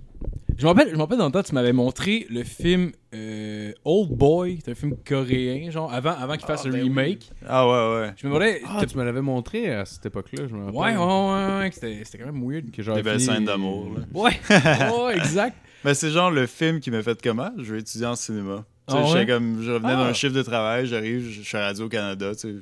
Speaker 2: Je me rappelle, je me rappelle dans le temps, tu m'avais montré le film euh, Old Boy, c'est un film coréen, genre avant, avant qu'il fasse
Speaker 4: Ah,
Speaker 2: le
Speaker 4: ben
Speaker 2: remake.
Speaker 6: Ah, ouais, ouais.
Speaker 2: Je me demandais,
Speaker 3: Ah, tu me l'avais montré à cette époque-là, je me
Speaker 2: t'as-
Speaker 3: rappelle.
Speaker 2: ouais, ouais, ouais, ouais, que c'était c'était quand même weird.
Speaker 3: Que j'avais
Speaker 6: Des belles
Speaker 3: fini-
Speaker 6: scènes d'amour, là.
Speaker 2: Ouais, ouais, exact.
Speaker 6: Mais c'est genre le film qui m'a fait comment Je vais étudier en cinéma. Tu sais,
Speaker 2: Ah
Speaker 6: j'étais
Speaker 2: ouais?
Speaker 6: comme, je revenais
Speaker 3: Ah.
Speaker 6: d'un chiffre de travail, j'arrive, je je suis à Radio-Canada, tu sais.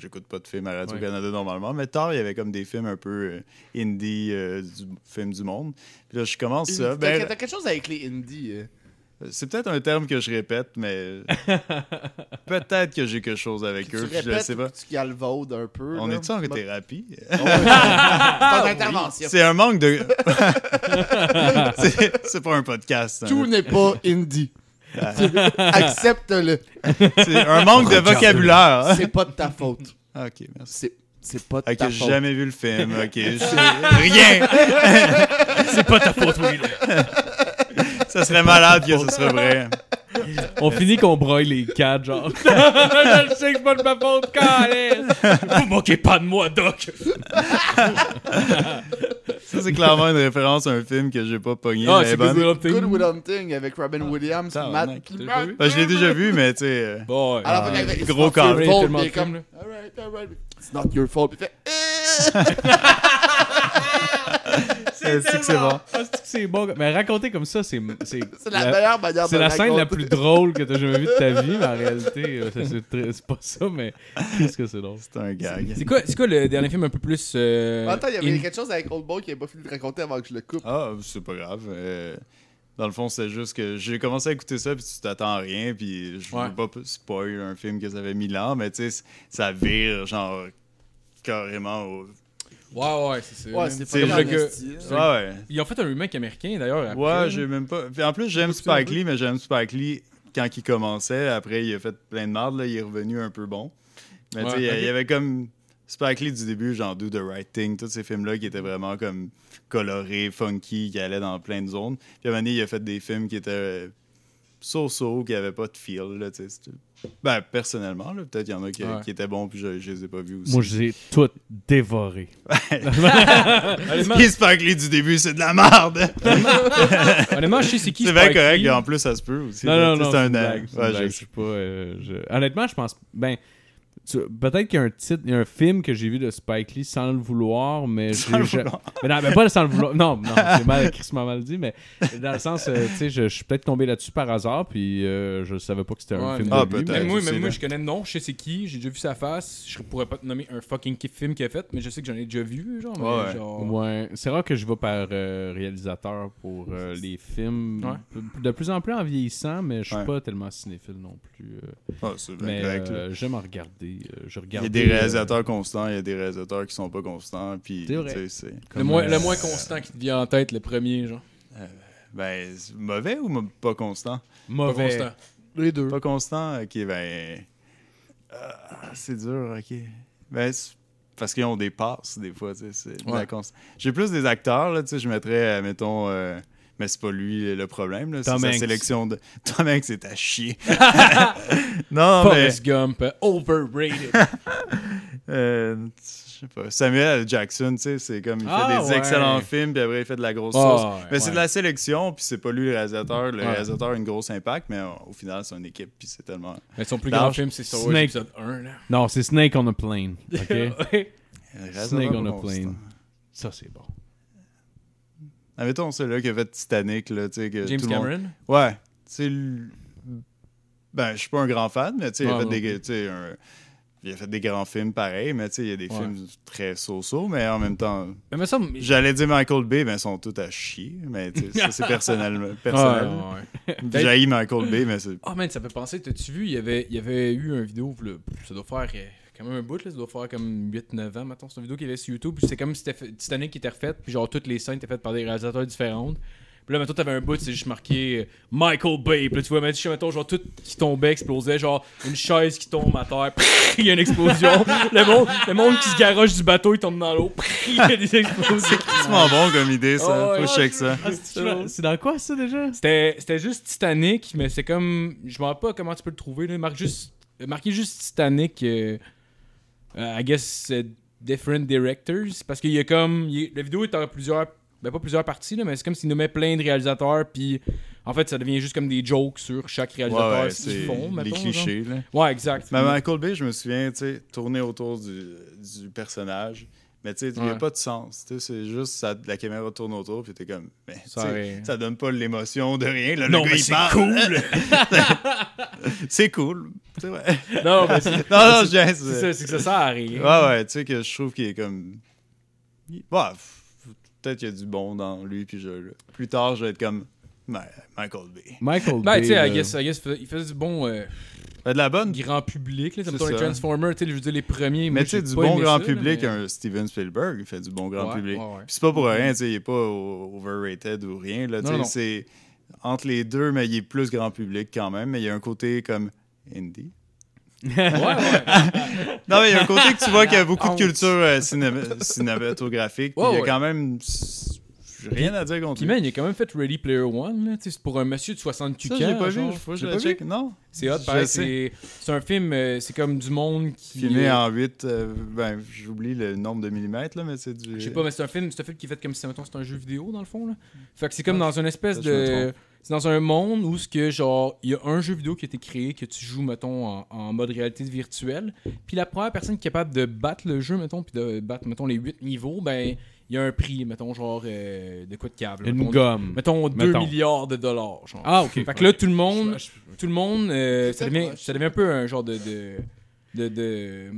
Speaker 6: J'écoute pas de films à Radio-Canada normalement, mais tard, il y avait comme des films un peu euh, indie, euh, du film du monde. Puis là, je commence ça.
Speaker 4: T'as
Speaker 6: Ben,
Speaker 4: t'as quelque chose avec les indies. euh.
Speaker 6: c'est peut-être un terme que je répète, mais peut-être que j'ai quelque chose avec
Speaker 4: que
Speaker 6: eux,
Speaker 4: tu
Speaker 6: puis je le
Speaker 4: répètes
Speaker 6: sais
Speaker 4: ou
Speaker 6: pas.
Speaker 4: que tu galvaudes un peu.
Speaker 6: On
Speaker 4: là.
Speaker 6: est-tu en
Speaker 4: Bon,
Speaker 6: thérapie?
Speaker 4: C'est ton intervention.
Speaker 6: C'est un manque de. C'est- c'est pas un podcast. hein.
Speaker 4: Tout n'est pas indie. Accepte-le.
Speaker 6: C'est un manque de vocabulaire.
Speaker 4: C'est pas de ta faute.
Speaker 6: Ah, Ok, merci.
Speaker 4: C'est c'est pas de
Speaker 6: Ok,
Speaker 4: ta
Speaker 6: j'ai
Speaker 4: faute.
Speaker 6: jamais vu Ah. le film. Ok, je- rien.
Speaker 2: C'est pas ta faute, oui.
Speaker 6: Ça serait malade que ce serait vrai.
Speaker 3: On finit qu'on broye les quatre, genre. je le sais que c'est pas de ma faute, calais!
Speaker 2: Vous moquez pas de moi, Doc.
Speaker 6: Ça, c'est clairement une référence à un film que j'ai pas pogné.
Speaker 2: Ah,
Speaker 6: mais
Speaker 2: c'est
Speaker 6: bonne.
Speaker 2: Good Will
Speaker 4: Good
Speaker 2: Hunting.
Speaker 4: Will Hunting avec Robin
Speaker 6: Ah,
Speaker 4: Williams,
Speaker 6: ça,
Speaker 4: Matt.
Speaker 6: mec,
Speaker 4: Matt-
Speaker 3: l'as pas vu?
Speaker 6: Ben, je l'ai déjà vu, mais tu sais. euh,
Speaker 2: Bon, ouais.
Speaker 4: À la fin, il fait-
Speaker 6: Gros
Speaker 4: it's not your
Speaker 6: carré,
Speaker 4: fault,
Speaker 3: tellement
Speaker 4: il est comme, Alright, alright. It's not your fault. Il fait, Eh!
Speaker 6: C'est c'est que c'est bon.
Speaker 3: Ah, c'est que c'est bon. Mais raconter comme ça, c'est. C'est
Speaker 4: C'est la meilleure manière
Speaker 3: C'est
Speaker 4: de
Speaker 3: la scène la
Speaker 4: raconter.
Speaker 3: plus drôle que t'as jamais vue de ta vie, mais en réalité, euh, c'est- c'est très- c'est pas ça, mais qu'est-ce que c'est drôle.
Speaker 6: C'est un gag.
Speaker 2: C'est quoi, c'est quoi le dernier film un peu plus. euh,
Speaker 4: Attends, il y
Speaker 2: in-
Speaker 4: avait quelque chose avec Old Boy qui avait pas fini de raconter avant que je le coupe.
Speaker 6: Ah, c'est pas grave. euh, Dans le fond, c'est juste que j'ai commencé à écouter ça, puis tu t'attends à rien, puis je
Speaker 2: Ouais.
Speaker 6: veux pas spoil un film que ça fait mille ans, mais tu sais, ça vire genre carrément au.
Speaker 2: Ouais, ouais, c'est ça.
Speaker 4: Ouais, c'est
Speaker 6: c'est
Speaker 4: pas grave,
Speaker 6: le
Speaker 2: gars-
Speaker 4: hostie, hein.
Speaker 6: Ouais, ouais.
Speaker 2: Ils ont fait un remake américain d'ailleurs. après, là.
Speaker 6: Ouais, j'ai même pas. Puis en plus, j'aime Spike Lee, mais j'aime Spike Lee quand il commençait. Après, il a fait plein de marde, là, il est revenu un peu bon. Mais tu sais,
Speaker 2: Ouais,
Speaker 6: il y a-
Speaker 2: ok.
Speaker 6: il y avait comme Spike Lee du début, genre Do the Right Thing, tous ces films-là qui étaient vraiment comme colorés, funky, qui allaient dans plein de zones. Puis à un moment donné, il a fait des films qui étaient euh, so-so, qui n'avaient pas de feel, là, tu sais. c'était- Ben, personnellement, là, peut-être qu'il y en a qui,
Speaker 2: Ouais.
Speaker 6: qui étaient bons, puis je, je les ai pas vus aussi.
Speaker 3: Moi, je les ai toutes dévorées.
Speaker 2: Honnêtement,
Speaker 6: Puis Spike Lee du début, c'est de la merde!
Speaker 2: honnêtement, je sais c'est qui.
Speaker 6: C'est bien
Speaker 2: Spike
Speaker 6: correct,
Speaker 2: Lee.
Speaker 6: en plus, ça se peut aussi.
Speaker 3: Non,
Speaker 6: là,
Speaker 3: non,
Speaker 6: tu sais,
Speaker 3: non,
Speaker 6: c'est un
Speaker 3: une
Speaker 6: an.
Speaker 3: blague, c'est une
Speaker 6: Ouais,
Speaker 3: blague,
Speaker 6: je-
Speaker 3: je sais pas, euh, je- Honnêtement, je pense. Ben, tu- peut-être qu'il y a un titre, il y a un film que j'ai vu de Spike Lee sans le vouloir, mais j'ai.
Speaker 6: le
Speaker 3: je-
Speaker 6: vouloir.
Speaker 3: Mais non, mais pas sans le vouloir. Non, non, c'est mal, Chris m'a mal dit, mais dans le sens, euh, tu sais, je, je suis peut-être tombé là-dessus par hasard, puis euh, je savais pas que c'était un
Speaker 2: Ouais,
Speaker 3: film
Speaker 2: mais-
Speaker 3: de
Speaker 6: Ah,
Speaker 3: lui,
Speaker 6: peut-être.
Speaker 3: mais-
Speaker 2: Même moi,
Speaker 6: je sais,
Speaker 2: même moi,
Speaker 6: là.
Speaker 2: je connais le nom, je sais c'est qui, j'ai déjà vu sa face. Je pourrais pas te nommer un fucking ki- film qu'il a fait, mais je sais que j'en ai déjà vu, genre. mais
Speaker 6: Ouais.
Speaker 2: genre-
Speaker 3: Ouais, c'est rare que je vais par euh, réalisateur pour euh, les films.
Speaker 2: Ouais.
Speaker 3: De plus en plus en vieillissant, mais je suis
Speaker 6: Ouais.
Speaker 3: pas tellement cinéphile non plus. euh.
Speaker 6: Ah, c'est bien
Speaker 3: mais
Speaker 6: correct, là.
Speaker 3: euh, j'aime en regarder. sais, euh, je
Speaker 6: Il
Speaker 3: regarde.
Speaker 6: y a des réalisateurs constants, il y a des réalisateurs qui sont pas constants. Puis,
Speaker 3: C'est vrai.
Speaker 6: tu sais, c'est.
Speaker 2: Le moins, le moins constant qui te vient en tête, le premier, genre.
Speaker 6: Ben, c'est mauvais ou mo- pas constant
Speaker 2: Pas
Speaker 3: mauvais.
Speaker 2: constant.
Speaker 4: Les deux.
Speaker 6: Pas constant, ok, ben. ah, c'est dur, ok. Ben, c'est parce qu'ils ont des passes, des fois, tu sais. c'est de la
Speaker 2: Ouais.
Speaker 6: constance. J'ai plus des acteurs, là, tu sais, je mettrais, euh, mettons. euh, mais c'est pas lui euh, le problème, là. C'est
Speaker 3: Tom
Speaker 6: sa
Speaker 3: Hanks.
Speaker 6: sélection de. Tom Hanks, c'est à chier. non, non, mais.
Speaker 2: Forrest Gump, euh, overrated.
Speaker 6: euh, je sais pas. Samuel L. Jackson, tu sais, c'est comme. Il fait
Speaker 3: Ah,
Speaker 6: des
Speaker 3: ouais.
Speaker 6: excellents films, puis après, il fait de la grosse
Speaker 2: Ah,
Speaker 6: sauce.
Speaker 2: ouais,
Speaker 6: mais c'est
Speaker 2: ouais.
Speaker 6: de la sélection, puis c'est pas lui le réalisateur. Le
Speaker 2: Ouais.
Speaker 6: réalisateur a une grosse impact, mais euh, au final, c'est une équipe, puis c'est tellement.
Speaker 2: mais son plus
Speaker 6: Dans
Speaker 2: grand film, c'est Star Wars
Speaker 3: Snake.
Speaker 2: épisode 1, là.
Speaker 3: Non, c'est Snake on a Plane. OK?
Speaker 6: Réalisateur
Speaker 3: on a
Speaker 6: constant.
Speaker 3: plane. Ça, c'est bon.
Speaker 6: Admettons celui-là qui a fait Titanic, là, tu sais, que
Speaker 2: James
Speaker 6: tout le monde-
Speaker 2: Cameron.
Speaker 6: Ouais, tu sais, le- ben, je suis pas un grand fan, mais tu sais, il a
Speaker 2: Ouais,
Speaker 6: fait
Speaker 2: ouais.
Speaker 6: des... tu sais, un- Il a fait des grands films pareils, mais tu sais, il y a des
Speaker 2: Ouais.
Speaker 6: films très so-so, mais en même temps,
Speaker 2: Mais me semble.
Speaker 6: j'allais dire Michael Bay, mais ils sont tous à chier, mais tu sais, ça c'est personnel. personnel.
Speaker 2: Ah, ouais, ouais.
Speaker 6: Puis J'haïs Michael Bay, mais c'est...
Speaker 2: Ah, man, ça fait penser, t'as-tu vu, il y avait, il y avait eu un vidéo, là, ça doit faire euh, quand même un bout, là, ça doit faire comme 8-9 ans maintenant, c'est une vidéo qui avait sur YouTube, puis c'est comme si c'était fait- Titanic qui était refaite, puis genre toutes les scènes étaient faites par des réalisateurs différents. Puis là, maintenant, t'avais un bout, c'est juste marqué euh, Michael Bay, puis là, tu vois, maintenant, mettons, genre tout qui tombait, explosait, genre une chaise qui tombe à terre, il y a une explosion, le monde, le monde qui se garoche du bateau, il tombe dans l'eau, il y a des explosions.
Speaker 6: C'est vraiment bon comme idée, ça.
Speaker 2: Ah,
Speaker 6: Faut
Speaker 2: ouais.
Speaker 6: que je check ça.
Speaker 3: C'est dans quoi, ça, déjà?
Speaker 2: C'était c'était juste Titanic, mais c'est comme. Je me rappelle pas comment tu peux le trouver. Là. Marque juste, euh, marquez juste Titanic. euh, euh, I guess euh, Different Directors. Parce qu'il y a comme. il y a- la vidéo est en plusieurs. Ben pas plusieurs parties, là, mais c'est comme s'il nommait plein de réalisateurs. Puis en fait, ça devient juste comme des jokes sur chaque réalisateur.
Speaker 6: Ouais, ouais,
Speaker 2: ce
Speaker 6: c'est
Speaker 2: qu'ils font,
Speaker 6: les
Speaker 2: mettons, genre.
Speaker 6: clichés, là.
Speaker 2: Ouais, exact.
Speaker 6: Mais Michael Bay, je me souviens, tu sais, tourner autour du, du personnage. Mais tu sais, il n'y a
Speaker 2: Ouais.
Speaker 6: pas de sens. tu sais, C'est juste ça, la caméra tourne autour, puis t'es comme. Mais, tu
Speaker 2: Ça
Speaker 6: sais,
Speaker 2: aurait-
Speaker 6: ça donne pas l'émotion de rien. Là,
Speaker 2: Non,
Speaker 6: le gars,
Speaker 2: mais
Speaker 6: il
Speaker 2: c'est
Speaker 6: parle. c'est cool. C'est vrai.
Speaker 2: Non, mais c'est
Speaker 6: Non, non, je viens.
Speaker 2: c'est ça, c'est que ça sert à rien.
Speaker 6: Ouais, ouais, tu sais, que je trouve qu'il est comme. il- Ouais, f- peut-être qu'il y a du bon dans lui, puis je... plus tard, je vais être comme. Ouais, Michael Bay.
Speaker 2: Ben,
Speaker 3: Michael Bay.
Speaker 2: tu sais, I
Speaker 3: là.
Speaker 6: euh,
Speaker 2: guess, I guess, il faisait du bon euh,
Speaker 6: Fait de la bonne
Speaker 2: grand public, là,
Speaker 6: C'est
Speaker 2: comme mettons les
Speaker 6: ça.
Speaker 2: Transformers, tu sais, je veux dire, les premiers. moi,
Speaker 6: Mais tu sais,
Speaker 2: j'ai
Speaker 6: du
Speaker 2: pas
Speaker 6: bon
Speaker 2: aimé
Speaker 6: grand
Speaker 2: ça, là,
Speaker 6: public,
Speaker 2: mais-
Speaker 6: un Steven Spielberg, il fait du bon grand
Speaker 2: Ouais,
Speaker 6: public.
Speaker 2: ouais, ouais.
Speaker 6: Puis c'est pas pour rien, tu sais, il est pas o- overrated ou rien. Là, tu
Speaker 2: Non,
Speaker 6: sais,
Speaker 2: non.
Speaker 6: c'est entre les deux, mais il est plus grand public quand même. Mais il y a un côté comme indie.
Speaker 2: Ouais, ouais.
Speaker 6: Non, mais il y a un côté que tu vois qu'il y a beaucoup de
Speaker 2: honte.
Speaker 6: culture euh, cinéma- cinématographique. puis
Speaker 2: Ouais,
Speaker 6: il y a
Speaker 2: ouais.
Speaker 6: quand même. J'ai rien à dire contre
Speaker 2: Puis
Speaker 6: lui.
Speaker 2: man, il a quand même fait Ready Player One, là, tu sais, c'est pour un monsieur de 68
Speaker 6: Ça,
Speaker 2: ans.
Speaker 6: je l'ai pas vu.
Speaker 2: genre.
Speaker 6: Faut que
Speaker 2: Tu
Speaker 6: je
Speaker 2: l'as
Speaker 6: le
Speaker 2: pas
Speaker 6: check.
Speaker 2: vu?
Speaker 6: Non.
Speaker 2: C'est hot,
Speaker 6: Je
Speaker 2: pareil,
Speaker 6: sais.
Speaker 2: c'est c'est un film, euh, c'est comme du monde qui...
Speaker 6: Filmé
Speaker 2: euh,
Speaker 6: en 8, ben, j'oublie le nombre de millimètres, là, mais c'est du.
Speaker 2: Je sais pas, mais c'est un film, c'est un film qui est fait comme si, mettons, c'est un jeu vidéo, dans le fond, là. Fait que c'est comme
Speaker 6: Ah,
Speaker 2: dans une espèce
Speaker 6: ça, je me
Speaker 2: de...
Speaker 6: trompe.
Speaker 2: C'est dans un monde où ce que genre il y a un jeu vidéo qui a été créé que tu joues mettons en, en mode réalité virtuelle, puis la première personne qui est capable de battre le jeu mettons puis de battre mettons les 8 niveaux, ben il y a un prix mettons genre euh, de quoi de câble.
Speaker 3: Une
Speaker 2: mettons,
Speaker 3: gomme.
Speaker 2: Mettons 2
Speaker 3: Mettons.
Speaker 2: milliards de dollars. Genre.
Speaker 3: Ah, ok.
Speaker 2: Fait que là, tout le monde,
Speaker 3: Je-
Speaker 2: tout le monde euh, ça,
Speaker 4: C'est
Speaker 2: devient,
Speaker 4: proche.
Speaker 2: ça devient un peu un genre de. de. de. de.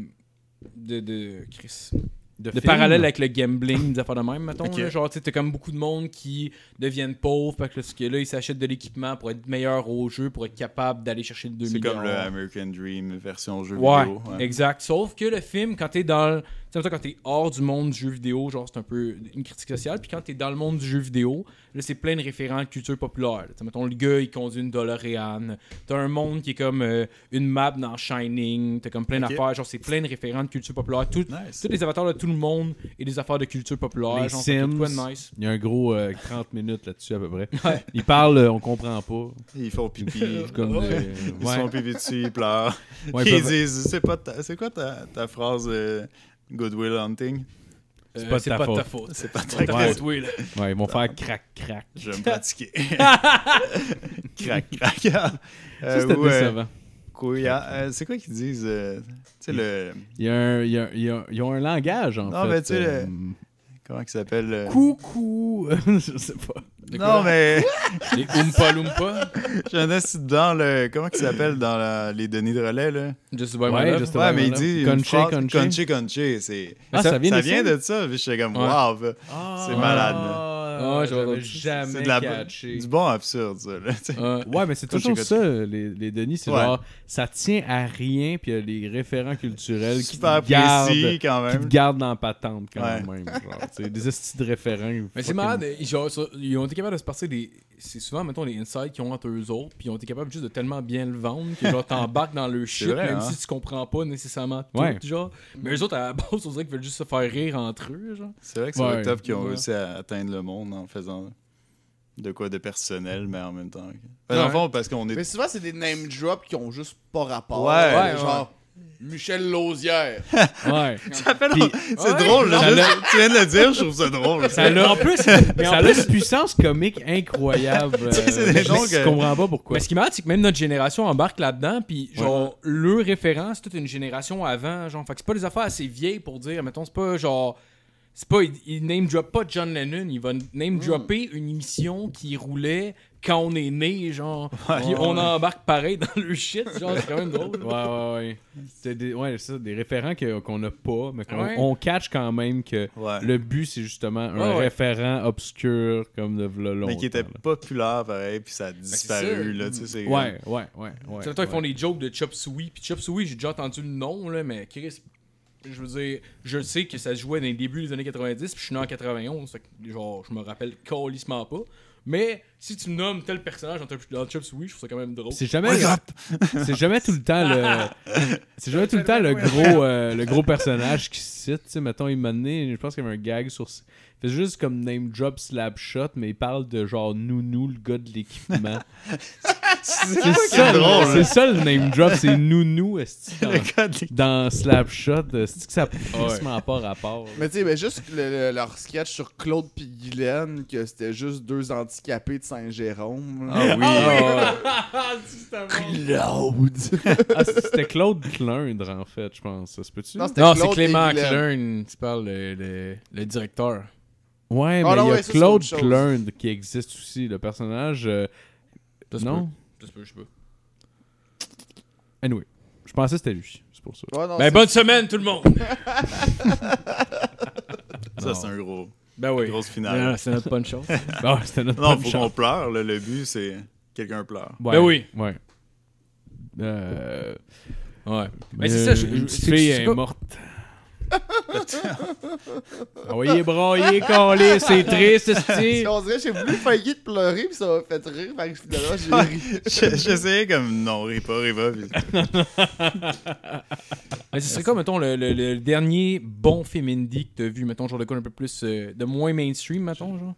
Speaker 2: de, de- Chris. De
Speaker 3: film.
Speaker 2: parallèle avec le gambling, des affaires de même, mettons.
Speaker 6: Ok.
Speaker 2: là. Genre, tu sais, t'as comme beaucoup de monde qui deviennent pauvres parce que, parce que là, ils s'achètent de l'équipement pour être meilleur au jeu, pour être capable d'aller chercher le 2
Speaker 6: C'est
Speaker 2: milliards.
Speaker 6: comme le American Dream version jeu
Speaker 2: Ouais,
Speaker 6: vidéo. hein. ouais.
Speaker 2: exact. Sauf que le film, quand t'es dans. le- Tu sais, mettons, quand t'es hors du monde du jeu vidéo, genre, c'est un peu une critique sociale. Puis quand t'es dans le monde du jeu vidéo, là, c'est plein de référents de culture populaire. Tu sais, mettons, le gars, il conduit une DeLorean. T'as un monde qui est comme euh, une map dans Shining. T'as comme plein
Speaker 6: Ok.
Speaker 2: d'affaires. Genre, c'est plein de référents de culture populaire. Tout,
Speaker 6: Nice.
Speaker 2: Tous les avatars de tout le monde et des affaires de culture populaire.
Speaker 3: Les
Speaker 2: genre, fait que de quoi de
Speaker 3: Sims.
Speaker 2: nice.
Speaker 3: Il y a un gros euh, 30 minutes là-dessus, à peu près. Il parle, euh, on comprend pas.
Speaker 6: Ils font pipi.
Speaker 3: Comme, euh,
Speaker 6: Ils
Speaker 3: ouais.
Speaker 6: se font pipi dessus, ils pleurent.
Speaker 3: Ouais,
Speaker 6: Puis ils
Speaker 3: peuvent-
Speaker 6: disent, c'est pas ta- c'est quoi ta, ta phrase euh, Goodwill Hunting?
Speaker 2: Euh,
Speaker 3: pas de ta faute.
Speaker 2: C'est pas
Speaker 6: ta
Speaker 3: faute.
Speaker 2: faute, oui, là.
Speaker 3: Ouais, ils vont faire crac crac.
Speaker 6: Je vais me pratiquer. crac, crac.
Speaker 3: Ça, c'était
Speaker 6: Euh, ou, euh,
Speaker 3: décevant.
Speaker 6: couilla- euh, c'est quoi qu'ils disent? euh, tu sais, le...
Speaker 3: Il y a un- il y a un- il y a un- Ils ont un langage, en
Speaker 6: Non,
Speaker 3: fait.
Speaker 6: mais tu sais, le-
Speaker 3: euh,
Speaker 6: Comment qu'il s'appelle? euh,
Speaker 3: Coucou! je sais pas.
Speaker 6: Non, mais
Speaker 2: Les Oompa Loompa.
Speaker 6: j'en ai su dedans le... Comment qu'il s'appelle dans la- les Denis de relais, là?
Speaker 2: Just by my
Speaker 3: Ouais,
Speaker 2: love.
Speaker 3: just- C'était
Speaker 6: Ouais,
Speaker 3: vraiment
Speaker 6: mais il
Speaker 3: là.
Speaker 6: dit...
Speaker 3: Conché,
Speaker 6: une phrase-
Speaker 3: conché.
Speaker 6: Conché, conché, c'est...
Speaker 3: Ah, ça vient de ça?
Speaker 6: de ça. Puis j'étais comme,
Speaker 2: Ouais.
Speaker 6: wow,
Speaker 3: Ah,
Speaker 6: c'est malade,
Speaker 3: ouais, Ah,
Speaker 2: Ouais, j'avais
Speaker 3: j'avais
Speaker 2: entendu.
Speaker 3: jamais
Speaker 6: C'est de la
Speaker 3: catché.
Speaker 6: du bon absurde, ça. Là, tu sais.
Speaker 2: Ouais.
Speaker 3: Ouais, mais c'est
Speaker 6: Comme
Speaker 3: toujours
Speaker 6: chez
Speaker 3: ça, les, les Denis. C'est
Speaker 6: Ouais.
Speaker 3: genre, ça tient à rien, puis il y a les référents culturels qui
Speaker 6: Super
Speaker 3: te gardent,
Speaker 6: précis, quand
Speaker 3: qui te
Speaker 6: même.
Speaker 3: gardent dans la patente quand
Speaker 6: Ouais.
Speaker 3: même. Genre, tu sais, des estis de référents.
Speaker 2: Mais c'est
Speaker 3: fucking-
Speaker 2: malade, ils, genre, sur- ils ont été capables de se partir des. C'est souvent, mettons, les insights qu'ils ont entre eux autres, puis ils ont été capables juste de tellement bien le vendre que genre t'embarques dans le shit,
Speaker 6: vrai,
Speaker 2: même
Speaker 6: hein?
Speaker 2: si tu comprends pas nécessairement tout,
Speaker 3: Ouais.
Speaker 2: genre. Mais eux autres, à la base, on dirait qu'ils veulent juste se faire rire entre eux, genre.
Speaker 6: C'est vrai que c'est
Speaker 3: Ouais.
Speaker 6: le top qu'ils ont
Speaker 2: Ouais.
Speaker 6: réussi à atteindre le monde en faisant de quoi de personnel, mais en même temps. Enfin, dans le fond, parce qu'on est.
Speaker 4: Mais souvent, c'est des name drops qui ont juste pas rapport.
Speaker 6: Ouais,
Speaker 4: là,
Speaker 2: ouais,
Speaker 4: genre, Michel Lausière.
Speaker 3: Ouais.
Speaker 6: C'est drôle, là, juste- tu viens de le dire, je trouve ça drôle.
Speaker 3: Ça l'a-
Speaker 2: En plus, mais en
Speaker 3: Ça a
Speaker 2: plus-
Speaker 3: une puissance comique incroyable. euh,
Speaker 6: c'est des
Speaker 3: je
Speaker 6: gens
Speaker 3: je
Speaker 6: que-
Speaker 3: comprends pas pourquoi.
Speaker 2: Mais ce qui est malade, c'est que même notre génération embarque là-dedans, puis genre, le référent, c'est toute une génération avant, genre. Fait que c'est pas des affaires assez vieilles pour dire, mettons, c'est pas genre. C'est pas, il, il name drop pas John Lennon, il va name dropper une émission qui roulait quand on est né, genre. Puis on embarque pareil dans le shit, genre, c'est quand même drôle.
Speaker 3: Ouais, ouais, ouais. C'est des, ouais, c'est ça, des référents que- qu'on n'a pas, mais qu'on
Speaker 2: Ouais.
Speaker 3: on catch quand même que
Speaker 6: Ouais.
Speaker 3: le but, c'est justement un
Speaker 2: Ouais, ouais.
Speaker 3: référent obscur comme de v'là longtemps,
Speaker 6: Mais qui était
Speaker 3: là.
Speaker 6: populaire, pareil, puis ça a disparu,
Speaker 2: ça.
Speaker 6: là, tu sais. c'est-
Speaker 3: Ouais, ouais, ouais. ouais,
Speaker 2: Tu sais, mettons, ils
Speaker 3: ouais.
Speaker 2: font des jokes de Chop Suey, puis Chop Suey, j'ai déjà entendu le nom, là, mais Chris. Je veux dire, je sais que ça se jouait dans les débuts des années 90, puis je suis né en 91, fait que, genre, je me rappelle calissement pas. Mais si tu nommes tel personnage dans, Chop- dans Chop Suey, je trouve ça quand même drôle.
Speaker 3: C'est jamais, c'est jamais tout le temps le, c'est jamais tout le temps le gros, euh, le gros personnage qui se cite. Tu sais, mettons, il m'a donné, je pense qu'il y avait un gag sur, il fait juste comme name drop slap shot, mais il parle de genre nounou le gars de l'équipement. c'est ça, le-
Speaker 6: drôle, hein.
Speaker 3: c'est ça le name drop, c'est nounou esti, dans,
Speaker 6: Le gars de l'équipe.
Speaker 3: dans slap shot, c'est que ça a tristement pas rapport.
Speaker 4: Mais tu sais, mais juste le- le- leur sketch sur Claude puis Guylaine, que c'était juste deux handicapés de Saint-Jérôme. là.
Speaker 3: Ah oui. Ah,
Speaker 4: Claude!
Speaker 3: ah, c'était Claude Clundre en fait, je pense. Ça se peut-tu?
Speaker 4: Non, c'était
Speaker 2: Non, c'est
Speaker 4: Claude et
Speaker 2: Clément
Speaker 4: Guylaine.
Speaker 2: Clurn, tu parles, le, le- le directeur.
Speaker 3: Ouais,
Speaker 4: Ah
Speaker 3: mais
Speaker 4: non,
Speaker 3: il y a
Speaker 4: ouais, ça, c'est
Speaker 3: Claude
Speaker 4: autre chose.
Speaker 3: Clund qui existe aussi, le personnage. euh,
Speaker 2: Ça se
Speaker 3: non?
Speaker 2: peut, ça se peut, je sais pas.
Speaker 3: Anyway, je pensais que c'était lui, c'est pour Ah, ça.
Speaker 4: Ouais, non,
Speaker 2: Ben,
Speaker 4: c'est-
Speaker 2: bonne semaine, tout le monde!
Speaker 6: Ça, c'est un gros.
Speaker 2: ben oui.
Speaker 6: Grosse finale.
Speaker 2: Non, non, c'est notre bonne chance.
Speaker 3: Ah, c'était notre
Speaker 6: Non,
Speaker 3: bonne
Speaker 6: faut qu'on
Speaker 3: chance.
Speaker 6: pleure, là. Le but, c'est quelqu'un pleure.
Speaker 3: Ouais,
Speaker 2: Ben oui.
Speaker 3: Ouais. Euh,
Speaker 2: Ouais. Mais Ben, c'est ça, je- je-
Speaker 3: une
Speaker 2: c'est
Speaker 3: petite
Speaker 2: que
Speaker 3: fille
Speaker 2: je sais
Speaker 3: est
Speaker 2: pas-
Speaker 3: morte. Ah Envoyez brailler,
Speaker 2: Ah.
Speaker 3: coller, c'est triste, c'est
Speaker 4: On dirait que j'ai voulu failli de pleurer, puis ça m'a fait rire, fait que finalement, j'ai ri.
Speaker 6: Je- J'essayais comme non, ris pas, ris pas. puis-
Speaker 2: Mais ce serait quoi, mettons, le, le- le dernier bon film indie que t'as vu, mettons, genre de quoi un peu plus. euh, de moins mainstream, mettons, genre?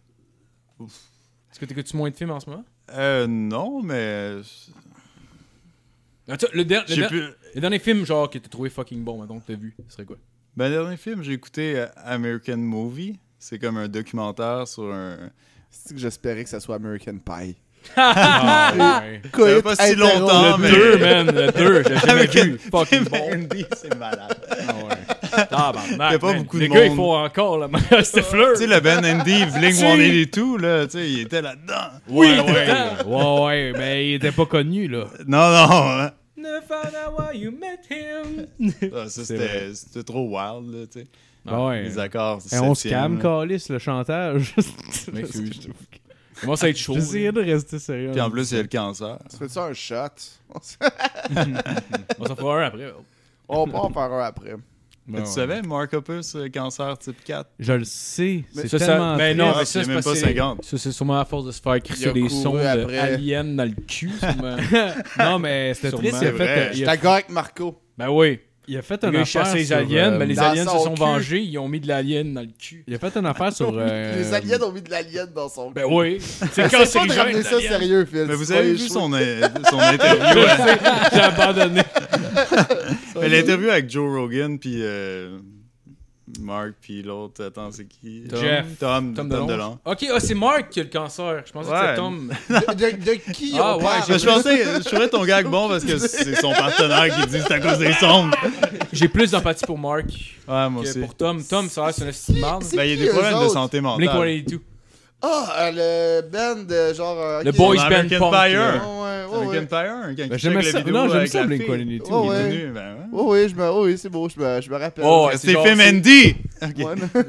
Speaker 2: Est-ce que t'écoutes moins de films en ce moment?
Speaker 6: Euh, non, mais.
Speaker 2: Ah, tu- le, der- le
Speaker 6: J'ai
Speaker 2: der-
Speaker 6: plus.
Speaker 2: le dernier film, genre, que t'as trouvé fucking bon, mettons, que t'as vu, ce serait quoi?
Speaker 6: Ben, dernier film, j'ai écouté euh, American Movie. C'est comme un documentaire sur un.
Speaker 4: C'est que j'espérais que ça soit American Pie.
Speaker 3: Ah, ouais.
Speaker 6: Ça fait pas si longtemps, mais.
Speaker 2: Deux, man, le deux, j'ai jamais
Speaker 6: American
Speaker 2: vu. Fucking bon.
Speaker 6: Andy, c'est malade.
Speaker 3: Ah, ouais.
Speaker 2: Ah,
Speaker 6: Y a pas beaucoup de
Speaker 2: Les gars, ils
Speaker 6: monde.
Speaker 2: font encore, là, mais c'est fleur.
Speaker 6: tu sais, le Ben Andy, Bling One et tout, là, tu sais, il était là-dedans.
Speaker 2: Oui,
Speaker 3: ouais, ouais, ouais, mais il était pas connu, là.
Speaker 6: Non, non, hein.
Speaker 2: Neuf hours why you met him.
Speaker 6: Ah, ça,
Speaker 3: vrai.
Speaker 6: c'était c'était trop wild, là, tu sais.
Speaker 3: Ah, ouais.
Speaker 6: Les accords.
Speaker 3: Eh, on se
Speaker 6: septièmes,
Speaker 3: calme,
Speaker 6: là.
Speaker 3: Calice, le chantage.
Speaker 2: M'excuse. Commence à être chaud.
Speaker 3: J'essayais de rester sérieux.
Speaker 6: Puis en plus, il y a le cancer.
Speaker 4: Tu fais ça un shot?
Speaker 2: On s'en fera un après.
Speaker 4: On va en faire un après.
Speaker 6: Mais tu savais, Mark Hoppus, euh, cancer type 4.
Speaker 3: Je le sais. C'est
Speaker 2: ça, ça-
Speaker 3: tellement
Speaker 2: ben non,
Speaker 3: triste.
Speaker 2: mais ça,
Speaker 6: Ah, c'est
Speaker 2: c'est
Speaker 6: même pas
Speaker 2: parce que-
Speaker 6: 50.
Speaker 2: Ça, c'est sûrement à force de se faire crisser
Speaker 4: Il a
Speaker 2: des
Speaker 4: couru
Speaker 2: sons de
Speaker 4: après.
Speaker 2: aliens dans le cul. sûrement.
Speaker 3: non, mais c'était
Speaker 2: Sûrement.
Speaker 3: triste. Il a,
Speaker 6: C'est vrai.
Speaker 3: fait, euh,
Speaker 4: Je
Speaker 3: il, a,
Speaker 4: d'accord avec Marco.
Speaker 2: ben oui.
Speaker 3: il a fait
Speaker 2: Il
Speaker 3: une
Speaker 2: a
Speaker 3: affaire.
Speaker 2: chassé les
Speaker 3: sur,
Speaker 2: aliens,
Speaker 3: euh,
Speaker 2: mais les
Speaker 4: dans
Speaker 2: aliens se
Speaker 4: son
Speaker 2: sont
Speaker 4: cul.
Speaker 2: vengés, ils ont mis de l'alien dans le cul.
Speaker 3: Il a fait une affaire sur. euh,
Speaker 4: Les aliens ont mis de l'alien dans son
Speaker 2: Ben oui. C'est
Speaker 4: C'est pas de
Speaker 2: cancérigène.
Speaker 4: ramener ça
Speaker 2: l'alien.
Speaker 4: sérieux, Phil.
Speaker 6: Mais vous
Speaker 4: C'est
Speaker 6: avez
Speaker 4: pas
Speaker 6: vu
Speaker 4: échoué.
Speaker 6: son, euh, son interview. à-
Speaker 3: J'ai abandonné.
Speaker 6: Mais l'interview avec Joe Rogan, puis euh, Mark, puis l'autre, attends, c'est qui
Speaker 2: Tom.
Speaker 3: Jeff.
Speaker 6: Tom,
Speaker 2: Tom
Speaker 6: Tom,
Speaker 2: Delonge.
Speaker 6: Delon.
Speaker 2: Ok, ah, c'est Mark qui a le cancer. Je pensais que
Speaker 6: Ouais.
Speaker 2: c'était Tom.
Speaker 4: De, de- de qui
Speaker 2: Ah,
Speaker 4: on
Speaker 2: ouais,
Speaker 4: parle?
Speaker 6: Je pensais, je trouvais ton gag bon parce que c'est son partenaire qui dit c'est à cause des sondes.
Speaker 2: J'ai plus d'empathie pour Mark
Speaker 6: Ouais, moi
Speaker 2: que
Speaker 6: aussi.
Speaker 2: pour Tom. Tom, ça a l'air, c'est un estime de marde.
Speaker 4: C'est
Speaker 6: Ben, il y a
Speaker 4: qui,
Speaker 6: des
Speaker 4: eux
Speaker 6: problèmes de
Speaker 4: autres?
Speaker 6: santé mentale.
Speaker 2: Blink-182.
Speaker 4: Ah, euh, le band, euh, genre. euh,
Speaker 2: Le
Speaker 4: ok.
Speaker 2: boys band
Speaker 6: American
Speaker 2: punk.
Speaker 6: Fire.
Speaker 2: là.
Speaker 4: Ouais, ouais,
Speaker 6: Avec
Speaker 4: ouais, ouais.
Speaker 6: Empire, quand
Speaker 3: Ben,
Speaker 6: il
Speaker 3: j'aimais
Speaker 6: check
Speaker 3: ça.
Speaker 6: la vidéo
Speaker 3: Non, j'aime
Speaker 6: avec
Speaker 3: ça,
Speaker 6: la
Speaker 3: Blink
Speaker 6: fille.
Speaker 3: 182.
Speaker 6: Il est
Speaker 4: Ouais.
Speaker 6: venu, ben, ouais.
Speaker 4: Oh, oui, je me, oh, oui, c'est beau, je me, je me rappelle.
Speaker 2: Oh, ouais,
Speaker 6: C'est
Speaker 2: genre,
Speaker 6: Femme
Speaker 2: c'est-
Speaker 6: Andy!
Speaker 4: Ouais, non.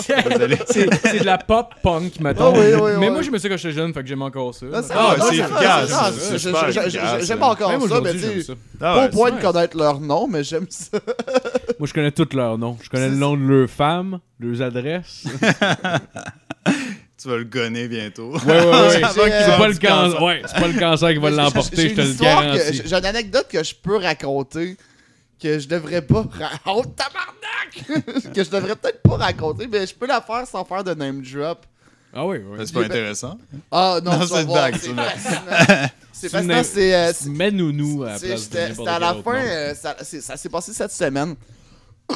Speaker 6: Désolé.
Speaker 2: C'est c'est de la pop punk, mettons.
Speaker 4: Ah oui, oui,
Speaker 2: Mais
Speaker 4: oui.
Speaker 2: moi, je me suis quand j'étais jeune, fait que j'aime encore ça.
Speaker 4: Non, c'est-
Speaker 6: Ah,
Speaker 4: non,
Speaker 6: c'est efficace,
Speaker 4: non,
Speaker 6: c'est
Speaker 4: c'est-
Speaker 6: super
Speaker 4: je- je-
Speaker 6: efficace,
Speaker 4: je- J'aime
Speaker 6: ouais.
Speaker 4: pas encore
Speaker 3: Même
Speaker 4: ça, mais
Speaker 3: aujourd'hui,
Speaker 4: tu
Speaker 3: j'aime
Speaker 4: sais,
Speaker 3: ça. ben,
Speaker 6: Ah
Speaker 4: pas
Speaker 6: ouais,
Speaker 4: au point de
Speaker 2: nice.
Speaker 4: connaître leur nom, mais j'aime ça.
Speaker 3: Moi, je connais tous leurs noms. Je connais le nom de leurs femmes, leurs adresses.
Speaker 6: Tu vas le gonner bientôt.
Speaker 3: Ouais, ouais, ouais.
Speaker 4: J'ai,
Speaker 3: C'est
Speaker 4: euh,
Speaker 3: pas, le cancer. Ouais, c'est pas le cancer qui va l'emporter,
Speaker 4: J'ai
Speaker 3: je
Speaker 4: une
Speaker 3: te le
Speaker 4: histoire que-
Speaker 3: garantis.
Speaker 4: j'ai- J'ai une anecdote que je peux raconter que je devrais pas. ra- Oh, tabarnak! que je devrais peut-être pas raconter, mais je peux la faire sans faire de name drop.
Speaker 3: Ah oui, oui.
Speaker 6: Ben, C'est pas intéressant.
Speaker 4: Ah non,
Speaker 6: Non,
Speaker 4: tu vas
Speaker 6: c'est une
Speaker 4: voir,
Speaker 6: blague,
Speaker 4: c'est
Speaker 6: c'est une blague.
Speaker 4: fascinant. C'est
Speaker 3: une
Speaker 4: fascinant,
Speaker 3: name-
Speaker 4: c'est. euh, c'est-
Speaker 3: Mets nous nous à la
Speaker 4: C'est-
Speaker 3: place de
Speaker 4: C'était c'était
Speaker 3: n'importe
Speaker 4: à la
Speaker 3: quel autre
Speaker 4: fin,
Speaker 3: nom.
Speaker 4: euh, ça, c'est- ça s'est passé cette semaine.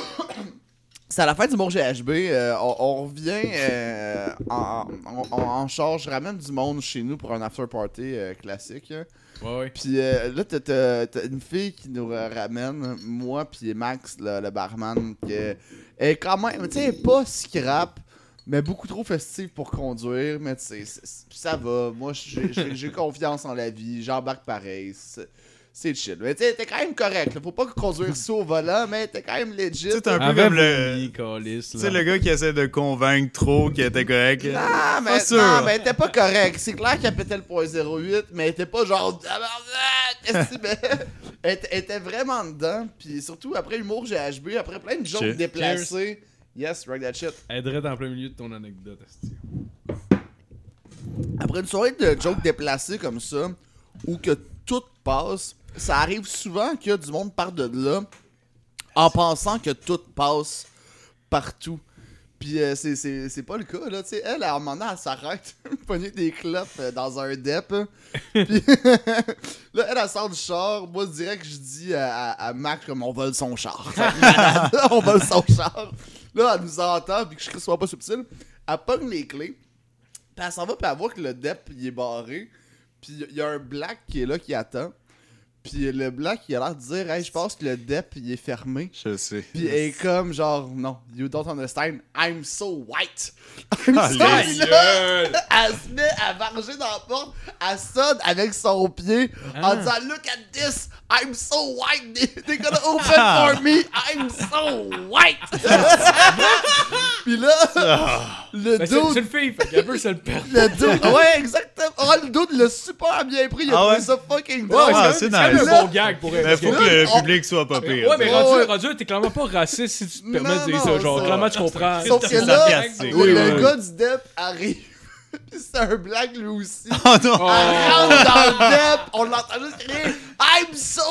Speaker 4: C'est à la fin du bon GHB. euh, on, on revient euh, en, en- en- en charge. Je ramène du monde chez nous pour un after party euh, classique. hein.
Speaker 3: Ouais, ouais.
Speaker 4: Puis euh, là, t'as- t'as t'as une fille qui nous ra- ramène, moi, puis Max, le, le barman, qui est est quand même, tu sais, elle est pas scrap, mais beaucoup trop festive pour conduire. Mais tu sais, c'est- c'est- ça va. Moi, j'ai- j'ai j'ai confiance en la vie, j'embarque pareil. c'est- C'est chill. Mais tu sais, t'es quand même correct. là. Faut pas conduire ça au volant, mais t'es quand même legit.
Speaker 6: Tu sais, t'es un peu
Speaker 3: Avec
Speaker 6: comme le.
Speaker 3: vomi, câlisse,
Speaker 6: Tu sais,
Speaker 3: là.
Speaker 6: le gars qui essaie de convaincre trop qu'il était correct.
Speaker 4: Ah, mais,
Speaker 6: Pas sûr.
Speaker 4: non, mais elle était pas correct. C'est clair qu'elle pétait le point 08, mais elle était pas genre. Tabarnak, qu'est-ce que tu mets? elle, était- elle était vraiment dedans. Puis surtout après Humour GHB, après plein de jokes
Speaker 6: Cheers.
Speaker 4: déplacés. Yes, rock that shit.
Speaker 3: Aiderait en plein milieu de ton anecdote,
Speaker 2: Ben,
Speaker 3: esti.
Speaker 4: Après une soirée de jokes déplacés comme ça, où que tout passe, ça arrive souvent que du monde part de là en pensant que tout passe partout. Puis euh, c'est- c'est c'est pas le cas, là. Tu sais, elle, à un moment donné, elle s'arrête, pogner des clopes euh, dans un dep. hein. Puis là, elle, elle sort du char. Moi, direct, je dis à, à, à Max, comme, on vole son char. on vole son char. Là, elle nous entend, puis que je sois pas subtil. Elle pogne les clés. Puis elle s'en va, puis elle voit que le dep, il est barré. Puis il y a un black qui est là, qui attend. Puis le black, il a l'air de dire, hey, je pense que le dep, il est fermé.
Speaker 6: Je sais.
Speaker 4: Puis elle est comme genre, non, you don't understand, I'm so white. I'm
Speaker 6: Ah,
Speaker 4: so
Speaker 6: les
Speaker 4: Puis là, Elle se met à varger dans la porte, elle sonne avec son pied
Speaker 2: Ah.
Speaker 4: en disant, look at this, I'm so white, they- they're gonna open
Speaker 2: Ah.
Speaker 4: for me, I'm so white. Puis là, le
Speaker 2: Ben, c'est
Speaker 4: dude-
Speaker 2: c'est une fille, fait qu'elle peut se le perdre.
Speaker 4: le dude, ouais, exactement. Oh, le dude l'a super bien pris. Il a
Speaker 6: Ah
Speaker 4: trouvé
Speaker 6: ouais?
Speaker 4: ça fucking
Speaker 2: Ouais,
Speaker 4: drôle.
Speaker 6: Ah,
Speaker 2: c'est
Speaker 6: c'est
Speaker 2: quand même- c'est
Speaker 6: nice.
Speaker 2: quand même un bon gag pour elle.
Speaker 6: Mais
Speaker 2: parce
Speaker 6: faut
Speaker 2: que-
Speaker 6: que
Speaker 4: on-
Speaker 6: le public soit
Speaker 2: Ouais,
Speaker 6: pas pire.
Speaker 2: mais
Speaker 6: tu sais.
Speaker 4: Ouais,
Speaker 2: rendu,
Speaker 4: ouais.
Speaker 2: rendu, t'es clairement pas raciste si tu te permets
Speaker 4: Non,
Speaker 2: de dire
Speaker 4: non,
Speaker 2: ça. Genre,
Speaker 4: ça-
Speaker 2: clairement, tu comprends.
Speaker 4: Sauf
Speaker 6: C'est
Speaker 4: que là,
Speaker 6: sarcastique.
Speaker 4: le
Speaker 6: Oui, oui.
Speaker 4: gars du DEP arrive. Puis c'est un blague lui aussi.
Speaker 6: Oh non!
Speaker 4: Elle rentre dans le DEP, on l'entend juste crier I'm so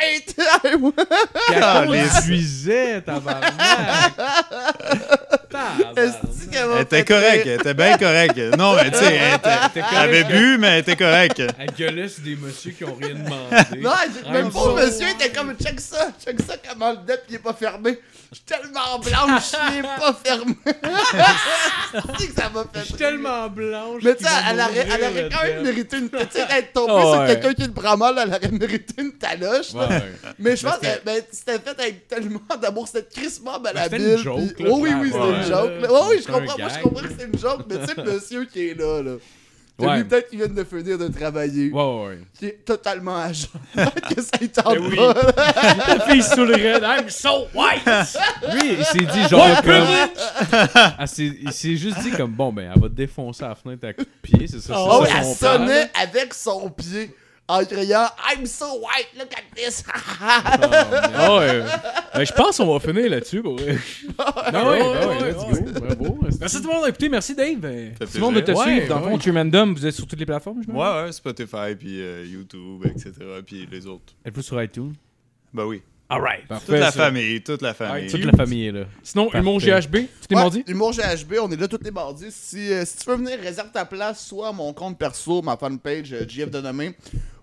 Speaker 4: white!
Speaker 6: Ah, les-
Speaker 3: Puisais, tabarnak! Tabarnak.
Speaker 4: Est-ce qu'elle m'a
Speaker 6: Elle était
Speaker 4: fait rire?
Speaker 6: correcte, elle était bien correcte. Non, mais tu sais, elle, était- elle avait bu, mais elle était correcte.
Speaker 3: Elle gueulait sur des messieurs qui ont rien demandé.
Speaker 4: Non, elle dit- même
Speaker 3: I'm
Speaker 4: pas
Speaker 3: so
Speaker 4: monsieur, était comme check ça, check ça comment le DEP il est pas fermé. Je suis tellement blanche, il est pas fermé. Je sais que ça m'a fait
Speaker 3: Je suis
Speaker 4: rire.
Speaker 3: tellement blanche.
Speaker 4: Mais tu sais,
Speaker 3: qu'ils vont
Speaker 4: elle aurait, elle
Speaker 3: m'ouvrir
Speaker 4: aurait
Speaker 3: le
Speaker 4: quand même
Speaker 3: dent.
Speaker 4: mérité une. Tu sais, être tombée
Speaker 2: Ah
Speaker 4: sur
Speaker 2: ouais.
Speaker 4: quelqu'un qui le prend mal, elle aurait mérité une taloche. là.
Speaker 3: Ouais, ouais.
Speaker 4: Mais je pense que ben, c'était fait avec tellement d'amour, c'était crissement
Speaker 3: c'était
Speaker 4: malhabile.
Speaker 3: une joke,
Speaker 4: puis-
Speaker 3: là,
Speaker 4: Oh oui, oui, c'était
Speaker 3: clairement,
Speaker 4: une
Speaker 3: là.
Speaker 4: joke. là. Oh oui, je
Speaker 3: C'est un
Speaker 4: comprends. Moi, je
Speaker 3: gag.
Speaker 4: comprends que c'est une joke, mais tu sais, le monsieur qui est là, là. T'as
Speaker 3: Ouais.
Speaker 4: lui peut-être qu'il vient de finir de travailler,
Speaker 3: Ouais, ouais, ouais.
Speaker 4: qui est totalement à jeun. que ça lui tente
Speaker 2: Eh oui.
Speaker 4: pas, là.
Speaker 2: La fille sous le raid, I'm so white!
Speaker 3: Lui, il s'est dit genre comme... Ah, c'est- il s'est juste dit comme, bon, ben, elle va te défoncer la fenêtre à coups de pied, c'est ça, c'est
Speaker 4: Oh,
Speaker 3: ça
Speaker 4: elle
Speaker 3: son plan.
Speaker 4: sonnait avec son pied en criant I'm so white, look at this.
Speaker 2: Ah ouais. Ben, je pense qu'on va finir là-dessus. Pour... vrai.
Speaker 3: Ah
Speaker 2: Ouais,
Speaker 3: ouais, ouais,
Speaker 2: ouais,
Speaker 3: let's go, bravo.
Speaker 2: Merci tout le monde d'avoir écouté. Merci Dave. Tout le
Speaker 6: plaisir.
Speaker 2: monde de te
Speaker 3: Ouais,
Speaker 2: suivre. Dans le fond,
Speaker 3: ouais.
Speaker 2: True Random, vous êtes sur toutes les plateformes, je
Speaker 6: Ouais, ouais, Spotify, puis euh, YouTube, etc., puis les autres.
Speaker 3: Elle est plus sur iTunes.
Speaker 6: Ben oui.
Speaker 3: Alright.
Speaker 6: Toute la famille, toute la famille.
Speaker 3: Toute la famille est là.
Speaker 2: Sinon,
Speaker 3: Parfait.
Speaker 2: Humour GHB, tous les
Speaker 4: Ouais,
Speaker 2: mardis.
Speaker 4: Humour GHB, on est là tous les mardis. Si, euh, si tu veux venir, réserve ta place soit à mon compte perso, ma fanpage euh, JF Denomé,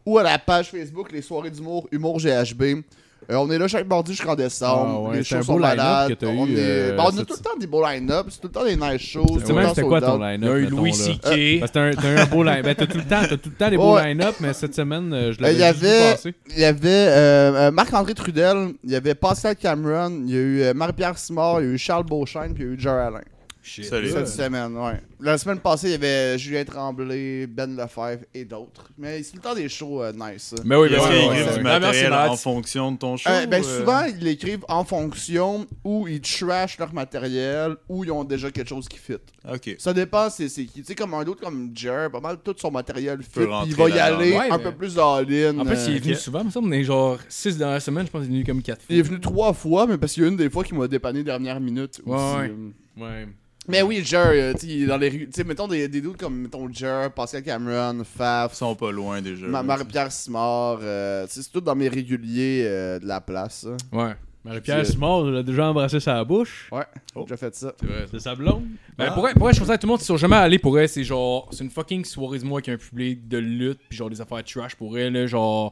Speaker 4: ou à la page Facebook Les Soirées d'humour, Humour GHB. Euh, on est là chaque mardi jusqu'en décembre.
Speaker 3: Ah ouais,
Speaker 4: les
Speaker 3: c'est un
Speaker 4: shows
Speaker 3: beau
Speaker 4: sont
Speaker 3: line-up
Speaker 4: malades.
Speaker 3: que t'as
Speaker 4: on,
Speaker 3: eu,
Speaker 4: est-
Speaker 3: euh,
Speaker 4: ben, on a
Speaker 3: cette-
Speaker 4: tout le temps des beaux line-up, c'est tout le temps des nice shows.
Speaker 3: Cette semaine, c'était quoi ton
Speaker 2: Il y a
Speaker 3: line-up?
Speaker 2: eu
Speaker 3: mettons,
Speaker 2: Louis
Speaker 3: là?
Speaker 2: C.K.
Speaker 3: Ben, C'était un, t'as un beau line-up. Ben, t'as tout le temps, t'as tout le temps des beaux
Speaker 4: Ouais.
Speaker 3: line-up, mais cette semaine, euh, je
Speaker 4: Euh,
Speaker 3: l'avais
Speaker 4: Il y avait,
Speaker 3: passé.
Speaker 4: il y avait euh, euh, Marc-André Trudel, il y avait Pascal Cameron, il y a eu euh, Marie-Pierre Simard, il y a eu Charles Beauchamp, puis il y a eu Joe Alain.
Speaker 6: Solide.
Speaker 4: Cette semaine, ouais. La semaine passée, il y avait Julien Tremblay, Ben Lefebvre et d'autres. Mais c'est le temps des shows euh, nice.
Speaker 2: Mais Ben oui, mais
Speaker 6: Est-ce
Speaker 2: oui,
Speaker 6: qu'ils
Speaker 2: oui,
Speaker 6: écrivent
Speaker 2: oui.
Speaker 6: du
Speaker 2: Ah, merci,
Speaker 6: matériel
Speaker 2: Matt.
Speaker 6: en fonction de ton show?
Speaker 4: Euh, ben,
Speaker 6: euh?
Speaker 4: souvent, ils l'écrivent en fonction ou ils trash leur matériel ou ils ont déjà quelque chose qui fit.
Speaker 6: Ok.
Speaker 4: Ça dépend, c'est c'est qui. Tu sais, comme un autre comme Jer, pas mal tout son matériel fit.
Speaker 6: Peut
Speaker 4: puis Il
Speaker 6: rentrer
Speaker 4: va y
Speaker 6: là-dedans.
Speaker 4: aller
Speaker 2: Ouais,
Speaker 4: un
Speaker 2: mais-
Speaker 4: peu plus all-in.
Speaker 2: En plus, il est venu
Speaker 6: ok.
Speaker 2: souvent, mais ça, on est genre 6 dernières semaines, je pense qu'il est venu comme 4 fois.
Speaker 4: Il est venu trois fois, mais parce qu'il y a une des fois qui m'a dépanné dernière minute.
Speaker 2: Ouais,
Speaker 4: aussi,
Speaker 2: ouais.
Speaker 4: euh.
Speaker 3: Ouais.
Speaker 4: Mais oui, Jer, euh, tu sais, il est dans les rues. Tu sais, mettons des, des doutes comme mettons Jer, Pascal Cameron, Faf,
Speaker 6: Ils sont pas loin déjà.
Speaker 4: Ma- Marie-Pierre Simard. euh, tu sais, c'est tout dans mes réguliers euh, de la place. ça.
Speaker 2: Ouais.
Speaker 4: Puis,
Speaker 5: Marie-Pierre
Speaker 4: euh,
Speaker 5: Simard, il a déjà embrassé sa bouche.
Speaker 4: Ouais, j'ai déjà fait ça.
Speaker 5: C'est sa blonde.
Speaker 2: Ben, pour, vrai, pour vrai, je conseille à tout le monde, s'ils sont jamais allés pour elle, c'est genre, c'est une fucking soirée de moi avec un public de lutte, puis genre des affaires trash pour elle, là, genre.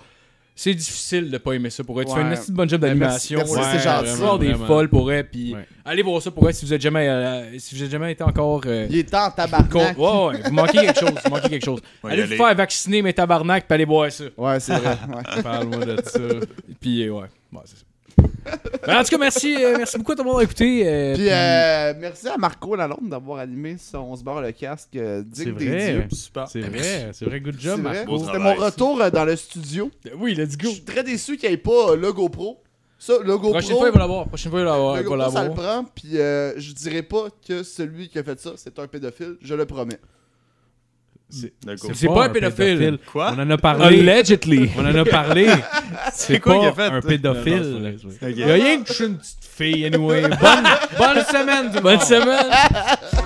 Speaker 2: C'est difficile de pas aimer ça pour elle. Tu
Speaker 4: Ouais.
Speaker 2: fais une assez bonne job d'animation.
Speaker 4: merci,
Speaker 2: là,
Speaker 4: merci, c'est gentil.
Speaker 2: vraiment, des
Speaker 5: Vraiment.
Speaker 2: folles pour elle, puis
Speaker 5: Ouais.
Speaker 2: allez voir ça pour elle si vous êtes jamais, euh, si vous êtes jamais été encore. euh,
Speaker 4: Il est temps,
Speaker 2: con-
Speaker 4: tabarnak.
Speaker 2: Ouais, ouais, vous manquez quelque chose, vous manquez quelque chose.
Speaker 6: Ouais,
Speaker 2: allez
Speaker 6: y
Speaker 2: vous
Speaker 6: aller.
Speaker 2: faire vacciner, mes tabarnak, puis allez voir ça.
Speaker 4: Ouais, c'est vrai. ouais.
Speaker 5: Parle-moi de ça.
Speaker 2: Puis, euh, ouais. Bon, c'est ça. Ben, en tout cas, merci, euh, merci beaucoup à tout le monde d'avoir écouté. euh,
Speaker 4: Puis euh, merci à Marco Lalonde d'avoir animé son On se barre le casque euh, digne
Speaker 5: C'est
Speaker 4: des
Speaker 5: vrai.
Speaker 4: dieux.
Speaker 2: Ah,
Speaker 6: Super.
Speaker 5: C'est
Speaker 2: Ben,
Speaker 5: vrai, c'est vrai, good
Speaker 4: C'est
Speaker 5: job,
Speaker 4: vrai.
Speaker 5: Marc.
Speaker 6: Beau
Speaker 4: C'était mon
Speaker 6: travail, ça.
Speaker 4: retour euh, dans le studio.
Speaker 2: puis- Ben, Oui, let's
Speaker 4: Je
Speaker 2: go.
Speaker 4: suis très déçu qu'il n'y ait pas euh, le GoPro. Ça, le GoPro.
Speaker 2: Prochaine fois, il va l'avoir. Prochaine fois, il va l'avoir.
Speaker 4: le
Speaker 2: il va
Speaker 4: GoPro, ça le
Speaker 2: l'avoir.
Speaker 4: prend, puis euh, je dirais pas que celui qui a fait ça, c'est un pédophile, je le promets.
Speaker 6: D'accord.
Speaker 2: C'est pas un pédophile.
Speaker 6: Quoi?
Speaker 5: On en a parlé.
Speaker 2: Allegedly.
Speaker 5: On en a parlé. C'est
Speaker 6: quoi qu'il a
Speaker 5: pas
Speaker 6: fait?
Speaker 5: un pédophile.
Speaker 6: Ok.
Speaker 5: Il y a rien que je suis une petite fille, anyway. Bonne, bonne semaine, tout le
Speaker 2: Bonne
Speaker 5: monde.
Speaker 2: semaine.